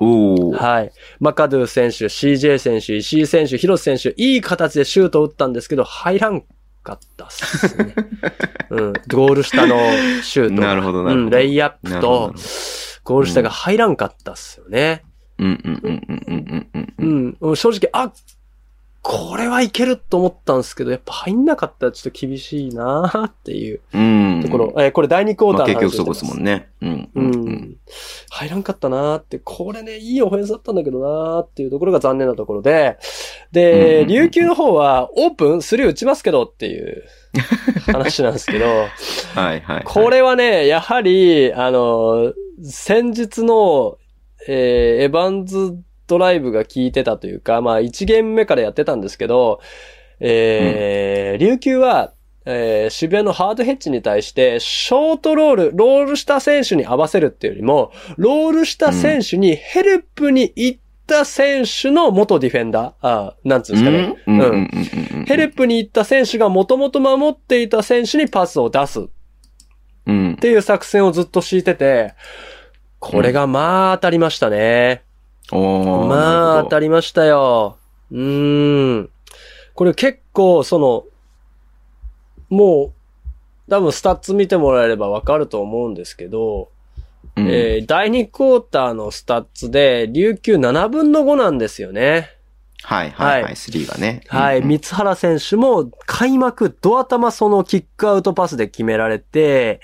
Speaker 2: うんおー
Speaker 3: はい。マカドゥ選手、CJ 選手、石井選手、広瀬選手、いい形でシュートを打ったんですけど、入らんかったっす ね。うん。ゴール下のシュート。
Speaker 2: なるほどなるほど
Speaker 3: うん、レイアッ
Speaker 2: な
Speaker 3: プ
Speaker 2: るほどなるほ
Speaker 3: と
Speaker 2: ど、
Speaker 3: ゴール下が入らんかったっすよね。
Speaker 2: うんうんうんうんうんうんう。
Speaker 3: うんん。うん、正直、あ、これはいけると思ったんですけど、やっぱ入んなかったらちょっと厳しいなーっていう
Speaker 2: うん。
Speaker 3: ところ。えーこれ第2クォー
Speaker 2: ま
Speaker 3: タ
Speaker 2: あ
Speaker 3: ーの
Speaker 2: 結
Speaker 3: 話を
Speaker 2: 局
Speaker 3: して
Speaker 2: そこで
Speaker 3: ま
Speaker 2: すすもんね。うん。
Speaker 3: う。ん。入らんかったなーって、これね、いいオフェンスだったんだけどなーっていうところが残念なところで、
Speaker 2: うんうん
Speaker 3: で、
Speaker 2: うん
Speaker 3: 琉球の方はオープン3打ちますけどっていう話なんです けど、
Speaker 2: はいはい。
Speaker 3: こ、れはね、やはり、あの、先日の、えーエヴァンズドライブが効いてたというか、まあ1ゲーム目からやってたんですけど、えー琉球は、えー渋谷のハードヘッジに対して、ショートロール、ロールした選手に合わせるっていうよりも、ロールした選手にヘルプに行った選手の元ディフェンダー、あーなんつうんですかね。
Speaker 2: うんうん
Speaker 3: う
Speaker 2: うんんうんうん。
Speaker 3: ヘルプに行った選手が元々守っていた選手にパスを出す
Speaker 2: うん
Speaker 3: っ。ていう作戦をずっと敷いてて、これがまあ当たりましたね。
Speaker 2: おー
Speaker 3: まあ当た
Speaker 2: り。
Speaker 3: りましたよ。うーん。これ結構その、もう、多分スタッツ見てもらえればわかると思うんですけど、
Speaker 2: うん
Speaker 3: えー第2クォーターのスタッツで、琉球7分の5なんですよね。
Speaker 2: はいはい
Speaker 3: は
Speaker 2: はいい。3がね。
Speaker 3: はい。
Speaker 2: うんうん
Speaker 3: 三原選手も開幕、ド頭そのキックアウトパスで決められて、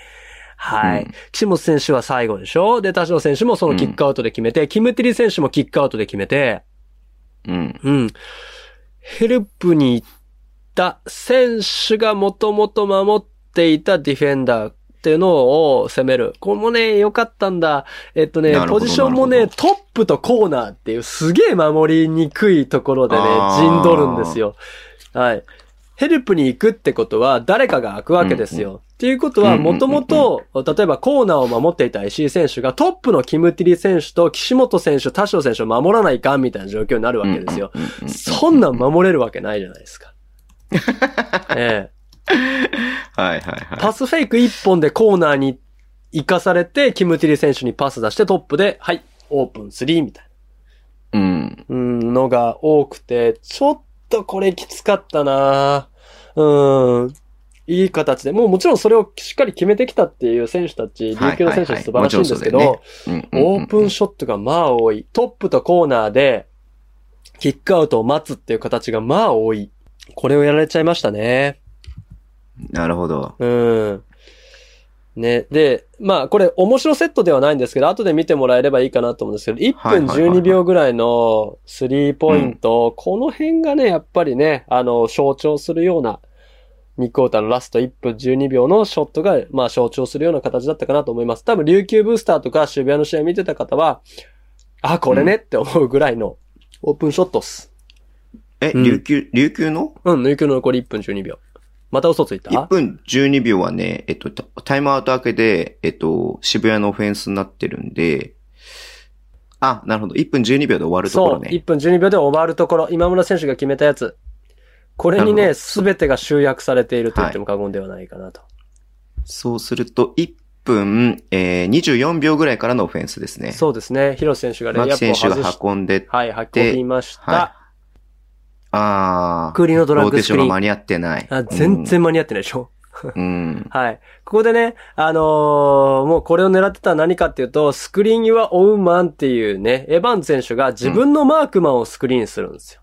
Speaker 3: はい。
Speaker 2: うん
Speaker 3: 岸本選手は最後でしょで、田代選手もそのキックアウトで決めて、キムティリ選手もキックアウトで決めて、
Speaker 2: うん。
Speaker 3: うん。ヘルプに行った選手がもともと守っていたディフェンダーっていうのを攻める。これもね、良かったんだ。えっとね
Speaker 2: な、るほ
Speaker 3: ポ
Speaker 2: ど
Speaker 3: ジションも
Speaker 2: な
Speaker 3: ね、
Speaker 2: る
Speaker 3: トップとコーナーっていうすげえ守りにくいところでね、
Speaker 2: あー
Speaker 3: 陣取るんですよ。はい。ヘルプに行くってことは、誰かが開くわけですよ。っていうことは、
Speaker 2: うんうんうんう
Speaker 3: も
Speaker 2: ん
Speaker 3: ともと、例えばコーナーを守っていた石井選手が、トップのキムティリ選手と岸本選手、田代選手を守らないかんみたいな状況になるわけですよ。
Speaker 2: うんうんうんうん。
Speaker 3: そんなん守れるわけないじゃないです か。ええ、
Speaker 2: はいはいはい。
Speaker 3: パスフェイク一本でコーナーに生かされて、キムティリ選手にパス出してトップで、はい、オープン3みたいな
Speaker 2: うん。
Speaker 3: うんのが多くて、ちょっとこれきつかったなうん。いい形で、もうもちろんそれをしっかり決めてきたっていう選手たち、
Speaker 2: はい
Speaker 3: 琉球の選手は素晴らしいんですけど、
Speaker 2: はいはいはいうんうんうん
Speaker 3: オープンショットがまあ多い。トップとコーナーで、キックアウトを待つっていう形がまあ多い。これをやられちゃいましたね。
Speaker 2: なるほど。
Speaker 3: うん。ね。で、まあこれ面白セットではないんですけど、後で見てもらえればいいかなと思うんですけど、
Speaker 2: はい
Speaker 3: 1分
Speaker 2: はいはいはい
Speaker 3: 12秒ぐらいのスリーポイント、この辺がね、やっぱりね、あの、象徴するような、2クォーターのラスト1分12秒のショットが、まあ象徴するような形だったかなと思います。多分琉球ブースターとか渋谷の試合見てた方は、あ、これねって思うぐらいのオープンショットっす。
Speaker 2: え、
Speaker 3: うん
Speaker 2: 琉球、琉球の
Speaker 3: うん、琉球の残り1分12秒。また嘘ついた
Speaker 2: ?1 分12秒はね、えっと、タタイムアウト明けで、えっと、渋谷のオフェンスになってるんで、あ、なるほど。1分12秒で終わるところ
Speaker 3: そう、1
Speaker 2: ね。
Speaker 3: 分12秒で終わるところ、今村選手が決めたやつ。これに
Speaker 2: な
Speaker 3: ね、
Speaker 2: る
Speaker 3: すべてが集約されていると言っても過言ではないかなと。
Speaker 2: そうすると、1分、えー、24秒ぐらいからのオフェンスですね。
Speaker 3: そうですね、広瀬選手がレ
Speaker 2: 牧
Speaker 3: イアッ
Speaker 2: 選
Speaker 3: プ
Speaker 2: 手
Speaker 3: を外
Speaker 2: が
Speaker 3: し
Speaker 2: 運んで、
Speaker 3: はい、運びました。
Speaker 2: はい。あー、
Speaker 3: クリのドラ
Speaker 2: ロー
Speaker 3: ッ
Speaker 2: テ
Speaker 3: グ
Speaker 2: ー
Speaker 3: ス
Speaker 2: シ
Speaker 3: ク
Speaker 2: ョンが
Speaker 3: リーン。
Speaker 2: 間に合ってない。
Speaker 3: あ全然間に合ってないでしょ、
Speaker 2: うん。うん。
Speaker 3: はい。ここでね、あのーもうこれを狙ってたのは何かっていうと、スクリーンは追うマンっていうね、エヴァン選手が自分のマークマンをスクリーンするんですよ。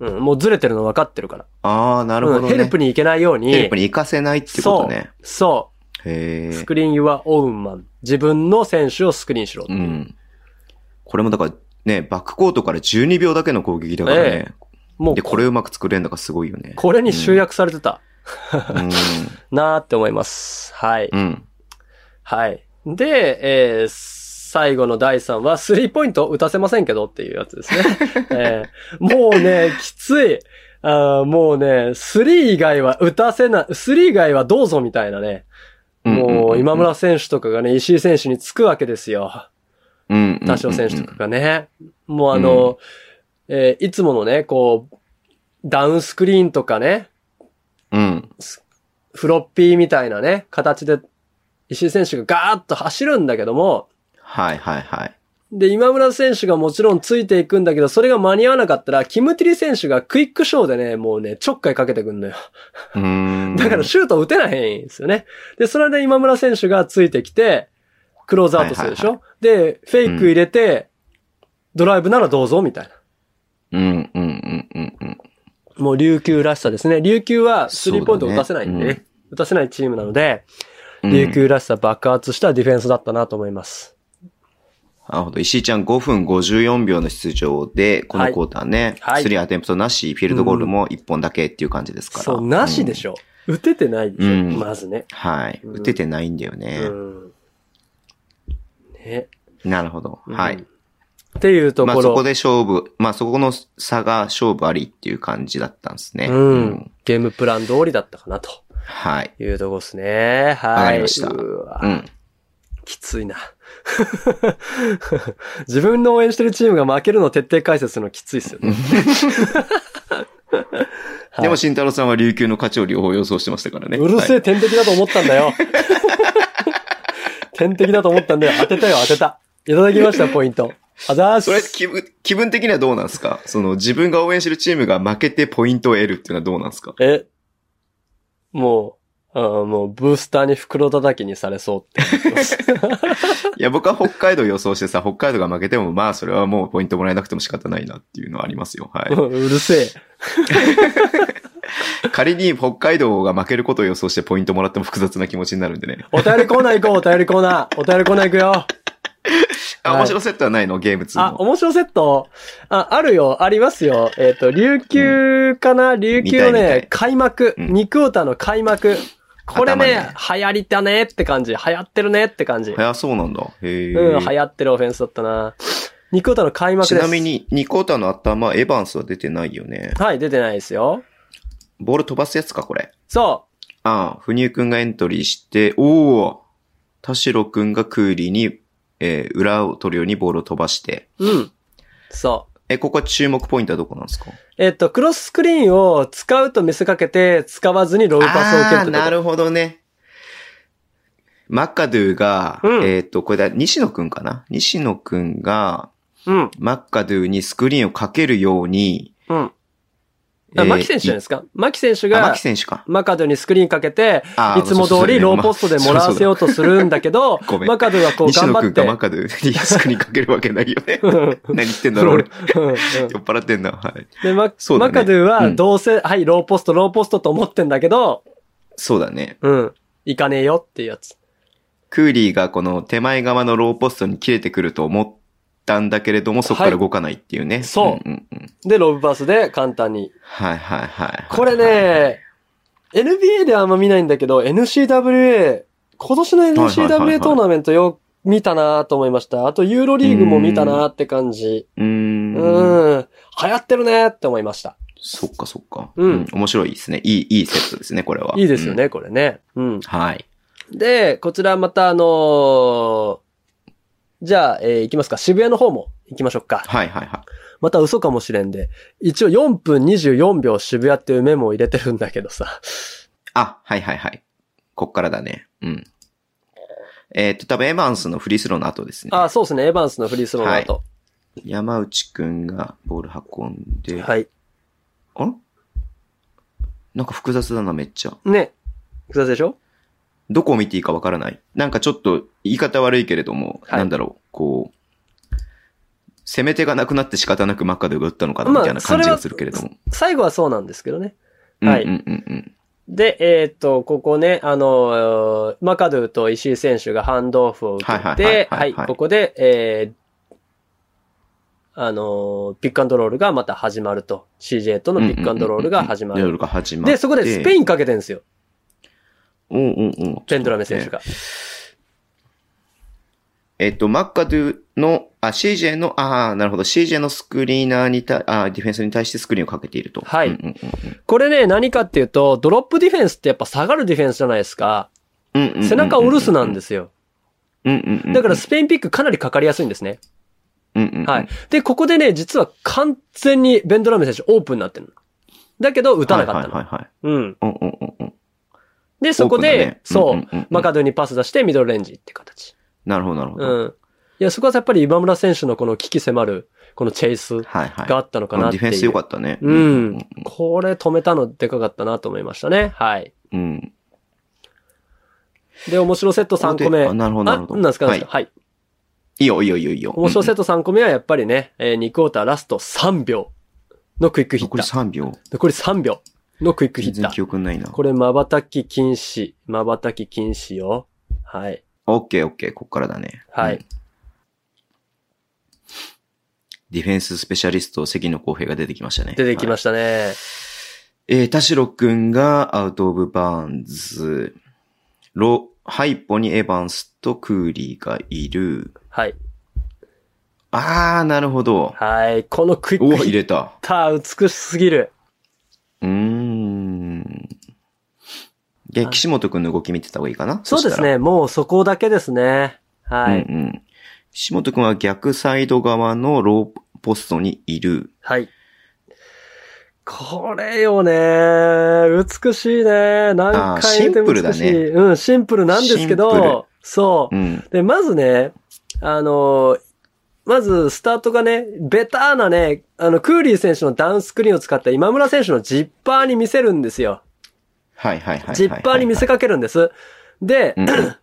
Speaker 3: うん、もうずれてるの分かってるから。
Speaker 2: あー、なるほど、ね
Speaker 3: うんヘルプに行けないように。
Speaker 2: ヘルプに行かせないってことね。
Speaker 3: そう。
Speaker 2: へ
Speaker 3: ス
Speaker 2: ー
Speaker 3: クリーンはオウンマン。自分の選手をスクリーンしろって
Speaker 2: う。
Speaker 3: いうん
Speaker 2: これもだから、ね、バックコートから12秒だけの攻撃だからね。
Speaker 3: もう
Speaker 2: で、
Speaker 3: こ
Speaker 2: こ
Speaker 3: れ、
Speaker 2: れうまく作れるのがすごいよね。
Speaker 3: これに集約されてたなーって思います。はい。
Speaker 2: うん。うん。
Speaker 3: はい。で、えー最後の第3は、スリーポイント打たせませんけどっていうやつですね。 えーもうね、きつい。あーもうね、スリー以外は打たせな、スリー以外はどうぞみたいなね。
Speaker 2: んんん
Speaker 3: もう今、村選手とかがね、石井選手につくわけですよ。
Speaker 2: うんうんうん
Speaker 3: 多少選手とかがね。もうあの、えーいつものね、こう、ダウンスクリーンとかね、
Speaker 2: うん。
Speaker 3: フロッピーみたいなね、形で、石井選手がガーッと走るんだけども、
Speaker 2: はいはいはい。
Speaker 3: で、今村選手がもちろんついていくんだけど、それが間に合わなかったら、キムティリ選手がクイックショーでね、もうね、ちょっかいかけてくんのよ。
Speaker 2: うーん。
Speaker 3: だからシュート打てないんですよね。で、それで今村選手がついてきて、クローズアウトするでしょ、
Speaker 2: は
Speaker 3: で、フェイク入れて、ドライブならどうぞ、みたいな。
Speaker 2: うんうんうんうんうん。
Speaker 3: もう琉球らしさですね。琉球はスリーポイント打たせないん
Speaker 2: そ
Speaker 3: でね。
Speaker 2: うだね
Speaker 3: 打たせないチームなので、
Speaker 2: うん
Speaker 3: 琉。球らしさ爆発したディフェンスだったなと思います。
Speaker 2: なるほど。石井ちゃん5分54秒の出場で、このクォーターね、
Speaker 3: はいはい
Speaker 2: スリーアテンプトなし、フィールドゴールも1本だけっていう感じですから。
Speaker 3: そう、なしでし
Speaker 2: ょ。
Speaker 3: ょ。打ててないでしょ、
Speaker 2: うん
Speaker 3: まずね。
Speaker 2: はい。
Speaker 3: うん
Speaker 2: 打ててないんだよね。
Speaker 3: うん。ね。
Speaker 2: なるほど。
Speaker 3: うん
Speaker 2: はい。
Speaker 3: っていうとこ
Speaker 2: ま
Speaker 3: ろ。
Speaker 2: あそこで勝負、まあそこの差が勝負ありっていう感じだったんですね。
Speaker 3: うん、ゲームプラン通りだったかなと
Speaker 2: はい。
Speaker 3: いうとこですね。はい。
Speaker 2: わかりました
Speaker 3: うわ
Speaker 2: うん。
Speaker 3: きついな。 自分の応援してるチームが負けるのを徹底解説するのきついっすよ ね。はい
Speaker 2: でも慎太郎さんは琉球の勝ちを両方予想してましたからね。
Speaker 3: うるせ
Speaker 2: は
Speaker 3: え、天敵だと思ったんだ よ。天敵だと思ったんだよ。当てたよ、当てた。いただきました、ポイント。あざー
Speaker 2: い。それ
Speaker 3: す。
Speaker 2: 気分、気分的にはどうなんですかその自分が応援してるチームが負けてポイントを得るっていうのはどうなんですか
Speaker 3: え、もう、あーもう、ブースターに袋叩きにされそうって思い ます。
Speaker 2: いや、僕は北海道予想してさ、北海道が負けても、まあそれはもうポイントもらえなくても仕方ないなっていうのはありますよ。は
Speaker 3: うるせえ。
Speaker 2: い。仮に北海道が負けることを予想してポイントもらっても複雑な気持ちになるんでね。
Speaker 3: お便りコーナー行こう、お便りコーナー。お便りコーナー行くよ。
Speaker 2: あ、
Speaker 3: はい
Speaker 2: 面白セットはないのゲーム2の。
Speaker 3: あ、面白セットあ、あるよ、ありますよ。えっ、と、琉球かな、琉球の
Speaker 2: 見たい見た
Speaker 3: ね
Speaker 2: い、
Speaker 3: 開幕、
Speaker 2: うん
Speaker 3: 二クオーターの開幕。これね、
Speaker 2: 頭ね
Speaker 3: 流行りたねって感じ。流行ってるねって感じ。
Speaker 2: 早そうなんだ。へえ。
Speaker 3: うん、流行ってるオフェンスだったな。ニクオタの開幕
Speaker 2: ち
Speaker 3: です。
Speaker 2: なみ。に、2クォーターの頭、エヴァンスは出てないよね。
Speaker 3: はい、出てないですよ。
Speaker 2: ボール飛ばすやつか、これ。
Speaker 3: そ
Speaker 2: ああ、ふにゅうくんがエントリーして、おお田代くんがクーリーに、えー裏を取るようにボールを飛ばして。
Speaker 3: う。うん。そう。
Speaker 2: え、ここは注目ポイントはどこなんですか
Speaker 3: えっと、クロススクリーンを使うと見せかけて、使わずにロールパスを受ける
Speaker 2: あ
Speaker 3: っ
Speaker 2: あ、
Speaker 3: てこと。
Speaker 2: なるほどね。マカドゥが、
Speaker 3: うん
Speaker 2: えっ、と、これだ、西野くんかな西野くんが、
Speaker 3: うん。
Speaker 2: マッカドゥにスクリーンをかけるように、
Speaker 3: うん。あ牧選手じゃな
Speaker 2: で
Speaker 3: いですか。牧選手
Speaker 2: あ、
Speaker 3: が
Speaker 2: 牧、選手か。
Speaker 3: マカドゥにスクリーンかけて、
Speaker 2: あー
Speaker 3: いつも通りローポストでもらわせようとするんだけ
Speaker 2: そう
Speaker 3: ど
Speaker 2: そうそうご、めん
Speaker 3: マカドゥはこう
Speaker 2: 西
Speaker 3: 頑
Speaker 2: 野く
Speaker 3: 張っ
Speaker 2: んが
Speaker 3: て。
Speaker 2: マカドゥにスクリーンかけるわけないよね。 何言ってんだろう、俺。
Speaker 3: うん
Speaker 2: 酔っ払ってんな。はい。
Speaker 3: で、マ
Speaker 2: そうだ
Speaker 3: マ
Speaker 2: ね
Speaker 3: カドゥ
Speaker 2: う
Speaker 3: は
Speaker 2: ん
Speaker 3: どうせ、はい、ローポスト、ローポストと思ってんだけど、
Speaker 2: そうだね。
Speaker 3: うん。いかねえよっていうやつ。
Speaker 2: クーリーがこの手前側のローポストに切れてくると思ったんだけれども、そこから動かないっていうね。
Speaker 3: そうん
Speaker 2: うんうん
Speaker 3: で、ロブバースで簡単に。
Speaker 2: はいはいはい。
Speaker 3: これ、ね、NBA ではあんま見ないんだけど、NCWA、今年の
Speaker 2: はいはいはいは
Speaker 3: NCWA
Speaker 2: い
Speaker 3: トーナメントよ、見たなと思いました。あと、ユーロリーグも見たなって感じ。
Speaker 2: うー
Speaker 3: うんん。。流行ってるねって思いました。
Speaker 2: そっかそっか。
Speaker 3: うん
Speaker 2: 面白いですね。いい、いいセットですね、これは。
Speaker 3: いいですよ
Speaker 2: うん。
Speaker 3: ね、これね。うん。
Speaker 2: はい。
Speaker 3: で、こちらまたあのーじゃあ、えー行きますか。渋谷の方も行きましょうか。
Speaker 2: はいはいは
Speaker 3: また嘘かもしれんで。一応4分24秒渋谷っていうメモを入れてるんだけどさ。
Speaker 2: い。あ、はいはいはい。こっからだね。うん。えっ、と、多分エヴァンスのフリースローの後ですね。
Speaker 3: あ、そうですね。エヴァンスのフリースローの後。
Speaker 2: 山内くんがボール運んで、
Speaker 3: はい。
Speaker 2: あらなんか複雑だな、めっちゃ。
Speaker 3: ね。複雑でしょ
Speaker 2: どこを見ていいかわからない。なんかちょっと言い方悪いけれども、
Speaker 3: はい
Speaker 2: なんだろう、こう、攻め手がなくなって仕方なくマッカドゥが打ったのかな、み
Speaker 3: まあ
Speaker 2: たいな感じがするけれども。
Speaker 3: 最後はそうなんですけどね。
Speaker 2: うん。
Speaker 3: はいう
Speaker 2: んうんうん。
Speaker 3: で、えーっと、ここね、あのーマカドゥと石井選手がハンドオフを受けて、
Speaker 2: はいはいは
Speaker 3: はい
Speaker 2: はい
Speaker 3: い、ここで、えーあのーピックアンドロールがまた始まると。CJ とのピックアンドロールが始ま
Speaker 2: うんうんうんうんロール
Speaker 3: る。
Speaker 2: が始まって。
Speaker 3: で、そこでスペ
Speaker 2: ン、
Speaker 3: インかけてるんですよ。
Speaker 2: うんうんうん。
Speaker 3: ペンドラメ選手が。
Speaker 2: えっと、マッカドゥの、あ、CJ の、ああ、なるほど、CJ のスクリーナーに対、あーディフェンスに対してスクリーンをかけていると。
Speaker 3: はい
Speaker 2: うんうんうん
Speaker 3: これね、何かっていうと、ドロップディフェンスってやっぱ下がるディフェンスじゃないですか。
Speaker 2: うんうんうんうん。。
Speaker 3: 背中を下ろすなんですすよ。
Speaker 2: うんうんうん。
Speaker 3: だから、スペインピックかなりかかりやすいんですね。
Speaker 2: うんうんうん。
Speaker 3: はい。で、ここでね、実は完全にベンドラメ選手オープンになってるの。だけど、打たなかったの。
Speaker 2: はいはいはいはい。
Speaker 3: うん。
Speaker 2: うんうんうんうん。
Speaker 3: で、そこで、そう、マカ
Speaker 2: ド
Speaker 3: ドゥにパス出してミドルレンジって形。
Speaker 2: なるほど、なるほど。
Speaker 3: うん。いや、そこはやっぱり今村選手のこの危機迫る、このチェイス
Speaker 2: はいはい。
Speaker 3: があったのかなって
Speaker 2: デ
Speaker 3: い
Speaker 2: ィ
Speaker 3: う。
Speaker 2: フェンス良かったね。
Speaker 3: う
Speaker 2: うん
Speaker 3: ん。これ止めたのでかかったなと思いましたね。はい。
Speaker 2: うん。
Speaker 3: で、面白セット3個目。
Speaker 2: あなるほど、なるほど。
Speaker 3: あなんですか、
Speaker 2: は
Speaker 3: なんです
Speaker 2: い
Speaker 3: か。。はい。
Speaker 2: いいよ、いいよ、いいよ、いいよ。
Speaker 3: 面白セッ
Speaker 2: ト
Speaker 3: ト3個目はやっぱりね、えー2クォーターラスト3秒のクイックヒッ
Speaker 2: 残り
Speaker 3: ター。
Speaker 2: 3秒。
Speaker 3: 残り3秒のクイックヒ
Speaker 2: 全
Speaker 3: ッ
Speaker 2: 然
Speaker 3: タ
Speaker 2: 記
Speaker 3: ー。
Speaker 2: 憶ないな。
Speaker 3: これ瞬き禁止。瞬き禁止よ。はい。
Speaker 2: オッケー、オッケー、こっからだね。
Speaker 3: はい
Speaker 2: うん。ディフェンススペシャリスト、関野公平が出てきましたね。
Speaker 3: 出てきま
Speaker 2: し
Speaker 3: した
Speaker 2: た。
Speaker 3: ね。
Speaker 2: えー、田代くんがアウトオブバーンズ。ロ、ハイポにエヴァンスとクーリーがいる。
Speaker 3: はい。
Speaker 2: あー、なるほど。
Speaker 3: はい。このクイッ
Speaker 2: お、
Speaker 3: クヒッター
Speaker 2: 入れた。
Speaker 3: た美しすぎる。
Speaker 2: うーん。で、岸本くんの動き見てた方がいいかな
Speaker 3: そうです。
Speaker 2: し
Speaker 3: ね。もうそこだけですね。
Speaker 2: たら
Speaker 3: はい。
Speaker 2: うんうん。岸本くんは逆サイド側のローポストにいる。
Speaker 3: はい。これよね。美しいね。
Speaker 2: あー
Speaker 3: 何回見て
Speaker 2: シンプ
Speaker 3: も
Speaker 2: ルだ
Speaker 3: 美
Speaker 2: ね
Speaker 3: しい。うん、シンプルなんですけ
Speaker 2: シンプル
Speaker 3: ど、そう
Speaker 2: う。ん。
Speaker 3: で、まずね、あのーまず、スタートがね、ベターなね、あの、クーリー選手のダウンスクリーンを使った今村選手のジッパーに見せるんですよ。
Speaker 2: はいはいはいはいはい。
Speaker 3: ジッパーに見せかけるんです。で、
Speaker 2: うんうん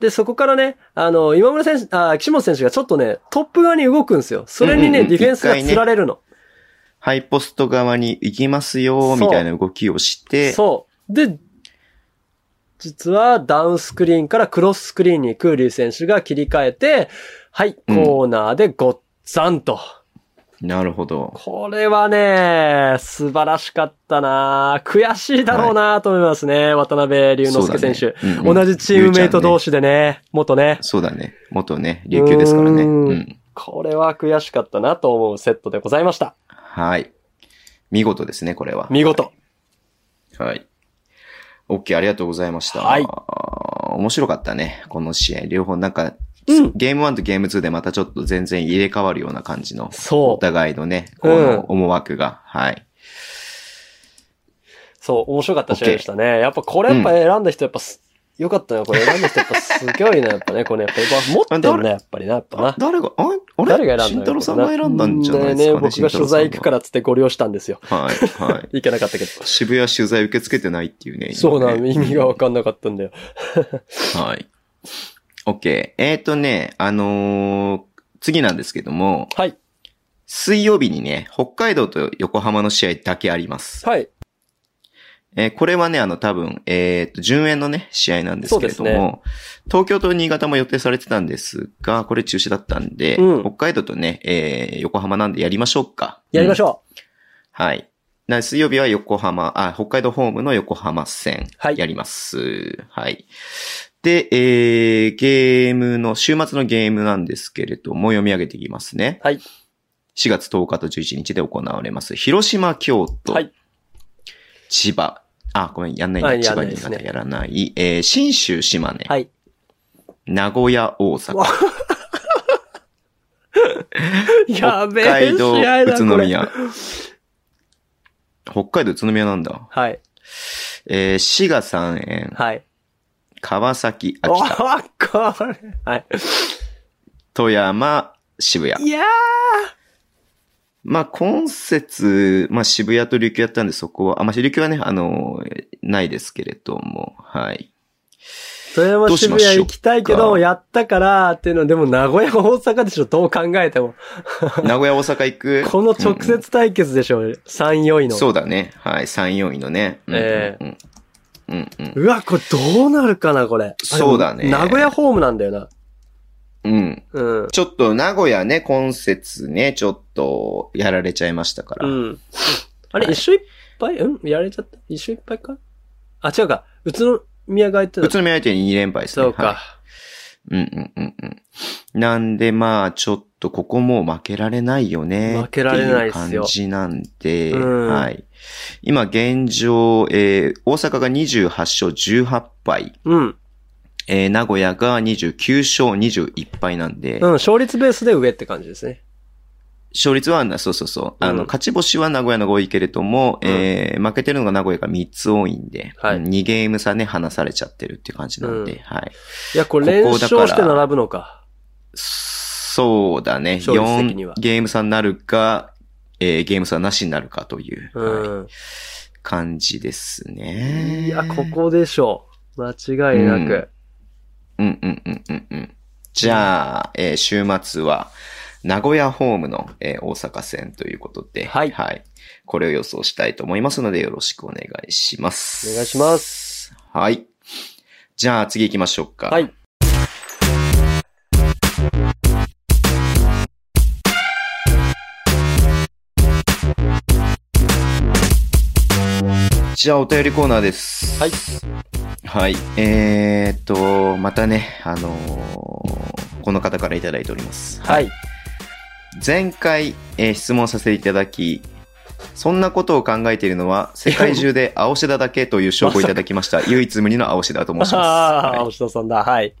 Speaker 3: で、そこからね、あの、今村選手、あ、岸本選手がちょっとね、トップ側に動くんですよ。それにね、
Speaker 2: うんうんうん
Speaker 3: ディフェンスが
Speaker 2: 一回ね
Speaker 3: 釣られるの。
Speaker 2: ハイポスト側に行きますよ、
Speaker 3: そう
Speaker 2: みたいな動きをして、
Speaker 3: そう。で、実はダウンスクリーンからクロススクリーンにクーリー選手が切り替えて、はい、
Speaker 2: うん
Speaker 3: コーナーでごっざんと。
Speaker 2: なるほど。
Speaker 3: これはね、素晴らしかったな悔しいだろうなと思いますね、渡辺龍之介選手。
Speaker 2: そうだねうんうん
Speaker 3: 同じチームメイト同士でね、元ね。
Speaker 2: そうだね。元ね、琉球ですからね。
Speaker 3: うーん
Speaker 2: うん。
Speaker 3: これは悔しかったなと思うセットでございました。
Speaker 2: はい。見事ですね、これは。
Speaker 3: 見事。
Speaker 2: はい。OK、ありがとうございました。
Speaker 3: はい
Speaker 2: 面白かったね、この試合。両方なんか、
Speaker 3: うん
Speaker 2: ゲーム1とゲーム2でまたちょっと全然入れ替わるような感じの、お
Speaker 3: そう。
Speaker 2: 互いのね、こ
Speaker 3: うん
Speaker 2: の思惑が。はい。
Speaker 3: そう、面白かった試合でしたね。やっぱこれやっぱ選んだ人やっぱす、よかったな、これ選んだ人やっぱすごいな、やっぱね、これやっぱ持ってんな、やっぱりな、やっぱな。
Speaker 2: 誰が、あれあれ
Speaker 3: 誰が選んだ
Speaker 2: 慎太郎さんが選んだんじゃないですかね。。
Speaker 3: ね僕が取材行くかららっつってご利用したんですよ。
Speaker 2: はい、 はい。
Speaker 3: 行けなかったけど。
Speaker 2: 渋谷取材受け付けてないっていうね。今ね
Speaker 3: そうなの、意味がわかんなかったんだよ。
Speaker 2: はい。OK。えっ、ー、とね、あのー次なんですけども、
Speaker 3: はい。
Speaker 2: 水曜日にね、北海道と横浜の試合だけあります。
Speaker 3: はい。
Speaker 2: えーこれはね、あの、多分、えっ、と、順延のね、試合なんですけれども、
Speaker 3: そう
Speaker 2: 東京と新潟も予定されてたんですが、これ中止だったんで、
Speaker 3: うん
Speaker 2: 北海道とね、えー横浜なんでやりましょうか。
Speaker 3: やりまし
Speaker 2: ょ
Speaker 3: ょう。
Speaker 2: うん。はい。な水曜日は横浜、あ、北海道ホームの横浜戦、
Speaker 3: はい
Speaker 2: やります。はい。で、えー、ゲームの、週末のゲームなんですけれども、読み上げていきますね。
Speaker 3: はい。
Speaker 2: 4月10日と11日で行われます。広島、京都、
Speaker 3: はい
Speaker 2: 千葉。あ、ごめん、やんない
Speaker 3: あ
Speaker 2: ね。
Speaker 3: や
Speaker 2: 千
Speaker 3: ん
Speaker 2: 葉、
Speaker 3: ない
Speaker 2: 新
Speaker 3: ですね
Speaker 2: 潟やらない。えー、新州、島根、
Speaker 3: はい。
Speaker 2: 名古屋、大阪、
Speaker 3: や
Speaker 2: 北
Speaker 3: べえ、
Speaker 2: 海
Speaker 3: 試
Speaker 2: 道、
Speaker 3: 合
Speaker 2: 宇
Speaker 3: だ、こ
Speaker 2: 都
Speaker 3: れ。
Speaker 2: 宮。北海道、宇都宮なんだ。
Speaker 3: はい。
Speaker 2: えー、滋賀三円、
Speaker 3: はい。
Speaker 2: 川崎、
Speaker 3: お
Speaker 2: 秋田、
Speaker 3: わかる。はい。
Speaker 2: 富山、渋谷。
Speaker 3: いや
Speaker 2: まあ、今節、まあ、渋谷と琉球やったんで、そこは、あ、まあ、琉球はね、あのー、ないですけれども、 はい。
Speaker 3: ー。富山
Speaker 2: どうし
Speaker 3: 渋
Speaker 2: ましょうか
Speaker 3: 谷行きたいけど、やったからっていうのは、でも名古屋大阪でしょ、どう考えても。
Speaker 2: 名古屋、大阪行く。
Speaker 3: この直
Speaker 2: うん
Speaker 3: 接対決でしょ、3、4位の。
Speaker 2: そうだね。はい。3、4位のね。うんうん
Speaker 3: え
Speaker 2: うんうんうん
Speaker 3: うわ、これどうなるかな、これ。
Speaker 2: そうだね
Speaker 3: あでも名古屋ホームなんだよな。
Speaker 2: うん。
Speaker 3: うん。
Speaker 2: ちょっと名古屋ね、今節ね、ちょっとやられちゃいましたから。
Speaker 3: うん。あれ、
Speaker 2: はい
Speaker 3: 一緒いっぱいうんやられちゃった一緒いっぱいかあ、違うか。宇都宮が言ってた
Speaker 2: 宇。都宮相手に2連敗ですね。
Speaker 3: そうか、
Speaker 2: はいうんうんうんうん。なんでまあ、ちょっとここもう負けられないよね。
Speaker 3: 負けられないっすよ
Speaker 2: 感じなんで、
Speaker 3: うん
Speaker 2: はい。今現状、えー大阪が28勝18敗、
Speaker 3: うん。
Speaker 2: えー名古屋が29勝21敗なんで、
Speaker 3: うん、勝率ベースで上って感じですね。
Speaker 2: 勝率はな、そうそうそう。あ
Speaker 3: うん
Speaker 2: の、勝ち星は名古屋の5位けれども、
Speaker 3: うん
Speaker 2: えー負けてるのが名古屋が3つ多いんで、
Speaker 3: はい
Speaker 2: 2ゲーム差ね、離されちゃってるって感じなんで、
Speaker 3: うん
Speaker 2: はい。
Speaker 3: いや、これ
Speaker 2: ここだ
Speaker 3: 連勝
Speaker 2: から
Speaker 3: して並ぶのか。
Speaker 2: そうだね、
Speaker 3: 勝率的に
Speaker 2: 4
Speaker 3: は
Speaker 2: ゲーム差になるか、えーゲーム差なしになるかという、はい
Speaker 3: うん。
Speaker 2: 感じですね。
Speaker 3: いや、こ。こでしょう。間違いなく。
Speaker 2: うんうんうんうんうん。じゃあ、えー週末は、名古屋ホームの、えー大阪戦ということで、
Speaker 3: はい
Speaker 2: はい。これを予想したいと思いますので、よろしくお願いします。。
Speaker 3: お願いします
Speaker 2: はい。じゃあ、次行きましょうか。
Speaker 3: はい。
Speaker 2: じゃあ、お便りコーナーです。
Speaker 3: はい。
Speaker 2: はい。えーっと、またね、あのーこの方からいただいております。
Speaker 3: はい。
Speaker 2: 前回、えー質問させていただき、そんなことを考えているのは、世界中 で青シダだけという証拠をいただきました。唯一無二の青シダと申します。
Speaker 3: ああ、
Speaker 2: はい
Speaker 3: 青下さんだ。はい。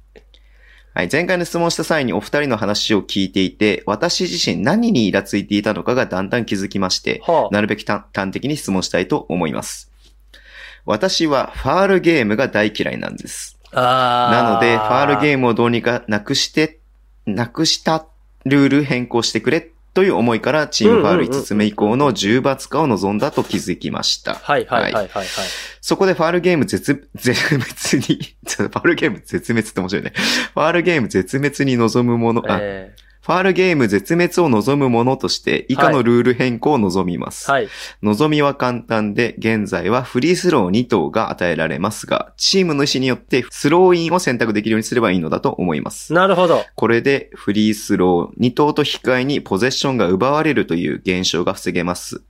Speaker 2: はい、前回の質問した際にお二人の話を聞いていて、私自身何にイラついていたのかがだんだん気づきまして、
Speaker 3: はあ。
Speaker 2: なるべく端端的に質問したいと思います。私はファールゲームが大嫌いなんです。
Speaker 3: あ
Speaker 2: なので、ファールゲ
Speaker 3: ー
Speaker 2: ームをどうにかなくして、なくしたルール変更してくれという思いから、チームファール5つ目以降の重罰化を望んだと気づきました。
Speaker 3: はいはいはい
Speaker 2: は
Speaker 3: はいはい。
Speaker 2: そこでファールゲーム絶、絶滅に、 ちょっとファールゲーム絶滅って面白いね。ファールゲーム絶滅に望むもの、あ、
Speaker 3: え
Speaker 2: ファールゲーム絶滅を望むものとして、以下のルール変更を望みます。
Speaker 3: ーはい。
Speaker 2: 望みは簡単で、現在はフリースロー2投が与えられますが、チームの意思によってスローインを選択できるようにすればいいのだと思います。
Speaker 3: なるほど。
Speaker 2: これでフリースロー2投と引き換えにポゼッションが奪われるという現象が防げます。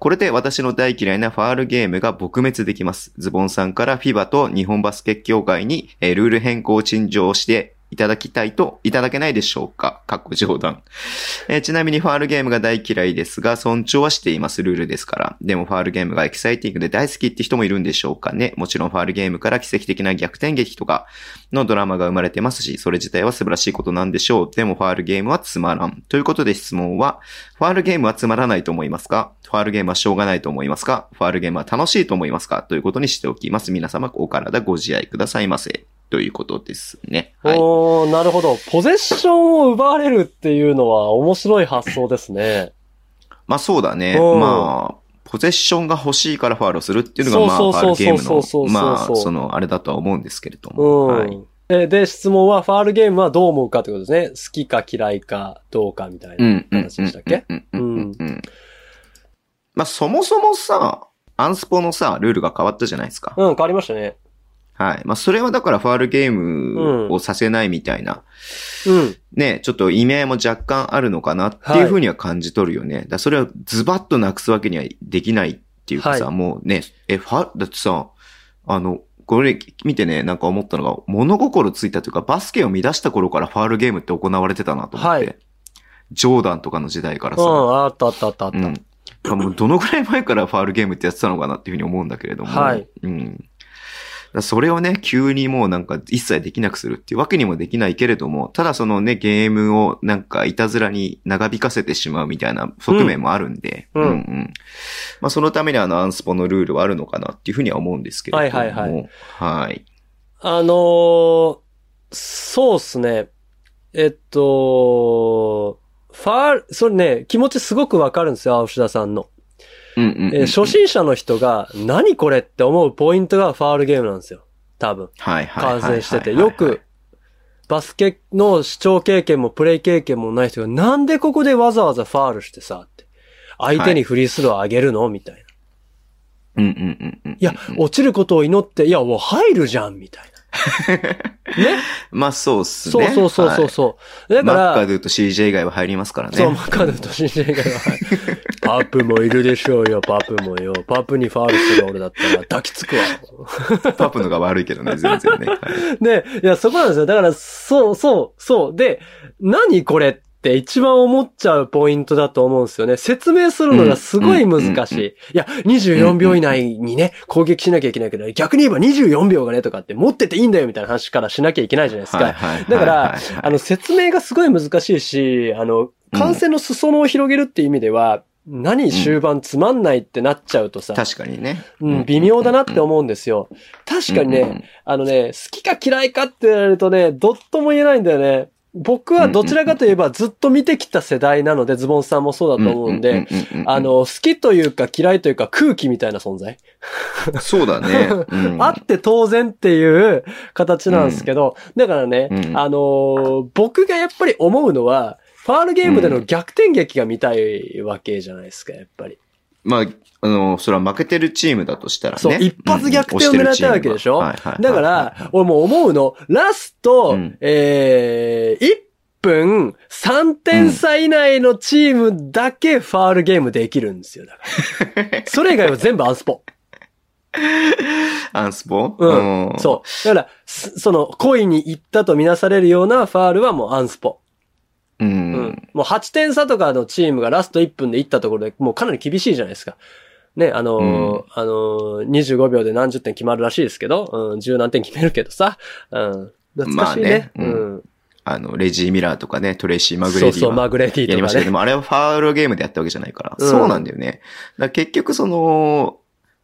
Speaker 2: これで私の大嫌いなファールゲームが撲滅できます。ズボンさんから FIBA と日本バスケ協会にえールール変更陳情をしていただきたいと、いただけないでしょうかかっこ冗談。えーちなみにファールゲームが大嫌いですが、尊重はしています。ルールですから。でもファールゲームがエキサイティングで大好きって人もいるんでしょうかね。もちろんファールゲームから奇跡的な逆転劇とかのドラマが生まれてますし、それ自体は素晴らしいことなんでしょう。でもファールゲームはつまらん。ということで質問は、ファールゲームはつまらないと思いますかファールゲームはしょうがないと思いますかファールゲームは楽しいと思いますかということにしておきます。皆様、お体ご自愛くださいませ。ということですね。はい。
Speaker 3: おーなるほど。ポゼッションを奪われるっていうのは面白い発想ですね。
Speaker 2: まあそうだね。
Speaker 3: うん
Speaker 2: まあ、ポゼッションが欲しいからファールをするっていうのが、まあ、フ
Speaker 3: そう
Speaker 2: ァー
Speaker 3: そ
Speaker 2: ル
Speaker 3: うそう
Speaker 2: ゲーム
Speaker 3: そうそうそうそう
Speaker 2: の、まあ、その、あれだとは思うんですけれど
Speaker 3: う
Speaker 2: も。
Speaker 3: ん。
Speaker 2: はい。
Speaker 3: でで、質問は、ファールゲームはどう思うかってことですね。好きか嫌いかどうかみたいな。
Speaker 2: うん、うん、
Speaker 3: 話でしたっけ
Speaker 2: うん、うん、うんうん。まあそもそもさ、アンスポのさ、ルールが変わったじゃないですか。
Speaker 3: うん、変わりましたね。
Speaker 2: はい。まあそれはだからファールゲームをさせないみたいな。
Speaker 3: うん。
Speaker 2: ね、ちょっと意味合いも若干あるのかなっていうふうには感じ取るよね。だからそれをズバッとなくすわけにはできないっていうかさ、
Speaker 3: は
Speaker 2: もうね、え、ファ、だってさ、あの、これ見てね、なんか思ったのが、物心ついたというか、バスケを乱した頃からファールゲームって行われてたなと思って。
Speaker 3: は
Speaker 2: ジョーダンとかの時代から
Speaker 3: う
Speaker 2: さ、
Speaker 3: ん、あったあったあったあった。
Speaker 2: うん。だからもうどのくらい前からファールゲームってやってたのかなっていうふうに思うんだけれども。
Speaker 3: はい
Speaker 2: うん。だからそれをね、急にもうなんか一切できなくするっていうわけにもできないけれども、ただそのね、ゲームをなんかいたずらに長引かせてしまうみたいな側面もあるんで、
Speaker 3: うんうん
Speaker 2: んまあそのためにあのアンスポのルールはあるのかなっていうふうには思うんですけれども。
Speaker 3: はいはいは
Speaker 2: はい。
Speaker 3: あのー、そうっすね。えっと、ファール、それね、気持ちすごくわかるんですよ、青志田さんの。
Speaker 2: うんうんうん、
Speaker 3: えー初心者の人が、何これって思うポイントがファールゲームなんですよ。多分。
Speaker 2: はいはいはいはいはい
Speaker 3: 感染してて。よく、、バスケの視聴経験もプレイ経験もない人が、なんでここでわざわざファールしてさ、って。相手にフリースローあげるのみたいな。
Speaker 2: うんうんうんうん。
Speaker 3: いや、落ちることを祈って、いや、もう入るじゃん、みたいな。ね
Speaker 2: まあそうっす
Speaker 3: そう
Speaker 2: ね。
Speaker 3: そうそうそう
Speaker 2: はい
Speaker 3: そう。だか
Speaker 2: マッカ
Speaker 3: ら、
Speaker 2: ドゥと CJ 以外は入りますからね。
Speaker 3: そう、マカドゥと新人が、 はいパプもいるでしょうよ、パプもよ。パプにファールする俺だったら抱きつくわ。
Speaker 2: パップのが悪いけどね、全 然ね。はい
Speaker 3: で、いや、そこなんですよ。だから、そう、そう、そう。で、何これって一番思っちゃうポイントだと思うんですよね。説明するのがすごい難し
Speaker 2: うん
Speaker 3: い。いや、24秒以内にね、攻撃しなきゃいけないけど、逆に言えば24秒がね、とかって持ってていいんだよ、みたいな話からしなきゃいけないじゃないです
Speaker 2: はい
Speaker 3: か。
Speaker 2: はい
Speaker 3: だから
Speaker 2: はいはいはい
Speaker 3: あの、説明がすごい難しいし、あの、感染の裾野を広げるっていう意味では、何終盤つまんないってなっちゃうとさ、
Speaker 2: 確かにね。
Speaker 3: うん、微妙だなって思うんですよ。確かにね、
Speaker 2: うん
Speaker 3: あのね、好きか嫌いかって言われるとね、どっとも言えないんだよね。僕はどちらかといえばずっと見てきた世代なので、ズボンさんもそうだと思うんで、、あ、の、好きというか嫌いというか空気みたいな存在。
Speaker 2: そうだね。うん
Speaker 3: あって当然っていう形なんですけど、だからね、
Speaker 2: うん
Speaker 3: あのー僕がやっぱり思うのは、ファールゲームでの逆転劇が見たいわけじゃないですか、やっぱり。
Speaker 2: まあ、あの、それは負けてるチームだとしたらね。
Speaker 3: そう一発逆転を狙いたいわけでしょだか、ら、 俺もう思うの、ラスト、
Speaker 2: うん
Speaker 3: えー、1分3点差以内のチームだけファールゲームできるんですよ。だ から。それ以外は全部アンスポ。
Speaker 2: アンスポ
Speaker 3: うん
Speaker 2: う。
Speaker 3: そう。だから、すその、恋に行ったとみなされるようなファールはもうアンスポ。
Speaker 2: う。
Speaker 3: うんん。もう8点差とかのチームがラスト1分で行ったところで、もうかなり厳しいじゃないですか。ね、あのー
Speaker 2: うん
Speaker 3: あのー、25秒で何十点決まるらしいですけど、うん、十何点決めるけどさ、うん。懐かしいね。
Speaker 2: まあねうん
Speaker 3: うん
Speaker 2: あの、レジー・ミラーとかね、トレイシー・マグレ
Speaker 3: そ
Speaker 2: ディ
Speaker 3: うそう、
Speaker 2: は
Speaker 3: マグレディ
Speaker 2: やり
Speaker 3: と
Speaker 2: ましたけ
Speaker 3: か
Speaker 2: ど、
Speaker 3: ね。
Speaker 2: でもあれはファウルゲームでやったわけじゃないから。
Speaker 3: うん
Speaker 2: そうなんだよね。だから結局その、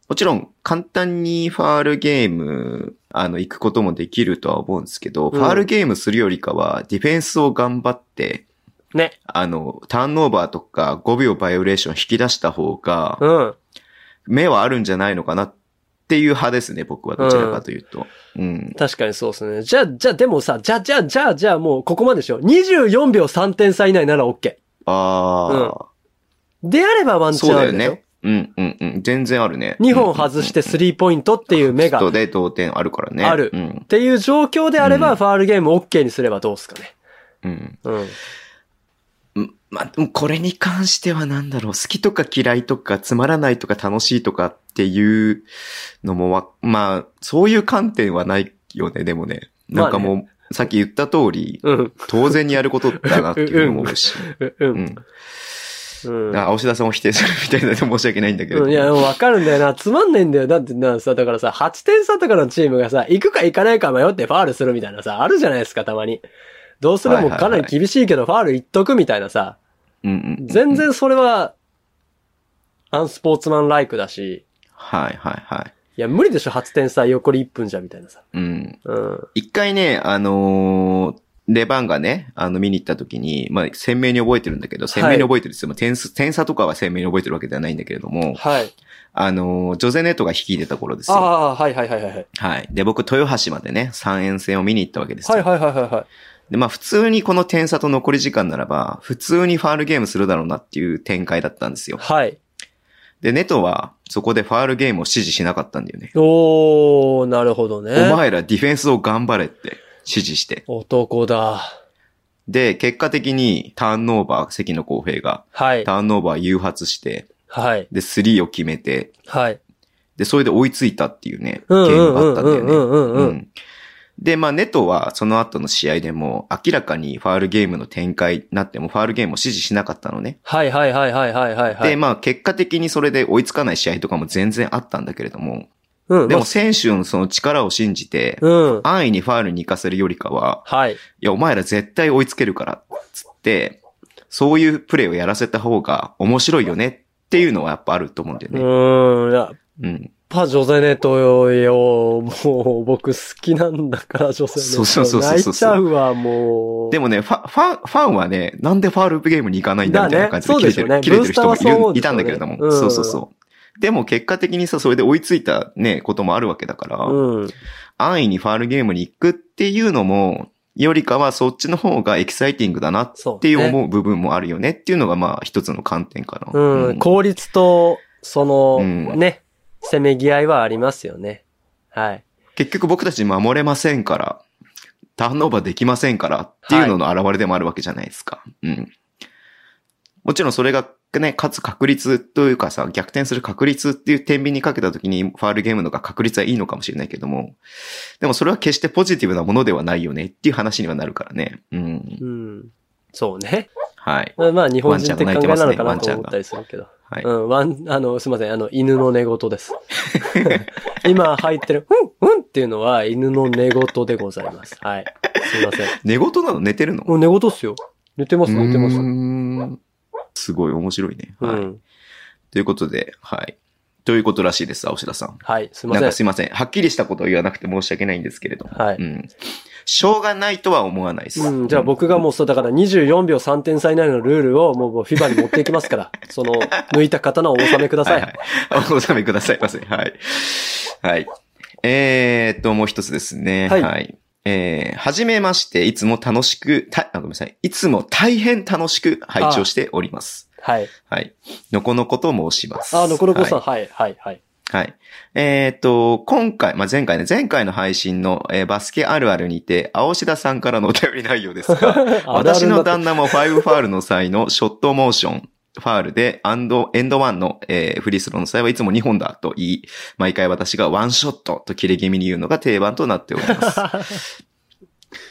Speaker 2: もちろん簡単にファールゲーム、あの、行くこともできるとは思うんですけど、
Speaker 3: うん
Speaker 2: ファールゲームするよりかは、ディフェンスを頑張って、
Speaker 3: ね。
Speaker 2: あの、ターンオーバーとか5秒バイオレーション引き出した方が
Speaker 3: う、ん。
Speaker 2: 目はあるんじゃないのかなっていう派ですね、僕はどちらかというと。うん。
Speaker 3: 確かにそうですね。じゃあ、じゃあ、でもさ、じゃあ、じゃあ、じゃあ、じゃあ、もう、ここまででしょ。24秒3点差以内なら OK。
Speaker 2: ああ、
Speaker 3: であればワンチ
Speaker 2: そう
Speaker 3: ャンあ
Speaker 2: だ
Speaker 3: る
Speaker 2: よ
Speaker 3: でしょ。
Speaker 2: ね。うんうんうん。全然あるね。
Speaker 3: 2本外して3ポイントっていう目が、
Speaker 2: と
Speaker 3: っ
Speaker 2: で同点あるからね。
Speaker 3: ある
Speaker 2: うん。
Speaker 3: ていう状況であれ
Speaker 2: う
Speaker 3: ば、
Speaker 2: ん
Speaker 3: ファールゲーム OK にすればどうですかね。
Speaker 2: うん。
Speaker 3: うん。
Speaker 2: うんまあ、でもこれに関してはなんだろう、好きとか嫌いとかつまらないとか楽しいとかっていうのもわ、まあ、そういう観点はないよね、でもね。なんかもう、さっき言った通り、
Speaker 3: うん。
Speaker 2: 当然にやることだなっていうのも思うし。
Speaker 3: う。
Speaker 2: うんん。
Speaker 3: うん。
Speaker 2: あ青志田さんを否定するみたいなので申し訳ないんだけれど
Speaker 3: う
Speaker 2: も。
Speaker 3: んいや、でもわかるんだよな。つまんねえんだよ。だってな、さ、だからさ、8点差とかのチームがさ、行くか行かないか迷ってファールするみたいなさ、あるじゃないですか、たまに。どうする
Speaker 2: はい
Speaker 3: も
Speaker 2: はいはい
Speaker 3: かなり厳しいけど、ファール行っとくみたいなさ、
Speaker 2: うんうんうん。
Speaker 3: 全。然それは、アンスポーツマンライクだし、
Speaker 2: はいはいはい。
Speaker 3: いや、無理でしょ、8点差、横り1分じゃ、みたいなさ。
Speaker 2: うん。
Speaker 3: うん。
Speaker 2: 一回ね、あのーレバンがね、あの、見に行った時に、まあ、鮮明に覚えてるんだけど、鮮明に覚えてるっつっても、点数、点差とかは鮮明に覚えてるわけではないんだけれども、
Speaker 3: はい。
Speaker 2: あのージョゼネットが率いてた頃です
Speaker 3: あ
Speaker 2: よ。
Speaker 3: あ、はいはいはいはいはい。
Speaker 2: はい。で、僕、豊橋までね、三遠戦を見に行ったわけですよ。
Speaker 3: はいはいはいはいはい。
Speaker 2: で、まあ、普通にこの点差と残り時間ならば、普通にファールゲームするだろうなっていう展開だったんですよ。
Speaker 3: はい。
Speaker 2: で、ネトは、そこでファールゲームを指示しなかったんだよね。
Speaker 3: おー、なるほどね。
Speaker 2: お前らディフェンスを頑張れって指示して。
Speaker 3: 男だ。
Speaker 2: で、結果的にターンオーバー、関野公平が、
Speaker 3: はい。
Speaker 2: ターンオーバー誘発して、
Speaker 3: はい。
Speaker 2: で、スリーを決めて、
Speaker 3: はい。
Speaker 2: で、それで追いついたっていうね、ゲ
Speaker 3: うんう
Speaker 2: ー
Speaker 3: ん
Speaker 2: ム
Speaker 3: う
Speaker 2: があ
Speaker 3: ん
Speaker 2: ったん
Speaker 3: う
Speaker 2: だよ
Speaker 3: んう
Speaker 2: ね。
Speaker 3: んうんう。
Speaker 2: うんんで、まあ、ネトはその後の試合でも、明らかにファールゲームの展開になっても、ファールゲームを支持しなかったのね。
Speaker 3: はいはいはいはいはいはいはい。
Speaker 2: で、まあ、結果的にそれで追いつかない試合とかも全然あったんだけれども、
Speaker 3: うん、
Speaker 2: でも
Speaker 3: ま
Speaker 2: 選手のその力を信じて
Speaker 3: あ、うん。
Speaker 2: 安易にファールに行かせるよりかは、
Speaker 3: はい。
Speaker 2: いや、お前ら絶対追いつけるから、つって、そういうプレイをやらせた方が面白いよねっていうのはやっぱあると思うんだよ
Speaker 3: う
Speaker 2: ね。
Speaker 3: ーん、やっ
Speaker 2: うん。
Speaker 3: ぱジョゼネトよ、よ、もう僕好きなんだから、ジョゼネト。
Speaker 2: そうそうそうそうそう
Speaker 3: 泣いちゃうわ、もう。
Speaker 2: でもね、ファファン、ファンはね、なんでファールゲームに行かないんだみたいな感じで
Speaker 3: だね
Speaker 2: 切れてる、
Speaker 3: そうで
Speaker 2: 切
Speaker 3: しょうね
Speaker 2: れてる人もい
Speaker 3: ブースターはそう思う
Speaker 2: る、
Speaker 3: で
Speaker 2: い
Speaker 3: しょ
Speaker 2: た
Speaker 3: うんね
Speaker 2: だけれども、
Speaker 3: うん
Speaker 2: そうそうそう。でも結果的にさ、それで追いついたね、こともあるわけだから、
Speaker 3: うん。
Speaker 2: 安易にファールゲームに行くっていうのも、よりかはそっちの方がエキサイティングだなっ
Speaker 3: そう、ね。
Speaker 2: ていう思う部分もあるよねっていうのがまあ一つの観点かな。
Speaker 3: うん、効率と、その、
Speaker 2: うん
Speaker 3: ね、せめぎ合いはありますよね。はい。
Speaker 2: 結局僕たち守れませんから、ターンオーバーできませんからっていうのの表れでもあるわけじゃないですか。うん。もちろんそれがね、勝つ確率というかさ、逆転する確率っていう天秤にかけた時にファールゲームのが確率はいいのかもしれないけども、でもそれは決してポジティブなものではないよねっていう話にはなるからね。うん。
Speaker 3: うん。そうね。
Speaker 2: はい。
Speaker 3: まあ、日本人的考えなのかなと思ったりするけど。
Speaker 2: はい。
Speaker 3: うん、ワン、あの、すいません、あの、犬の寝言です。今入ってる、うん、うんっていうのは犬の寝言でございます。はい。すいません。
Speaker 2: 寝言なの寝てるの
Speaker 3: もう寝言っすよ。寝てます、寝てます。
Speaker 2: うー
Speaker 3: うん
Speaker 2: すごい面白いね。はい。
Speaker 3: ん。
Speaker 2: ということで、はい。ということらしいです、青白さん。
Speaker 3: はい、すいま
Speaker 2: なん
Speaker 3: せ
Speaker 2: か
Speaker 3: ん。
Speaker 2: すいません。はっきりしたことを言わなくて申し訳ないんですけれども。
Speaker 3: は
Speaker 2: う
Speaker 3: い。
Speaker 2: ん。しょうがないとは思わないです。
Speaker 3: うん、じゃあ僕がもうそう、だから24秒3点差以内のルールをもうもうフィバに持っていきま すから、その、抜いた刀をお納めくだ
Speaker 2: うん。は
Speaker 3: さ。
Speaker 2: いはいい。 お納めくださいませ。はい。はい。えーっと、もう一つですね。
Speaker 3: はい
Speaker 2: えー、はじめまして、いつも楽しく、た、あごめんなさい。いつも大変楽しく配置をしております。
Speaker 3: はい。
Speaker 2: はい。のこのこと申します。
Speaker 3: あ、のこのこさ
Speaker 2: は
Speaker 3: ん、はい、はい、はい。
Speaker 2: い。はい。えーっと、今回、まあ、前回ね、前回の配信の、えーバスケあるあるにて、青志田さんからのお便り内容ですが、私の
Speaker 3: だ
Speaker 2: 旦那もファイブファールの際のショットモーション、ファールで、アンド、エンドワンの、えーフリースローの際はいつも2本だと言い、毎回私がワンショットと切れ気味に言うのが定番となっております。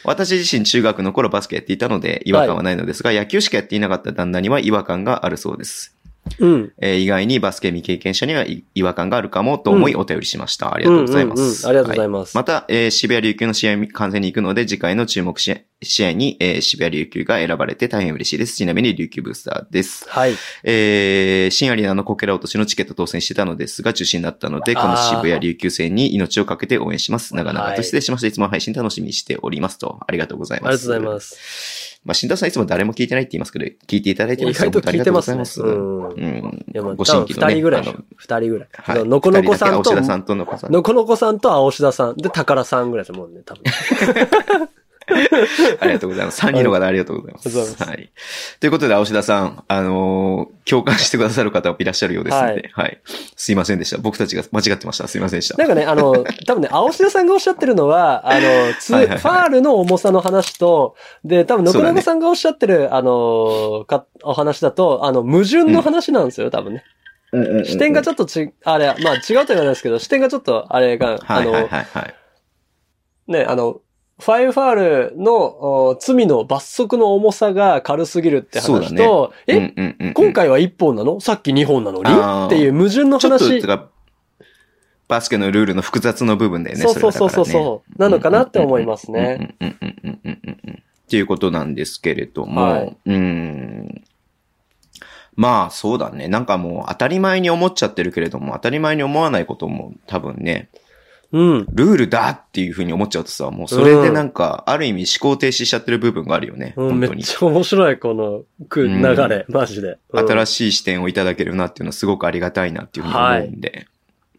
Speaker 2: 私自身中学の頃バスケやっていたので違和感はないのですが、野球しかやっていなかった旦那には違和感があるそうです。
Speaker 3: うん。
Speaker 2: えー意外にバスケ未経験者にはい違和感があるかもと思い
Speaker 3: うん
Speaker 2: お便りしました。ありがとうございま
Speaker 3: うんうんうん
Speaker 2: す。
Speaker 3: ありがとうござい
Speaker 2: ま
Speaker 3: ます。
Speaker 2: また、えー渋谷琉球の試合観戦に行くので、次回の注目試合試合に、えー渋谷琉球が選ばれて大変嬉しいです。ちなみに琉球ブースターです。
Speaker 3: はい。
Speaker 2: えー、新アリーナのこけら落としのチケット当選してたのですが、中止になったので、この渋
Speaker 3: あ
Speaker 2: 谷
Speaker 3: ー
Speaker 2: 琉球戦に命をかけて応援します。長々と失礼しました。いつも配信楽しみにしておりますと。ありがとうござい
Speaker 3: ありが
Speaker 2: ま
Speaker 3: と
Speaker 2: す。。
Speaker 3: うございますす。
Speaker 2: まあ、新田さんいつも誰も聞いてないって言いますけど、聞いていただいてる
Speaker 3: 意
Speaker 2: 人も
Speaker 3: 外と
Speaker 2: 本当に
Speaker 3: 聞いてますね。
Speaker 2: ありがとうございます
Speaker 3: うん。
Speaker 2: うん。
Speaker 3: いや、まあ、
Speaker 2: ご
Speaker 3: 多
Speaker 2: 新
Speaker 3: 分
Speaker 2: 規の
Speaker 3: 二
Speaker 2: ね、
Speaker 3: 人ぐらい
Speaker 2: あ
Speaker 3: でしょ
Speaker 2: の。
Speaker 3: 二人ぐらい。
Speaker 2: はい。
Speaker 3: のこのこさ
Speaker 2: 二人だけ
Speaker 3: ん
Speaker 2: 青
Speaker 3: と
Speaker 2: 白、さんとのこさん。
Speaker 3: のこのこさんと青志田さん。で、宝さんぐらいですもんね、多分。
Speaker 2: ありがとうございます。3人の方ありがとうございます。
Speaker 3: ありがとうござい
Speaker 2: はい。ということで、青志田さん、あのー共感してくださる方もいらっしゃるようですので、は
Speaker 3: はいい、
Speaker 2: すいませんでした。僕たちが間違ってました。すいませんでした。
Speaker 3: なんかね、あの、多分ね、青志田さんがおっしゃってるのは、あの、つ、
Speaker 2: はい
Speaker 3: フ
Speaker 2: はいはい
Speaker 3: ァールの重さの話と、で、多分、のこのこさんがおっしゃってる、あの、か、お話だと、あの、矛盾の話なんですよ、多分ね。視点がち
Speaker 2: ょっ
Speaker 3: ょっとち、あれ、まあ違うとは言わないですけど、視点がちょっと、あれが、
Speaker 2: は
Speaker 3: あ
Speaker 2: いはいは
Speaker 3: の、
Speaker 2: いはい。
Speaker 3: ね、あの、ファインファールのお罪の罰則の重さが軽すぎるって話と、え、
Speaker 2: うんうんうんうん
Speaker 3: 今回は1本なのさっき2本なの
Speaker 2: あー
Speaker 3: にっていう矛盾の
Speaker 2: ちょっと、
Speaker 3: 話
Speaker 2: て。か、バスケのルールの複雑の部分だよね。
Speaker 3: そうそうそ
Speaker 2: れが
Speaker 3: う
Speaker 2: だから
Speaker 3: そう
Speaker 2: ね
Speaker 3: そう。なのかなって思いますね。。
Speaker 2: うんうんうんうんうんうんうんっていうことなんですけれども、
Speaker 3: はい
Speaker 2: うん。まあそうだね。なんかもう当たり前に思っちゃってるけれども、当たり前に思わないことも多分ね、
Speaker 3: うん。
Speaker 2: ルールだっていうふうに思っちゃうとさ、もうそれでなんか、ある意味思考停止しちゃってる部分があるよね。
Speaker 3: うん、
Speaker 2: 本
Speaker 3: め
Speaker 2: 当
Speaker 3: っ
Speaker 2: に。
Speaker 3: ちゃ面白い、この、く、
Speaker 2: うん
Speaker 3: 流れ、マジで。うん
Speaker 2: 新しい視点をいただけるなっていうのはすごくありがたいなっていうふうに思うんで。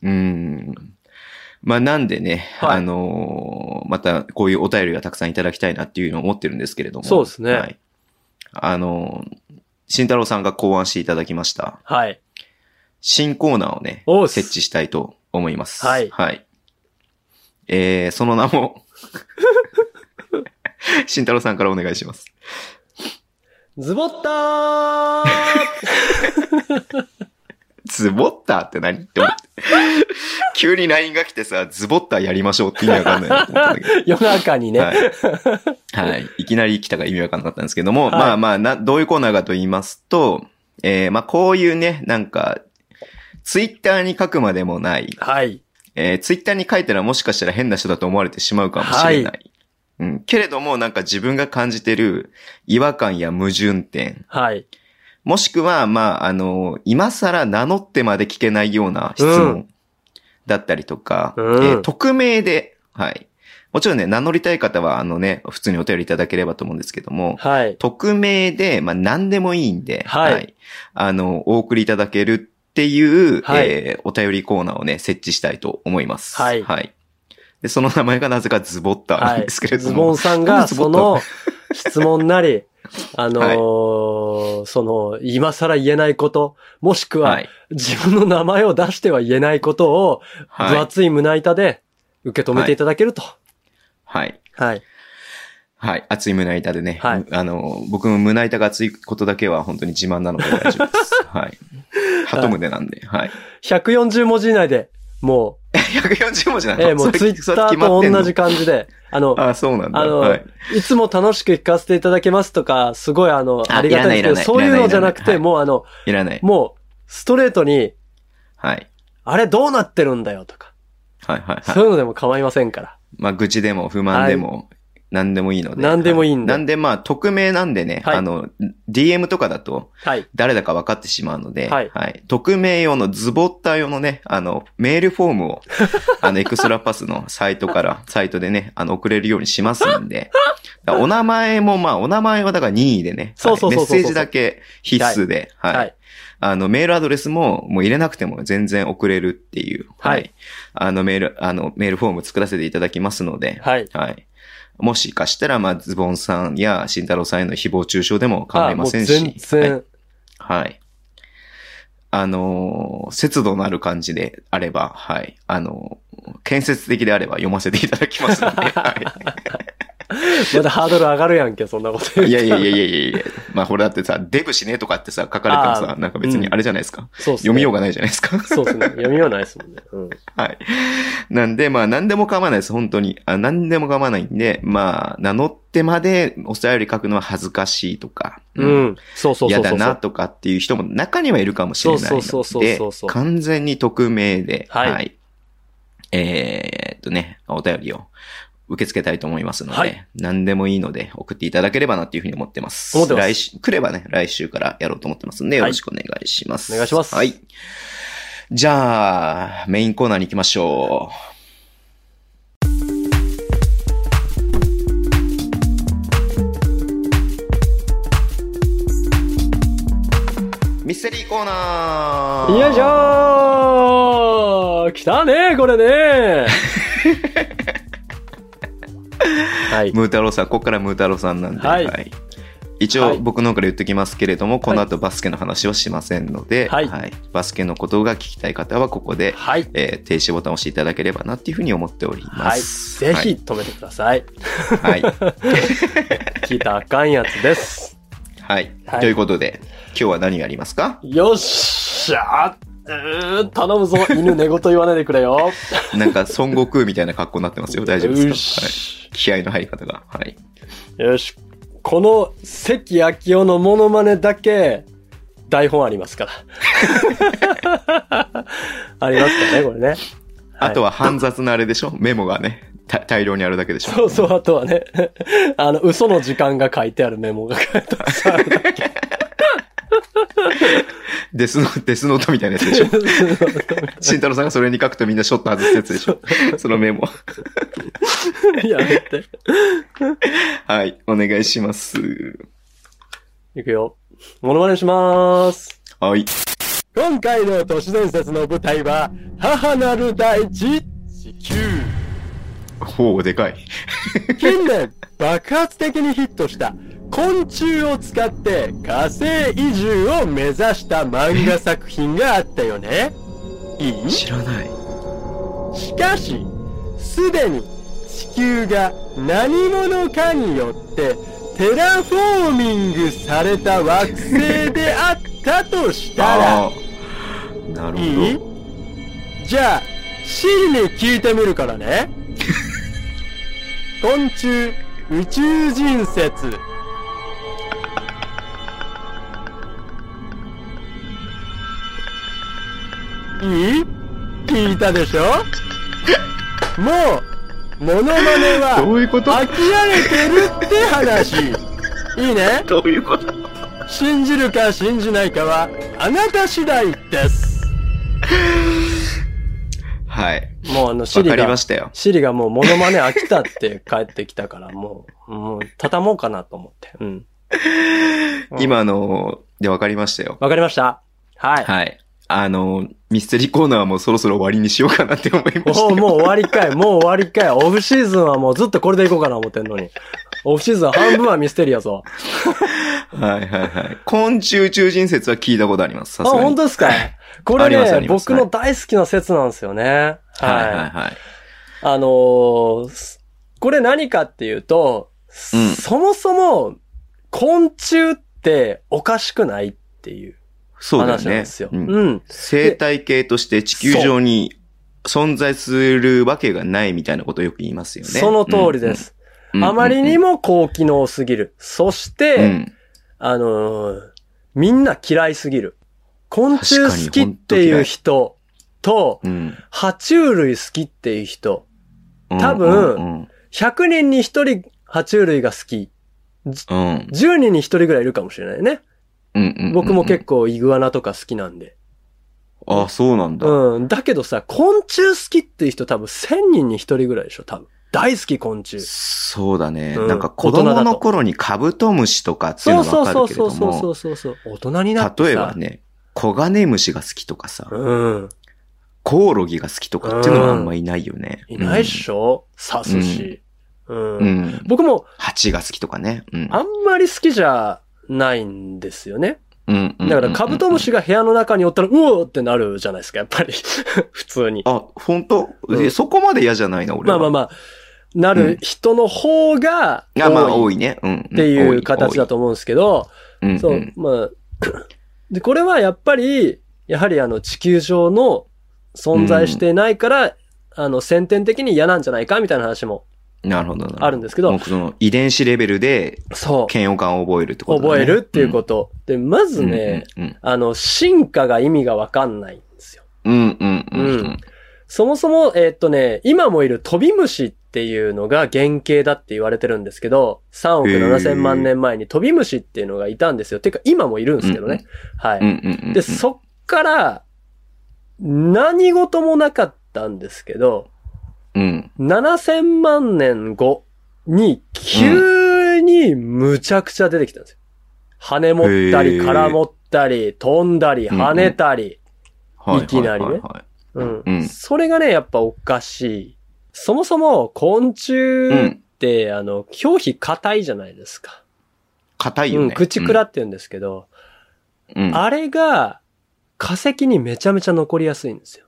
Speaker 2: うん。まあなんでね、
Speaker 3: はい
Speaker 2: あのーまたこういうお便りがたくさんいただきたいなっていうのを思ってるんですけれども。
Speaker 3: そうですね
Speaker 2: はい。あのー慎太郎さんが考案していただきました。
Speaker 3: はい。
Speaker 2: 新コーナーをね
Speaker 3: おう、っす
Speaker 2: 設置したいと思います。
Speaker 3: はい
Speaker 2: はい。えー、その名も、 慎太郎さんからお願いします。
Speaker 3: ズボッター
Speaker 2: ズボッターって何って思って。急に LINE が来てさ、ズボッターやりましょうって意味わかんないなと思ったんだけど。
Speaker 3: 夜中に ね。
Speaker 2: はい。はい。いきなり来たから意味わかんなかったんですけども、
Speaker 3: い
Speaker 2: まあまあな、どういうコーナーかと言いますと、えー、まあこういうね、なんか、ツイッターに書くまでもない、
Speaker 3: はい。
Speaker 2: えー、ツイッターに書いたらもしかしたら変な人だと思われてしまうかもしれない。
Speaker 3: は
Speaker 2: うん。けれども、なんか自分が感じてる違和感や矛盾点、
Speaker 3: はい。
Speaker 2: もしくは、まあ、あの、今更名乗ってまで聞けないような質問、
Speaker 3: う
Speaker 2: だったりとか、
Speaker 3: うん
Speaker 2: えー匿名で、はい。もちろんね、名乗りたい方は、あのね、普通にお便りいただければと思うんですけども、
Speaker 3: はい。
Speaker 2: 匿名で、まあ、何でもいいんで、
Speaker 3: はい
Speaker 2: あの、お送りいただけるっていう、
Speaker 3: はい
Speaker 2: えーお便りコーナーをね、設置したいと思います。
Speaker 3: はい
Speaker 2: で、その名前がなぜかズボッターなん
Speaker 3: は
Speaker 2: ですけれ
Speaker 3: い。
Speaker 2: ど
Speaker 3: ズ
Speaker 2: も。
Speaker 3: ボンさ
Speaker 2: なん
Speaker 3: んが、
Speaker 2: でズボ
Speaker 3: そ
Speaker 2: ッター
Speaker 3: の、質問なり、あのーその、今更言えないこと、もしくは、
Speaker 2: はい。
Speaker 3: 自分の名前を出しては言えないことを、
Speaker 2: はい
Speaker 3: 分厚い胸板で受け止めていただけると。
Speaker 2: はい。
Speaker 3: はい。
Speaker 2: はい。熱い胸板でね。
Speaker 3: はい
Speaker 2: あの、僕も胸板が熱いことだけは本当に自慢なので大丈夫 です。はい。鳩胸なんで。はい。
Speaker 3: 140文字以内で、も
Speaker 2: 140文字な
Speaker 3: う、
Speaker 2: の
Speaker 3: ええもうツイッターと同じ。感じで、あの
Speaker 2: それそれ決まってん、のあ、そうなんだ。
Speaker 3: あの、
Speaker 2: はいい、
Speaker 3: つも楽しく聞かせていただけますとか、すごいあの、
Speaker 2: あ
Speaker 3: ありがたいんですけど、そう
Speaker 2: いらない
Speaker 3: いう
Speaker 2: いらない
Speaker 3: のじゃなく
Speaker 2: いら
Speaker 3: て、
Speaker 2: ない
Speaker 3: もうあの、
Speaker 2: いらない。
Speaker 3: もう、ストレートに、
Speaker 2: はい。
Speaker 3: あれどうなってるんだよとか、
Speaker 2: はいはいは
Speaker 3: そ
Speaker 2: い。
Speaker 3: ういうのでも構いませんから。
Speaker 2: まあ、愚痴でも不満でも、何でもいいので。
Speaker 3: 何でもいいんで
Speaker 2: はなんで、まあ、匿名なんでね、
Speaker 3: はい
Speaker 2: あの、DM とかだと、
Speaker 3: はい。
Speaker 2: 誰だか分かってしまうので、
Speaker 3: はい
Speaker 2: 匿名用のズボッター用のね、あの、メールフォーム を、あの、エクストラパスのサイトから、サイトでね、あの、送れるようにしますんで、だからお名前も、まあ、お名前はだから任意でね、
Speaker 3: そうそうそうそうそう
Speaker 2: はいメッセージだけ必須で、はい。
Speaker 3: はい。
Speaker 2: あの、メールアドレスも、もう入れなくても全然送れるっていう、
Speaker 3: はい
Speaker 2: あの、メール、あの、メールフォーム作らせていただきますので、
Speaker 3: はい。
Speaker 2: はい。もしかしたら、まあ、ズボンさんや慎太郎さんへの誹謗中傷でも構いませんし。
Speaker 3: あもう全然、
Speaker 2: はい。はいあのー節度のある感じであれば、はい。あのー建設的であれば読ませていただきます ので、は
Speaker 3: まだハードル上がるやんけ、そんなこと言う
Speaker 2: い。
Speaker 3: と
Speaker 2: いやいやいやいやいやいやまあ、これだってさ、デブしねとかってさ、書かれても
Speaker 3: あ
Speaker 2: さ、なんか別にあれじゃないですか。
Speaker 3: そうっすね
Speaker 2: 読みようがないじゃないですか。
Speaker 3: そうですね。読みようないですもんね。うん。
Speaker 2: はい。なんで、まあ、何でも構わないです、本当に。あ何でも構わないんで、まあ、名乗ってまでお便り書くのは恥ずかしいとか、
Speaker 3: うん。そうそうそうそう。
Speaker 2: 嫌だなとかっていう人も中にはいるかもしれないので、
Speaker 3: そうそうそうそうそう
Speaker 2: 完全に匿名で、
Speaker 3: はい
Speaker 2: えーっとね、お便りを受け付けたいと思いますので、
Speaker 3: はい
Speaker 2: 何でもいいので送っていただければなっていうふうに思ってます。
Speaker 3: 思ってます
Speaker 2: 来週、来ればね、来週からやろうと思ってますんで、よろしくお願いします。
Speaker 3: お願いします
Speaker 2: はい。じゃあ、メインコーナーに行きましょう。ミステリーコーナー
Speaker 3: よいしょー来たねこれね はい。
Speaker 2: ムータローさん、ここからムータローさんなんで、
Speaker 3: はい
Speaker 2: 一
Speaker 3: は
Speaker 2: 応
Speaker 3: い
Speaker 2: 僕の方から言ってきますけれども、この後バスケの話はしませんので、
Speaker 3: はい
Speaker 2: バスケのことが聞きたい方はここで、
Speaker 3: はい。
Speaker 2: えー停止ボタンを押していただければなっていうふうに思っておりま
Speaker 3: はい。
Speaker 2: す。
Speaker 3: ぜひ止めてください。
Speaker 2: はい。はい。
Speaker 3: 聞いたらあかんやつです。
Speaker 2: はい
Speaker 3: はい
Speaker 2: ということで、今日は何がありますか
Speaker 3: よっしゃーうーん、頼むぞ、犬寝言言わないでくれよ。
Speaker 2: なんか、孫悟空みたいな格好になってますよ。大丈夫
Speaker 3: よ
Speaker 2: ですか、はい、
Speaker 3: し。
Speaker 2: 気合の入り方が。はい。
Speaker 3: よし。この関明夫のモノマネだけ、台本あります から。ありますからね、これね。
Speaker 2: あとは、煩雑なあれでしょメモがね、た大量にあるだけでしょ
Speaker 3: そうそう、あとはね、あの、嘘の時間が書いてあるメモが書いてある。
Speaker 2: デスノ、デスノートみたいなやつ でしょ慎太郎さんがそれに書くとみんなショット外すやつでし ょそのメモ。
Speaker 3: やめて。
Speaker 2: はい、お願いします。
Speaker 3: いくよ。モノマネしまーす。
Speaker 2: はい。
Speaker 3: 今回の都市伝説の舞台は、母なる大地、地球。
Speaker 2: ほう、でかい。
Speaker 3: 近年、爆発的にヒットした、昆虫を使って火星移住を目指した漫画作品があったよね。いい
Speaker 2: 知らない。
Speaker 3: しかし、すでに地球が何者かによってテラフォーミングされた惑星であったとしたら、
Speaker 2: ああ。なる
Speaker 3: いい
Speaker 2: ほ
Speaker 3: じゃあ、シリに聞いてみるか らね。昆虫宇宙人説。いい聞いたでしょもう、モノマネ
Speaker 2: ど。ど
Speaker 3: は、
Speaker 2: ういうこと
Speaker 3: 飽きられてるって話。い いね
Speaker 2: どういうこと
Speaker 3: 信じるか信じないかは、あなた次第です。
Speaker 2: はい。
Speaker 3: もうあの、シ
Speaker 2: わ
Speaker 3: リ
Speaker 2: かり
Speaker 3: が
Speaker 2: ま、したよ。
Speaker 3: シリがもうモノマネ飽きたって帰ってきたから、もう、もう、畳もうかなと思って。うん。うん
Speaker 2: 今あのー、でわかりましたよ。
Speaker 3: わかりましたはい。
Speaker 2: はい。あのー、ミステリーコーナーもそろそろ終わりにしようかなって思いました
Speaker 3: お
Speaker 2: よ。
Speaker 3: うもう終わりかい、もう終わりかい。オフシーズンはもうずっとこれでいこうかな思ってんのに。オフシーズンは半分はミステリやぞ。
Speaker 2: はいはいはい。昆虫宇宙人説は聞いたことあります。さ
Speaker 3: あ、
Speaker 2: すがに。
Speaker 3: 本当ですかこれ
Speaker 2: ありますあ
Speaker 3: ね、
Speaker 2: ります
Speaker 3: 僕の大好きな説なんですよね。はい。
Speaker 2: はいはいはい。
Speaker 3: あのーすこれ何かっていうと、
Speaker 2: うん
Speaker 3: そもそも、昆虫っておかしくないっていう
Speaker 2: そうだよ
Speaker 3: 話なん
Speaker 2: ね
Speaker 3: ですよ。。
Speaker 2: うん
Speaker 3: うん。
Speaker 2: 生態系として地球上に存在するわけがないみたいなことをよく言いますよね。
Speaker 3: その通りです。
Speaker 2: うん。
Speaker 3: あまりに
Speaker 2: も、
Speaker 3: も高機能すぎる。そして、
Speaker 2: うん
Speaker 3: あのーみんな嫌いすぎる。昆虫好きっていう人と、
Speaker 2: うん。
Speaker 3: 爬虫類好きっていう人、
Speaker 2: うん
Speaker 3: 多分
Speaker 2: うん
Speaker 3: 100人に1人爬虫類が好き、
Speaker 2: うん。うん
Speaker 3: 10人に1人ぐらいいるかもしれないね。
Speaker 2: うんうん。
Speaker 3: 僕も結構イグアナとか好きなんで。
Speaker 2: 構。あ、そうなんだ。
Speaker 3: うん。だけどさ、昆虫好きっていう人多分1000人に1人ぐらいでしょ、多分。大好き昆虫。
Speaker 2: そうだね。
Speaker 3: うん
Speaker 2: なんか子供の頃にカブトムシとかっていう
Speaker 3: そう
Speaker 2: のが
Speaker 3: そう
Speaker 2: わか
Speaker 3: そ
Speaker 2: る
Speaker 3: う
Speaker 2: けれ
Speaker 3: そう
Speaker 2: ど
Speaker 3: そうそ
Speaker 2: も、
Speaker 3: うそう大人になってさ。
Speaker 2: 例えばね、コガネムシが好きとかさ、
Speaker 3: うん。
Speaker 2: コオロギが好きとかっていうのがあんまいないよね。
Speaker 3: いないっしょ、刺すし。うん。
Speaker 2: うん。うん。
Speaker 3: 僕も
Speaker 2: 蜂が好きとかね。うん。
Speaker 3: あんまり好きじゃないんですよね。
Speaker 2: うん
Speaker 3: だからカブトムシが部屋の中におったら、うおーってなるじゃないですか、やっ ぱり。普通に。
Speaker 2: あ、本当、
Speaker 3: うん
Speaker 2: えそこまで嫌じゃないな、俺は。
Speaker 3: まあまあまあ、なる人の方が
Speaker 2: いやまあ、
Speaker 3: 多
Speaker 2: 多
Speaker 3: い
Speaker 2: いね。うん。っ
Speaker 3: っていう形だ。と思うんですけど、
Speaker 2: 多いうん、、
Speaker 3: そううんまあ、 で、これはやっぱり、やはりあの地球上の存在していないから、あの先天的に嫌なんじゃないかみたいな話も
Speaker 2: なるほど。なほど
Speaker 3: あるんですけど
Speaker 2: もうその遺伝子レベルで
Speaker 3: そう、
Speaker 2: 嫌悪感を覚えるってことだね。
Speaker 3: 覚えるっていうこと。で、まずね、
Speaker 2: うん。うん
Speaker 3: あの、進化が意味がわかんないんですよ。
Speaker 2: うんうんうんうん。
Speaker 3: うんそもそも、えーっとね、今もいる飛び虫っていうのが原型だって言われてるんですけど、3億7千万年前に飛び虫っていうのがいたんですよ。てか、今もいるんですけどね。は
Speaker 2: うん
Speaker 3: い。
Speaker 2: うんうん
Speaker 3: で、そっから、何事もなかったんですけど、
Speaker 2: うん。
Speaker 3: 7千万年後に急にむちゃくちゃ出てきたんですよ。羽持ったり、
Speaker 2: へー
Speaker 3: 絡持ったり、飛んだり、
Speaker 2: うんうん
Speaker 3: 跳ねたり。
Speaker 2: はい
Speaker 3: きなりね
Speaker 2: はいはいは
Speaker 3: うん
Speaker 2: うん
Speaker 3: それがね、やっぱおかしい。そもそも昆
Speaker 2: いう
Speaker 3: 虫っ
Speaker 2: ん。
Speaker 3: て、あの、表皮硬いじゃないですか。
Speaker 2: 硬いよ
Speaker 3: う
Speaker 2: ね。
Speaker 3: ん、口くらって言うんですけど、
Speaker 2: うん。うん
Speaker 3: あれが化石にめちゃめちゃ残りやすいんですよ。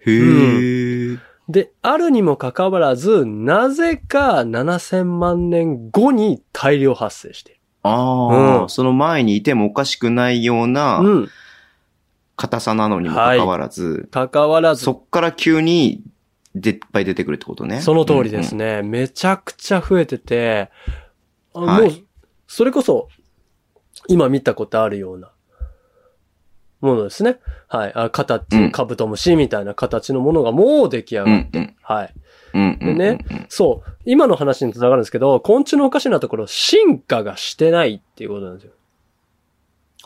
Speaker 2: へー。
Speaker 3: で、あるにもかかわらず、なぜか7000万年後に大量発生している。
Speaker 2: あ
Speaker 3: う
Speaker 2: あ、
Speaker 3: ん
Speaker 2: その前にいてもおかしくないような
Speaker 3: うん。
Speaker 2: 硬さなのにもかかわらず、
Speaker 3: 関わらず、
Speaker 2: そっから急にでいっぱい出てくるってことね。
Speaker 3: その通りですね。めちゃくちゃ増えてて、あ
Speaker 2: はい
Speaker 3: もう、それこそ、今見たことあるようなものですね。はい。あ
Speaker 2: う
Speaker 3: 形、
Speaker 2: ん
Speaker 3: カブトムシみたいな形のものがもう出来上
Speaker 2: うんう
Speaker 3: がる。
Speaker 2: ん。うん
Speaker 3: はい。
Speaker 2: うん。うんうん。
Speaker 3: でそう。今の話に繋がるんですけど、昆虫のおかしなところ、進化がしてないっていうことなんですよ。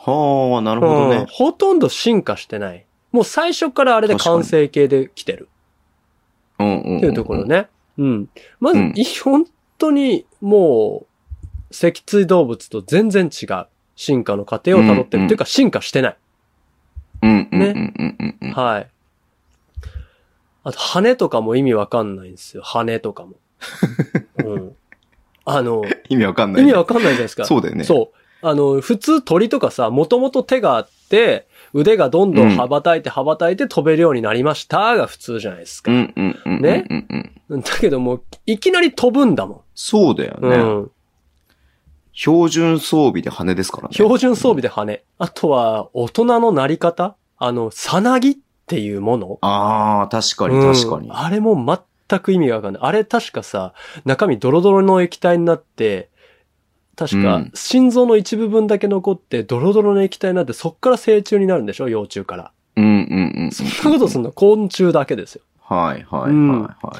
Speaker 2: はあ、なるほど
Speaker 3: うん
Speaker 2: ね。
Speaker 3: ほとんど進化してない。もう最初からあれで
Speaker 2: 確かに
Speaker 3: 完成形で来てる。
Speaker 2: うんうん。
Speaker 3: っていうところ。ね。うん。まず、
Speaker 2: うん
Speaker 3: い本当にもう、脊椎動物と全然違う。進化の過程を辿って
Speaker 2: うんうん
Speaker 3: る。っていうか、進化してない。
Speaker 2: うんうんうんうんうんうん。
Speaker 3: はい。あと、羽とかも意味わかんないんですよ。羽と かも。うん。あの、
Speaker 2: 意味わかんな
Speaker 3: 意
Speaker 2: いね。
Speaker 3: 味わかんないじゃないですか。
Speaker 2: そうだよね。
Speaker 3: そう。あの、普通鳥とかさ、もともと手があって、腕がどんどん羽ばたいて羽ばたいて飛べるようになりましたが普通じゃないですか。
Speaker 2: うんうんうんうんうん。
Speaker 3: ね
Speaker 2: うん。
Speaker 3: だけどもう、いきなり飛ぶんだも
Speaker 2: そうだよ
Speaker 3: ん。う
Speaker 2: ね。
Speaker 3: ん。
Speaker 2: 標準装備で羽ですからね。
Speaker 3: 標準装備で羽。あとは、大人のなり方あの、さなぎっていうもの
Speaker 2: ああ、確かに確かに
Speaker 3: うん。あれも全く意味がわかんない。あれ確かさ、中身ドロドロの液体になって、確
Speaker 2: う
Speaker 3: か
Speaker 2: ん、
Speaker 3: 心臓の一部分だけ残って、ドロドロの液体になって、そっから成虫になるんでしょ幼虫から。
Speaker 2: うんうんうん。
Speaker 3: そんなことするの昆虫だけですよ。
Speaker 2: はいは
Speaker 3: う
Speaker 2: い
Speaker 3: ん
Speaker 2: はいは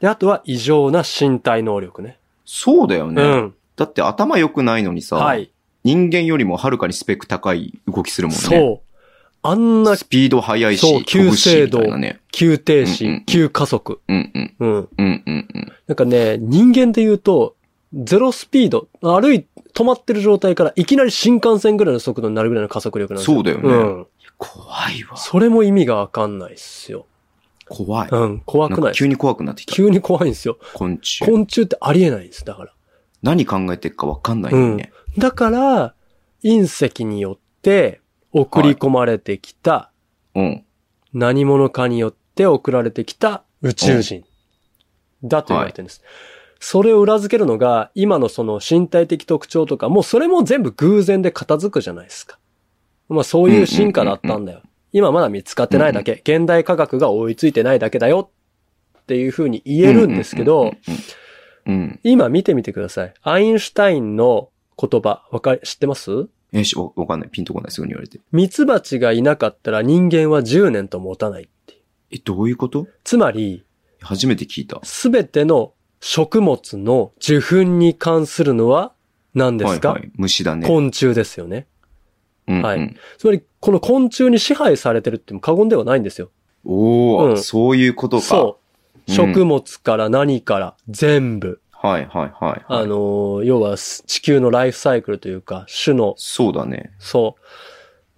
Speaker 2: い。
Speaker 3: で、あとは異常な身体能力ね。
Speaker 2: そうだよ
Speaker 3: う
Speaker 2: ね。
Speaker 3: ん。
Speaker 2: だって頭良くないのにさ
Speaker 3: は、い。
Speaker 2: 人間よりもはるかにスペック高い動きするもんね。
Speaker 3: そう。あんな
Speaker 2: スピード速いし、
Speaker 3: そう
Speaker 2: 飛ぶし
Speaker 3: 急制
Speaker 2: み
Speaker 3: 度
Speaker 2: たいなね。
Speaker 3: 急
Speaker 2: うん
Speaker 3: 停
Speaker 2: うんう
Speaker 3: 止
Speaker 2: ん、
Speaker 3: 急加速。
Speaker 2: うんうん。
Speaker 3: うん。
Speaker 2: うんうんうん。
Speaker 3: なんかね、人間で言うと、ゼロスピード、歩い、止まってる状態からいきなり新幹線ぐらいの速度になるぐらいの加速力なんですよ。
Speaker 2: そうだよね
Speaker 3: うん。
Speaker 2: 怖いわ。
Speaker 3: それも意味がわかんないっすよ。
Speaker 2: 怖い。
Speaker 3: うん、怖
Speaker 2: な
Speaker 3: く
Speaker 2: ん
Speaker 3: ない
Speaker 2: か
Speaker 3: っす
Speaker 2: 急に怖くなってきた。
Speaker 3: 急に怖いんですよ。
Speaker 2: 昆虫。
Speaker 3: 昆虫ってありえないんです、だから。
Speaker 2: 何考えてるかわかんないよね。
Speaker 3: だから、隕石によって送り込まれてきた、
Speaker 2: うん。
Speaker 3: 何者かによって送られてきた宇宙人だと言われてるんです。それを裏付けるのが、今のその身体的特徴とか、もうそれも全部偶然で片付くじゃないですか。まあそういう進化だったんだよ。今まだ見つかってないだけ、現代科学が追いついてないだけだよっていうふうに言えるんですけど、
Speaker 2: うん。うん。
Speaker 3: 今見てみてください。アインシュタインの言葉、わかり、知ってます
Speaker 2: え、しわわかんない。ピンとこない。すぐに言われて。
Speaker 3: ミツバチがいなかったら人間は10年と持たないっていう。
Speaker 2: え、どういうこと
Speaker 3: つまり、
Speaker 2: 初めて聞いた。
Speaker 3: すべての食物の受粉に関するのは何ですか、
Speaker 2: はいはい。虫だね。
Speaker 3: 昆虫ですよね。
Speaker 2: うんうん
Speaker 3: はいつまり、この昆虫に支配されてるっても過言ではないんですよ。
Speaker 2: おー、
Speaker 3: うん
Speaker 2: そういうことか。
Speaker 3: そう。
Speaker 2: うん
Speaker 3: 食物から何から全部。
Speaker 2: はいはいはい。
Speaker 3: あのー要は地球のライフサイクルというか、種の、
Speaker 2: そうだね。
Speaker 3: そう。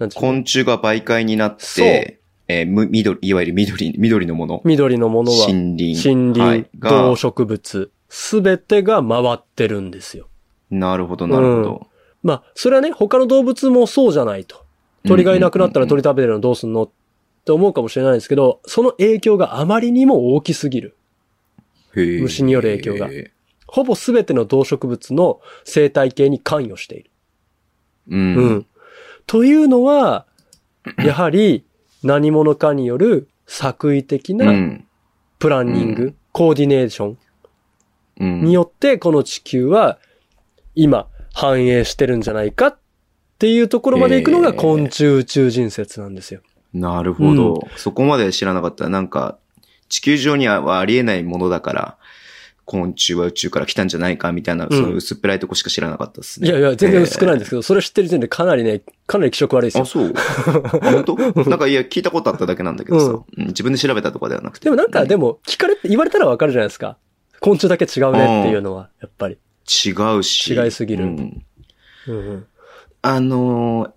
Speaker 3: なんていうの
Speaker 2: 昆虫が媒介になっ
Speaker 3: そう
Speaker 2: て、えーむ緑、いわゆる緑、緑のもの。
Speaker 3: 緑のものは
Speaker 2: 森林。
Speaker 3: 森
Speaker 2: は
Speaker 3: 林
Speaker 2: い、が
Speaker 3: 動、植物、すべてが回ってるんですよ。
Speaker 2: なるほどなるほど。
Speaker 3: まあ、それはね、他の動物もそうじゃないと。鳥がいなくなったら
Speaker 2: うんうんうん
Speaker 3: 鳥食べてるのどうすんのって思うかもしれないですけど、その影響があまりにも大きすぎる。
Speaker 2: へー
Speaker 3: 虫による影響が
Speaker 2: う
Speaker 3: ほぼ全ての動植物の生態系に関与している。
Speaker 2: ん。
Speaker 3: う
Speaker 2: うん
Speaker 3: ん。というのは、やはり何者かによる作為的
Speaker 2: う。
Speaker 3: なんプランニング、
Speaker 2: う
Speaker 3: コーディネーション
Speaker 2: うん
Speaker 3: によってこの地球は今繁栄してるんじゃないかっていうところまで行くのが昆虫宇宙人説なんですよ。
Speaker 2: なるほど。そこまで知らなかった。なんか、地球上にはありえないものだから、昆虫は宇宙から来たんじゃないかみたいな、
Speaker 3: ん
Speaker 2: そういう薄っぺらいとこしか知らなかったです
Speaker 3: い
Speaker 2: ね。
Speaker 3: やいや、全然少ないんですすけど、それ知ってる時点でかなりね、かなり気色悪いです
Speaker 2: あ、
Speaker 3: よ。
Speaker 2: そう。あ本当？なんか、いや、聞いたことあっただけなんだけどさ、うん自分で調べたとかではなくて。
Speaker 3: でもなんか、
Speaker 2: うん
Speaker 3: でも、聞かれて、言われたらわかるじゃないですか。昆虫だけ違うねっていうのは、やっぱり。
Speaker 2: 違うし。
Speaker 3: 違いすぎる
Speaker 2: うん
Speaker 3: うんうん。
Speaker 2: あのー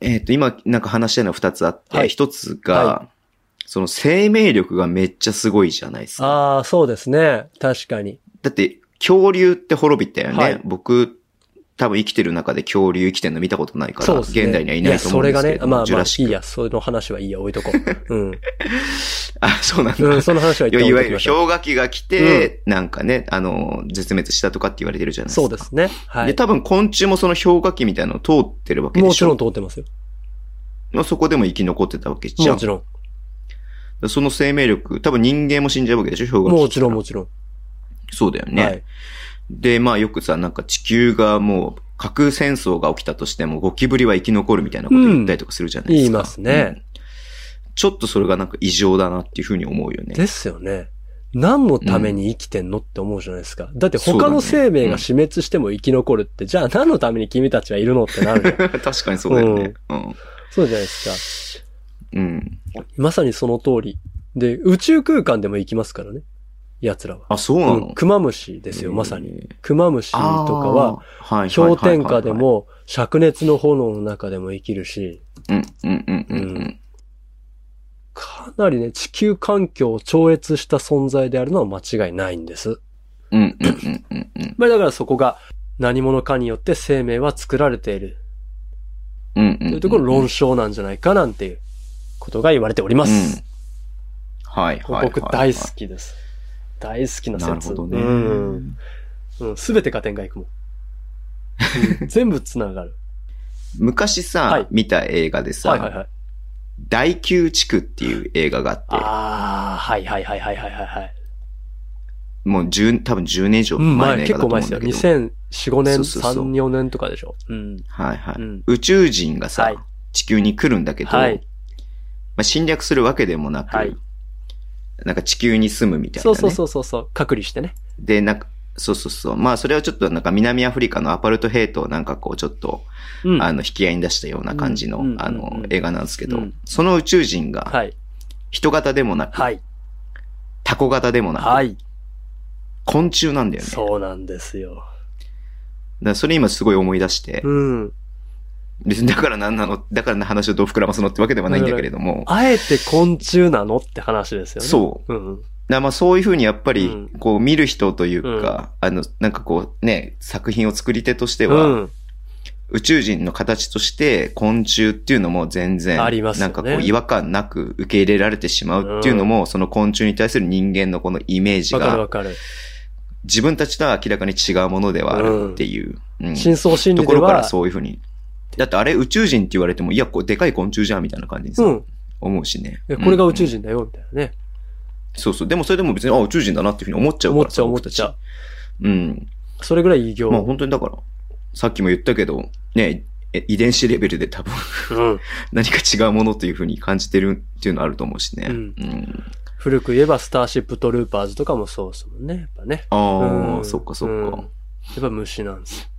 Speaker 2: えっ、と、今、なんか話したいのは二つあっ
Speaker 3: は
Speaker 2: て、
Speaker 3: い
Speaker 2: 一、つが、
Speaker 3: は
Speaker 2: その生命力がめっちゃすごいじゃないですか。
Speaker 3: ああ、そうですね。確かに。
Speaker 2: だって、恐竜って滅びたよね。
Speaker 3: はい
Speaker 2: 僕、多分生きてる中で恐竜生きてるの見たことないから、
Speaker 3: そうですね。
Speaker 2: 現代にはいないと思うんですけれ
Speaker 3: やそれが
Speaker 2: ど
Speaker 3: ね、
Speaker 2: も、
Speaker 3: まあ
Speaker 2: ジュ
Speaker 3: まあ
Speaker 2: ラ、シッ
Speaker 3: いい
Speaker 2: ク。
Speaker 3: や、その話はいいや、置いとこ う。うん。
Speaker 2: あ、そうなんだ。
Speaker 3: うん、その話は一
Speaker 2: いや
Speaker 3: 旦置
Speaker 2: い
Speaker 3: い
Speaker 2: わ
Speaker 3: とき
Speaker 2: ゆる
Speaker 3: ましょう。
Speaker 2: 氷河期が来て、なんかね、あの、絶滅したとかって言われてるじゃないですか。
Speaker 3: そうで。すね。は
Speaker 2: で、
Speaker 3: い。
Speaker 2: 多分昆虫もその氷河期みたいなのを通ってるわけで
Speaker 3: もち
Speaker 2: し
Speaker 3: ろ
Speaker 2: ょ。
Speaker 3: ん通ってますよ。
Speaker 2: のそこでも生き残ってたわけじゃん。
Speaker 3: もちろん。
Speaker 2: だその生命力、多分人間も死んじゃうわけでしょ、
Speaker 3: もちろん、も
Speaker 2: ち
Speaker 3: ちろん。
Speaker 2: ろん。そうだよね。
Speaker 3: はい。
Speaker 2: で、まあよくさ、なんか地球がもう核戦争が起きたとしてもゴキブリは生き残るみたいなこと言ったりとかするじゃないですか。
Speaker 3: うん言いますね
Speaker 2: うんちょっとそれがなんか異常だなっていうふうに思うよね。
Speaker 3: ですよね。何のために生きてんのって思うじゃないですか。だって
Speaker 2: そうだ
Speaker 3: 他
Speaker 2: ね
Speaker 3: の生命が死滅しても生き残るって、じゃあ何のために君たちはいるのってなるじ ゃん
Speaker 2: 確かにそうだよね。うん。
Speaker 3: そうじゃないです
Speaker 2: うん。
Speaker 3: か。まさにその通り。で、宇宙空間でも生きますからね。奴らは。
Speaker 2: あ、そうなの、
Speaker 3: うん、クマムシですよ、まさに。
Speaker 2: に。
Speaker 3: クマムシとかは、
Speaker 2: はい、
Speaker 3: 氷点下で、も、灼熱の炎の中でも生きるし、
Speaker 2: うん、うん、うん、うんう。
Speaker 3: うんかなりね、地球環境を超越した存在であるのは間違いないんです。
Speaker 2: うん、うん、うん、うんうん。
Speaker 3: まあだからそこが何者かによって生命は作られている
Speaker 2: うん、うん。
Speaker 3: というところの論証なんじゃないかなんていうことが言われておりま
Speaker 2: うん
Speaker 3: す。
Speaker 2: はい、はい。はい
Speaker 3: 僕大好。きです。大好きな説。
Speaker 2: なるほどね。
Speaker 3: うん。すべてが点外 くもん。うん全部つながる。
Speaker 2: 昔さ、
Speaker 3: はい
Speaker 2: 見た映画でさ、
Speaker 3: はいはいはい。
Speaker 2: 大宮地区っていう映画があって、
Speaker 3: ああ、はいはいはいはいはいはいはい。
Speaker 2: もう10、多分10年以上
Speaker 3: うん、
Speaker 2: 前の
Speaker 3: 前、
Speaker 2: 映画
Speaker 3: 結
Speaker 2: だと
Speaker 3: 構
Speaker 2: 思う
Speaker 3: 前
Speaker 2: ん
Speaker 3: です
Speaker 2: だ
Speaker 3: よ。
Speaker 2: けど。
Speaker 3: 2004、5年、
Speaker 2: そうそうそう
Speaker 3: 3、4年とかでしょ。うん。
Speaker 2: はいはい、
Speaker 3: うん
Speaker 2: 宇宙人がさ、
Speaker 3: はい
Speaker 2: 地球に来るんだけど、
Speaker 3: はい
Speaker 2: まあ、侵略するわけでもなく、
Speaker 3: はい
Speaker 2: なんか地球に住むみたいな、
Speaker 3: そ
Speaker 2: ね。
Speaker 3: うそうそうそうそう。隔離してね。
Speaker 2: で、なんか、そうそうそう。まあ、それはちょっとなんか南アフリカのアパルトヘイトをなんかこうちょっと、
Speaker 3: うん。
Speaker 2: あの、引き合いに出したような感じの、
Speaker 3: うんうん
Speaker 2: あの
Speaker 3: う、ん
Speaker 2: 映画なんですけど、
Speaker 3: うん
Speaker 2: その宇宙人が、
Speaker 3: はい。
Speaker 2: 人型でもなく、
Speaker 3: はい。
Speaker 2: タコ型でもなく、
Speaker 3: はい。
Speaker 2: 昆虫なんだよね。だか
Speaker 3: そうなんですよ。
Speaker 2: らそれ今すごい思い出して、
Speaker 3: うん。
Speaker 2: 別にだから何なの、だから話をどう膨らますのってわけではないんだけれども、
Speaker 3: あえて昆虫なのって話ですよね。
Speaker 2: そう。
Speaker 3: う。うん。
Speaker 2: だからまあそういうふうにやっぱ
Speaker 3: う
Speaker 2: り
Speaker 3: ん、
Speaker 2: こう見る人というか、あの、なんかこうね、作品を作り手として
Speaker 3: う
Speaker 2: は、
Speaker 3: ん。
Speaker 2: 宇宙人の形として昆虫っていうのも全然、
Speaker 3: あります
Speaker 2: な
Speaker 3: よね
Speaker 2: んかこう違和感なく受け入れられてしまうっていうのも、その昆虫に対する人間のこのイメージ
Speaker 3: わかる
Speaker 2: が
Speaker 3: わ、かる。
Speaker 2: 自分たちとは明らかに違うものではあるっていう、うん
Speaker 3: 真相心
Speaker 2: と
Speaker 3: 理
Speaker 2: こ
Speaker 3: で
Speaker 2: ろから
Speaker 3: は、
Speaker 2: そういうふうに。だってあれ宇宙人って言われても、いや、こうでかい昆虫じゃんみたいな感じにさ、
Speaker 3: うん。
Speaker 2: 思うしね。
Speaker 3: いやこれが宇宙
Speaker 2: 人、
Speaker 3: 人だよ、みたいなね。
Speaker 2: そうそう。でもそれでも別に、あ、宇宙人だなっていうふうに思っちゃう
Speaker 3: 思
Speaker 2: か
Speaker 3: っ
Speaker 2: ら
Speaker 3: ちゃ
Speaker 2: さ
Speaker 3: う、思っ
Speaker 2: 僕た
Speaker 3: ちゃう。
Speaker 2: うん。
Speaker 3: それぐらい異形。
Speaker 2: まあ本当にだから、さっきも言ったけど、ね、え遺伝子レベルで多分
Speaker 3: うん。
Speaker 2: 何か違うものというふうに感じてるっていうのあると思うしね。
Speaker 3: うん古く言えば、スターシップトルーパーズとかもそうですもんね。やっぱね。
Speaker 2: ああ、
Speaker 3: うん
Speaker 2: そっかそっか。
Speaker 3: うんやっぱ虫なんです。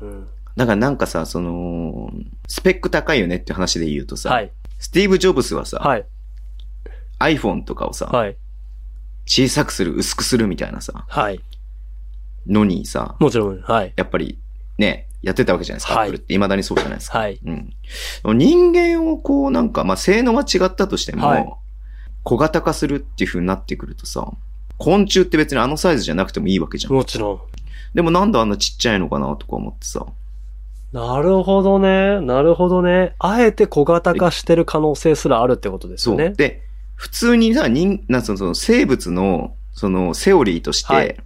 Speaker 3: うん。
Speaker 2: だからなんかさ、その、スペック高いよねって話で言うとさ、
Speaker 3: はい。
Speaker 2: スティーブ・ジョブスはさ、
Speaker 3: はい。
Speaker 2: iPhone とかをさ、
Speaker 3: はい。
Speaker 2: 小さくする、薄くするみたいなさ、
Speaker 3: はい。
Speaker 2: のにさ、
Speaker 3: もちろん、はい。
Speaker 2: やっぱりね、やってたわけじゃないですか、
Speaker 3: はい
Speaker 2: Apple って。未だにそうじゃないですか。
Speaker 3: はい。
Speaker 2: うん。人間をこうなんか、まあ、性能は違ったとしても、
Speaker 3: はい
Speaker 2: 小型化するっていう風になってくるとさ、昆虫って別にあのサイズじゃなくてもいいわけじゃん。
Speaker 3: もちろん。
Speaker 2: でもなんであんなちっちゃいのかなとか思ってさ。
Speaker 3: なるほどね。なるほどね。あえて小型化してる可能性すらあるってことです
Speaker 2: そ
Speaker 3: よ
Speaker 2: う。
Speaker 3: ね。
Speaker 2: で、普通にさ、人、なんそのその生物の、そのセオリーとして、
Speaker 3: はい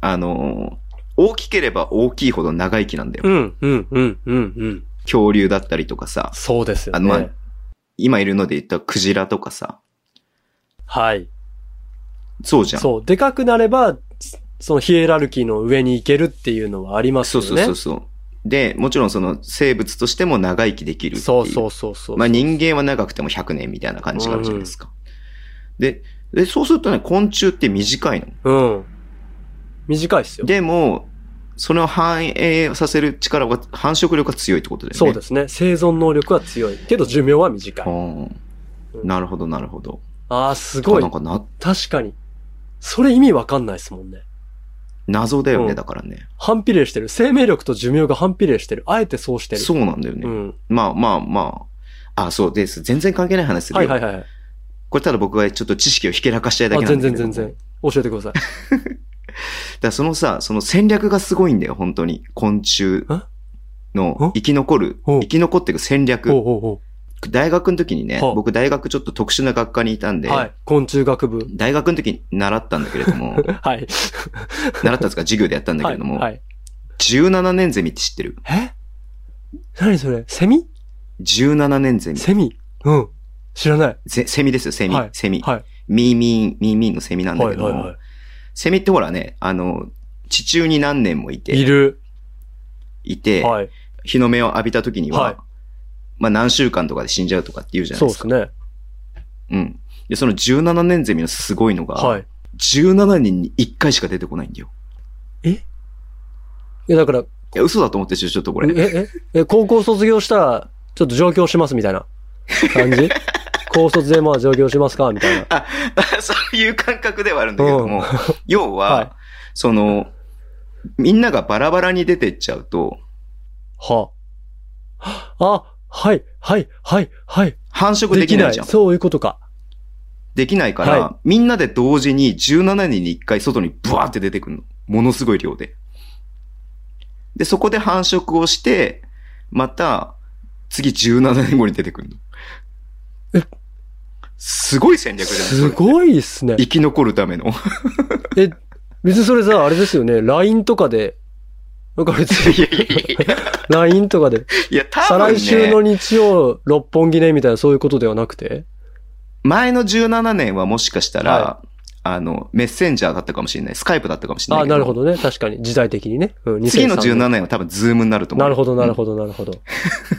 Speaker 2: あの、大きければ大きいほど長生きなんだよ。
Speaker 3: うん、うん、うん、うん、うん。
Speaker 2: 恐竜だったりとかさ、
Speaker 3: そうですよ
Speaker 2: あの、まあ
Speaker 3: ね。
Speaker 2: 今いるので言ったクジラとかさ、
Speaker 3: はい。
Speaker 2: そうじゃん。
Speaker 3: そう。でかくなれば、そのヒエラルキーの上に行けるっていうのはあります
Speaker 2: そう
Speaker 3: よね。
Speaker 2: そうそうそう。で、もちろんその生物としても長生きできるっていう。
Speaker 3: そうそうそうそう。
Speaker 2: まあ人間は長くても100年みたいな感じがあるじゃないですか。で、で、そうするとね、昆虫って短いの。
Speaker 3: うん。短いっすよ。
Speaker 2: でも、それを繁栄させる力は、繁殖力が強いってことだよね。。
Speaker 3: そうですすね。生存能力は強い。けど寿命は短い。うん
Speaker 2: なるほど、なるほど。
Speaker 3: ああ、すごい
Speaker 2: なん。かな、
Speaker 3: 確かに。それ意味わかんないですもんね。
Speaker 2: 謎だよね、
Speaker 3: うん
Speaker 2: だからね。
Speaker 3: 反比例してる。生命力と寿命が反比例してる。あえてそうしてる。
Speaker 2: そうなんだよ
Speaker 3: う
Speaker 2: ね。
Speaker 3: ん。
Speaker 2: まあまあまあ。あ、そうです。全然関係ない話する
Speaker 3: は
Speaker 2: よ。
Speaker 3: いはいはい。
Speaker 2: これただ僕がちょっと知識をひけらかしたいだ
Speaker 3: あ
Speaker 2: けなん
Speaker 3: 全
Speaker 2: だけれ
Speaker 3: 然
Speaker 2: ども
Speaker 3: 全然。教えてください。
Speaker 2: だからそのさ、その戦略がすごいんだよ、本当に。昆虫の
Speaker 3: ん
Speaker 2: 生き残る、
Speaker 3: ほう
Speaker 2: 生き残っていく戦
Speaker 3: ほう
Speaker 2: 略。
Speaker 3: ほうほ
Speaker 2: 大学の時にね
Speaker 3: はあ、
Speaker 2: 僕大学ちょっと特殊な学科にいたん
Speaker 3: う。
Speaker 2: で、
Speaker 3: はい。昆虫学部。
Speaker 2: 大学の時に習ったんだけれど も、
Speaker 3: は
Speaker 2: 習
Speaker 3: い。
Speaker 2: ったんですか、授業でやったんだけ
Speaker 3: は
Speaker 2: れ
Speaker 3: い。
Speaker 2: ども、
Speaker 3: はい。
Speaker 2: 17年ゼミって知ってる
Speaker 3: え何それセミ
Speaker 2: 17年ゼミ。
Speaker 3: セミうん。知らない。
Speaker 2: セセミですよ、セミ。
Speaker 3: はい
Speaker 2: セミ。
Speaker 3: はい。
Speaker 2: ミーミー、ミーミーのセミなんだ
Speaker 3: は
Speaker 2: け
Speaker 3: い
Speaker 2: ども、
Speaker 3: はいは
Speaker 2: セミってほらね、あの、地中に何年もい
Speaker 3: い。い
Speaker 2: て、
Speaker 3: る。
Speaker 2: いて、
Speaker 3: はい。
Speaker 2: 日の目を浴びた時には、
Speaker 3: はい
Speaker 2: まあ何週間とかで死んじゃうとかって言うじゃない
Speaker 3: そう
Speaker 2: で
Speaker 3: ですす
Speaker 2: か。
Speaker 3: ね。
Speaker 2: うん。で、その17年ゼミのすごいのが、
Speaker 3: はい。
Speaker 2: 17人に1回しか出てこないんだよ。
Speaker 3: いや、だから、
Speaker 2: いや、嘘だと思ってちょ、ちょっとこれ。
Speaker 3: え、え、え、高校卒業したら、ちょっと上京しますみたいな 感じ高卒でまあ上京しますかみたいな。
Speaker 2: そういう感覚ではあるんだけども、
Speaker 3: うん
Speaker 2: 要は、
Speaker 3: はい
Speaker 2: その、みんながバラバラに出てっちゃうと、
Speaker 3: はあ。あ、はい、はい、はい、はい。
Speaker 2: 繁殖できないじゃん。できない
Speaker 3: そういうことか。
Speaker 2: から、
Speaker 3: は
Speaker 2: みんなで同時に17人に1回外にブワーって出てくるの。ものすごい量で。で、そこで繁殖をして、また、次17年後に出てくるの。
Speaker 3: え
Speaker 2: すごい戦略じゃない
Speaker 3: す
Speaker 2: い
Speaker 3: ごいっすね。
Speaker 2: 生き残るた めの。
Speaker 3: え、別にそれさ、あれですよね。LINE とかで、なんか別に
Speaker 2: いやいやいやいや
Speaker 3: LINE とかで、
Speaker 2: いや、多
Speaker 3: 再
Speaker 2: 分、ね、
Speaker 3: 来週の日曜、六本木ね、みたいなそういうことではなくて。
Speaker 2: 前の17年はもしかしたら、
Speaker 3: は
Speaker 2: あの、メッセンジャーだったかもしれない。スカイプだったかもしれない
Speaker 3: あ、
Speaker 2: けど。
Speaker 3: なるほどね。確かに、時代的にね。うん、
Speaker 2: 次の
Speaker 3: 2003
Speaker 2: 17年は多分ズームになると思う。
Speaker 3: なるほど、なる
Speaker 2: ど。
Speaker 3: ほど、な るほど。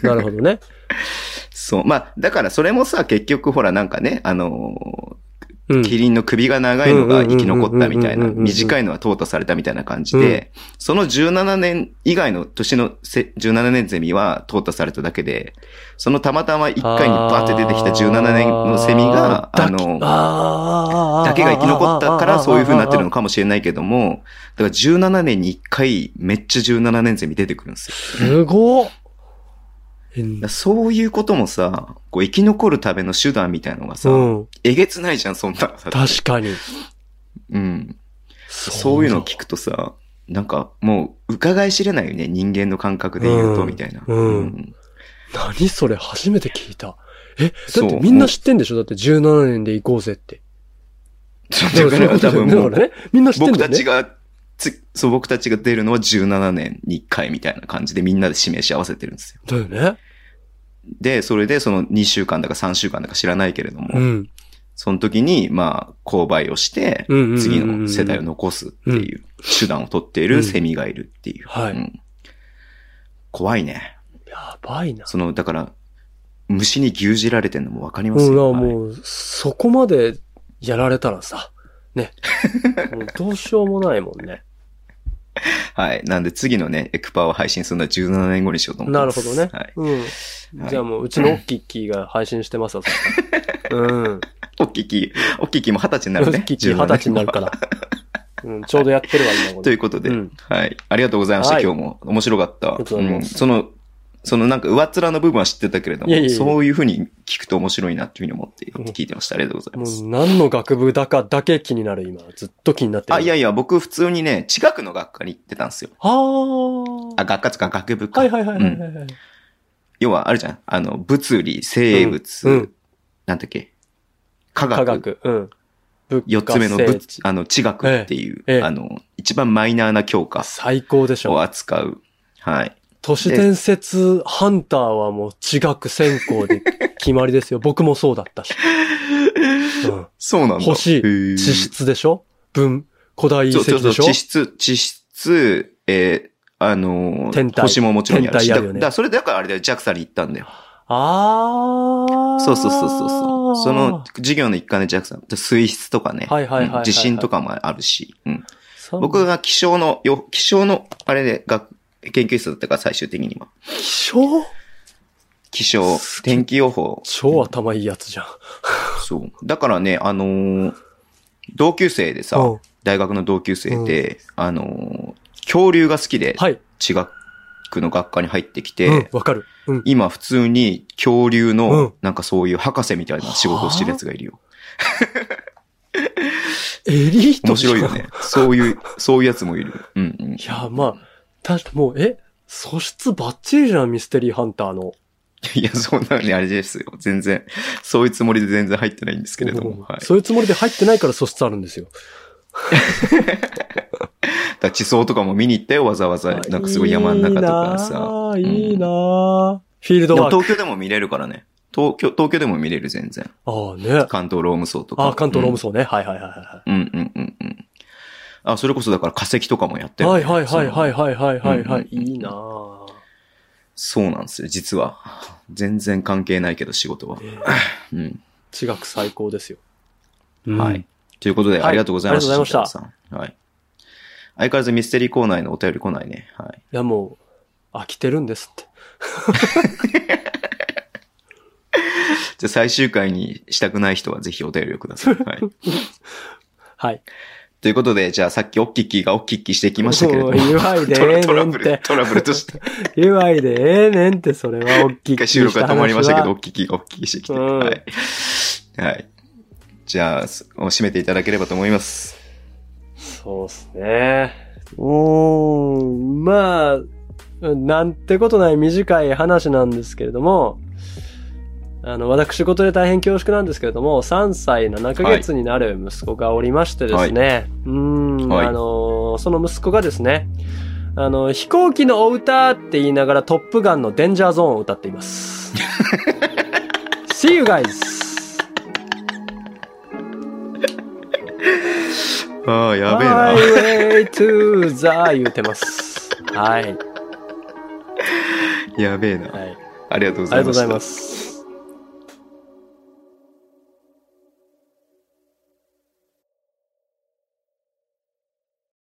Speaker 3: なるほどね。
Speaker 2: そう。まあ、だからそれもさ、結局ほらなんかね、あの
Speaker 3: う
Speaker 2: ー、
Speaker 3: ん。
Speaker 2: キリンの首が長いのが生き残ったみたいな、
Speaker 3: うんうんうんうんうんうんうん
Speaker 2: 短いのは淘汰されたみたいな感じで、その17年以外の年のせ17年ゼミは淘汰されただけで、そのたまたま1回にバーって出てきた17年のセミが、
Speaker 3: あー
Speaker 2: あのー、
Speaker 3: あー
Speaker 2: だけが生き残ったからそういう風になってるのかもしれないけども、だから17年に1回めっちゃ17年ゼミ出てくるんですよ。
Speaker 3: すごっえ
Speaker 2: だからそういうこともさ、こう生き残るための手段みたいのがさ、
Speaker 3: うん。
Speaker 2: えげつないじゃん、 そんなのさ。
Speaker 3: 確かに。
Speaker 2: うん。そういうのを聞
Speaker 3: く。
Speaker 2: くとさ、なんかもう伺い知れないよね、人間の感覚で言うと、
Speaker 3: うん
Speaker 2: みたいな。
Speaker 3: うん何それ初めて聞いた。え、だ
Speaker 2: そ
Speaker 3: っ
Speaker 2: う
Speaker 3: てみんな知ってんでしょだって17年で行こうぜって。
Speaker 2: だか
Speaker 3: そういうこ
Speaker 2: ら
Speaker 3: と
Speaker 2: 多
Speaker 3: だよ
Speaker 2: 分
Speaker 3: ね
Speaker 2: も
Speaker 3: だから
Speaker 2: う、
Speaker 3: ね。みんな知ってん
Speaker 2: 僕
Speaker 3: だ
Speaker 2: た
Speaker 3: よね
Speaker 2: ち。が、つそう、僕たちが出るのは17年に1回みたいな感じでみんなで指名し合わせてるんですよ。
Speaker 3: だよね。
Speaker 2: で、それでその2週間だか3週間だか知らないけれども、
Speaker 3: うん。
Speaker 2: その時に、まあ、購買をして
Speaker 3: うんうんうんう、ん
Speaker 2: 次の世代を残すっていう手段を取っているセミがいるっていう。
Speaker 3: はい
Speaker 2: うん怖いね。
Speaker 3: やばいな。
Speaker 2: その、だから、虫に牛耳られてるのもわかりま
Speaker 3: も
Speaker 2: す
Speaker 3: う
Speaker 2: よ。
Speaker 3: な、
Speaker 2: はい
Speaker 3: もう、そこまでやられたらさ、ね。 もうどうしようもないもんね。
Speaker 2: はい。なんで次のね、エクパーを配信するのは17年後にしようと思って
Speaker 3: なる
Speaker 2: ます。
Speaker 3: ほどね。
Speaker 2: はい。
Speaker 3: うん。
Speaker 2: はい
Speaker 3: じゃあもう、うちのオッキッキーが配信してますわ、そしたら うん。
Speaker 2: おっきき、おっききも20歳に
Speaker 3: オ
Speaker 2: なる ね。
Speaker 3: ッキッキー二十歳になるから。うん、ちょうどやってるわ、今
Speaker 2: と
Speaker 3: 頃
Speaker 2: いうことで、
Speaker 3: うん
Speaker 2: はい。ありがとうございました、
Speaker 3: はい
Speaker 2: 今日も。面白かった。
Speaker 3: りがとうございます
Speaker 2: んその、そのなんか上っ面の部分は知ってたけれども、
Speaker 3: いやいやいや
Speaker 2: そういうふうに聞くと面白いなっていうふうに思って
Speaker 3: うん
Speaker 2: 聞いてました。ありがとうござい
Speaker 3: も
Speaker 2: ます。
Speaker 3: う何の学部だかだけ気になる、今。ずっと気になってる。
Speaker 2: あ、いやいや、僕普通にね、近くの学科に行ってたんですよ。
Speaker 3: あ
Speaker 2: あ、
Speaker 3: ー。
Speaker 2: 学科つか学部か。
Speaker 3: はいはいはいはい
Speaker 2: うん
Speaker 3: はいはい。
Speaker 2: 要は、あるじゃん。あの、物理、生物、
Speaker 3: うんうん
Speaker 2: なんだっけ、科学。
Speaker 3: 科学。うん。物
Speaker 2: 四つ目の
Speaker 3: 物
Speaker 2: 物、あの、地学っていう、
Speaker 3: ええええ
Speaker 2: あの、一番マイナーな教科
Speaker 3: 最高でし
Speaker 2: を
Speaker 3: ょ。
Speaker 2: 扱う。はい。
Speaker 3: 都市伝説ハンターはもう地学専攻で決まりで すよ。僕もそうだったし。うん
Speaker 2: そうなんだ。
Speaker 3: 欲しい
Speaker 2: へー
Speaker 3: 地質でしょ文、古代遺
Speaker 2: そうそ
Speaker 3: 跡
Speaker 2: うそ
Speaker 3: で
Speaker 2: う、
Speaker 3: しょ
Speaker 2: 地質、地質、えーあのー
Speaker 3: 天体
Speaker 2: 星ももちろんやるし。
Speaker 3: 天体あるよね
Speaker 2: だだそれだからあれだよ、JAXA に行ったんだよ。
Speaker 3: あー。
Speaker 2: そうそうそうそうそう。その、授業の一環で JAXA、で水質とかね。
Speaker 3: はいはいはいはいはい
Speaker 2: うん地震とかもあるし。うん、
Speaker 3: そう
Speaker 2: 僕、が気象の、よ気象の、あれで学、研究室だったから最終的には。
Speaker 3: 気象
Speaker 2: 気象、天気予報。
Speaker 3: 超頭いいやつじゃん。
Speaker 2: そう。だからね、あのー同級生でさ、
Speaker 3: うん
Speaker 2: 大学の同級生で、あのー恐竜が好きで、
Speaker 3: はい。
Speaker 2: 地学の学科に入ってきて、
Speaker 3: うん、わかる。うん。
Speaker 2: 今普通に恐竜
Speaker 3: う
Speaker 2: の
Speaker 3: ん、
Speaker 2: なんかそういう博士みたいな仕事をしてるやつがいるよ。
Speaker 3: エリート
Speaker 2: 面
Speaker 3: じゃん
Speaker 2: 白いよね。そういう、そういうやつもいる。うん、うん。
Speaker 3: いや、まあ、たもう、え素質バッチリじゃん、ミステリーハンターの。
Speaker 2: いや、そんなにあれですよ。全然。そういうつもりで全然入ってないんですけれど
Speaker 3: うん
Speaker 2: も。はい。だ
Speaker 3: そういうつもりで入ってないから素質あるんですよ。
Speaker 2: から地層とかも見に行ったよ、わざわざ。なんかすごい山の中とかさ。
Speaker 3: いいなあいいなあフィール
Speaker 2: で
Speaker 3: ド
Speaker 2: も
Speaker 3: ワーク。
Speaker 2: 東京でも見れるからね。東京、東京でも見れる全然。
Speaker 3: ああね。
Speaker 2: 関東ローム層とか。
Speaker 3: ああ、関東ローム
Speaker 2: 層。
Speaker 3: 層ね。はいはいはいは
Speaker 2: うんうんうんうん。あ、それこそだから化石とかもやって
Speaker 3: い。
Speaker 2: る、。
Speaker 3: はいはいはいはいいはいはいはいはい。
Speaker 2: うんうんうん
Speaker 3: いいなぁ。
Speaker 2: そうなんですよ、実は。 全然関係ないけど、仕事は。
Speaker 3: ね
Speaker 2: うん。
Speaker 3: 地学最高ですよ。
Speaker 2: はい。ということで、
Speaker 3: はい
Speaker 2: ありがとうございました。
Speaker 3: ありがとうございました
Speaker 2: 慎太郎さんはい。相変わらずミステリーコーナーへのお便り来ないね。はい。
Speaker 3: いやもう、飽きてるんですって。
Speaker 2: じゃあ最終回にしたくない人はぜひお便りをくださ い。はい。
Speaker 3: はい。
Speaker 2: ということで、じゃあさっきオッキッキーがオッキッキーしてきましたけれども。
Speaker 3: もう言わいで
Speaker 2: ト
Speaker 3: ええ
Speaker 2: ラト
Speaker 3: ね
Speaker 2: ラ
Speaker 3: ん
Speaker 2: ブ
Speaker 3: っ
Speaker 2: ル、
Speaker 3: て。
Speaker 2: トラブルとして。
Speaker 3: 言わいでええねんって、それは大きい。
Speaker 2: 一回収録が止まりましたけど、お聞きがお聞きしてきて。
Speaker 3: うん
Speaker 2: はい。はい。じゃあ、す締めていただければと思います。
Speaker 3: そうっすね。うーん、まあ、なんてことない短い話なんですけれども、あの、私事で大変恐縮なんですけれども、3歳7ヶ月になる息子がおりましてですね、うーん、
Speaker 2: はい
Speaker 3: あの、その息子がですね、あの、飛行機のお歌って言いながらトップガンのデンジャーゾーンを歌って います。See you guys!
Speaker 2: ああ、 やべえ
Speaker 3: ハ
Speaker 2: な。
Speaker 3: イウェイトゥーザー言うてます。はい。
Speaker 2: やべえな。
Speaker 3: はい。
Speaker 2: ありがとうご
Speaker 3: あ
Speaker 2: ざい
Speaker 3: りがと
Speaker 2: ま
Speaker 3: うござ
Speaker 2: し
Speaker 3: い
Speaker 2: た
Speaker 3: ま。す。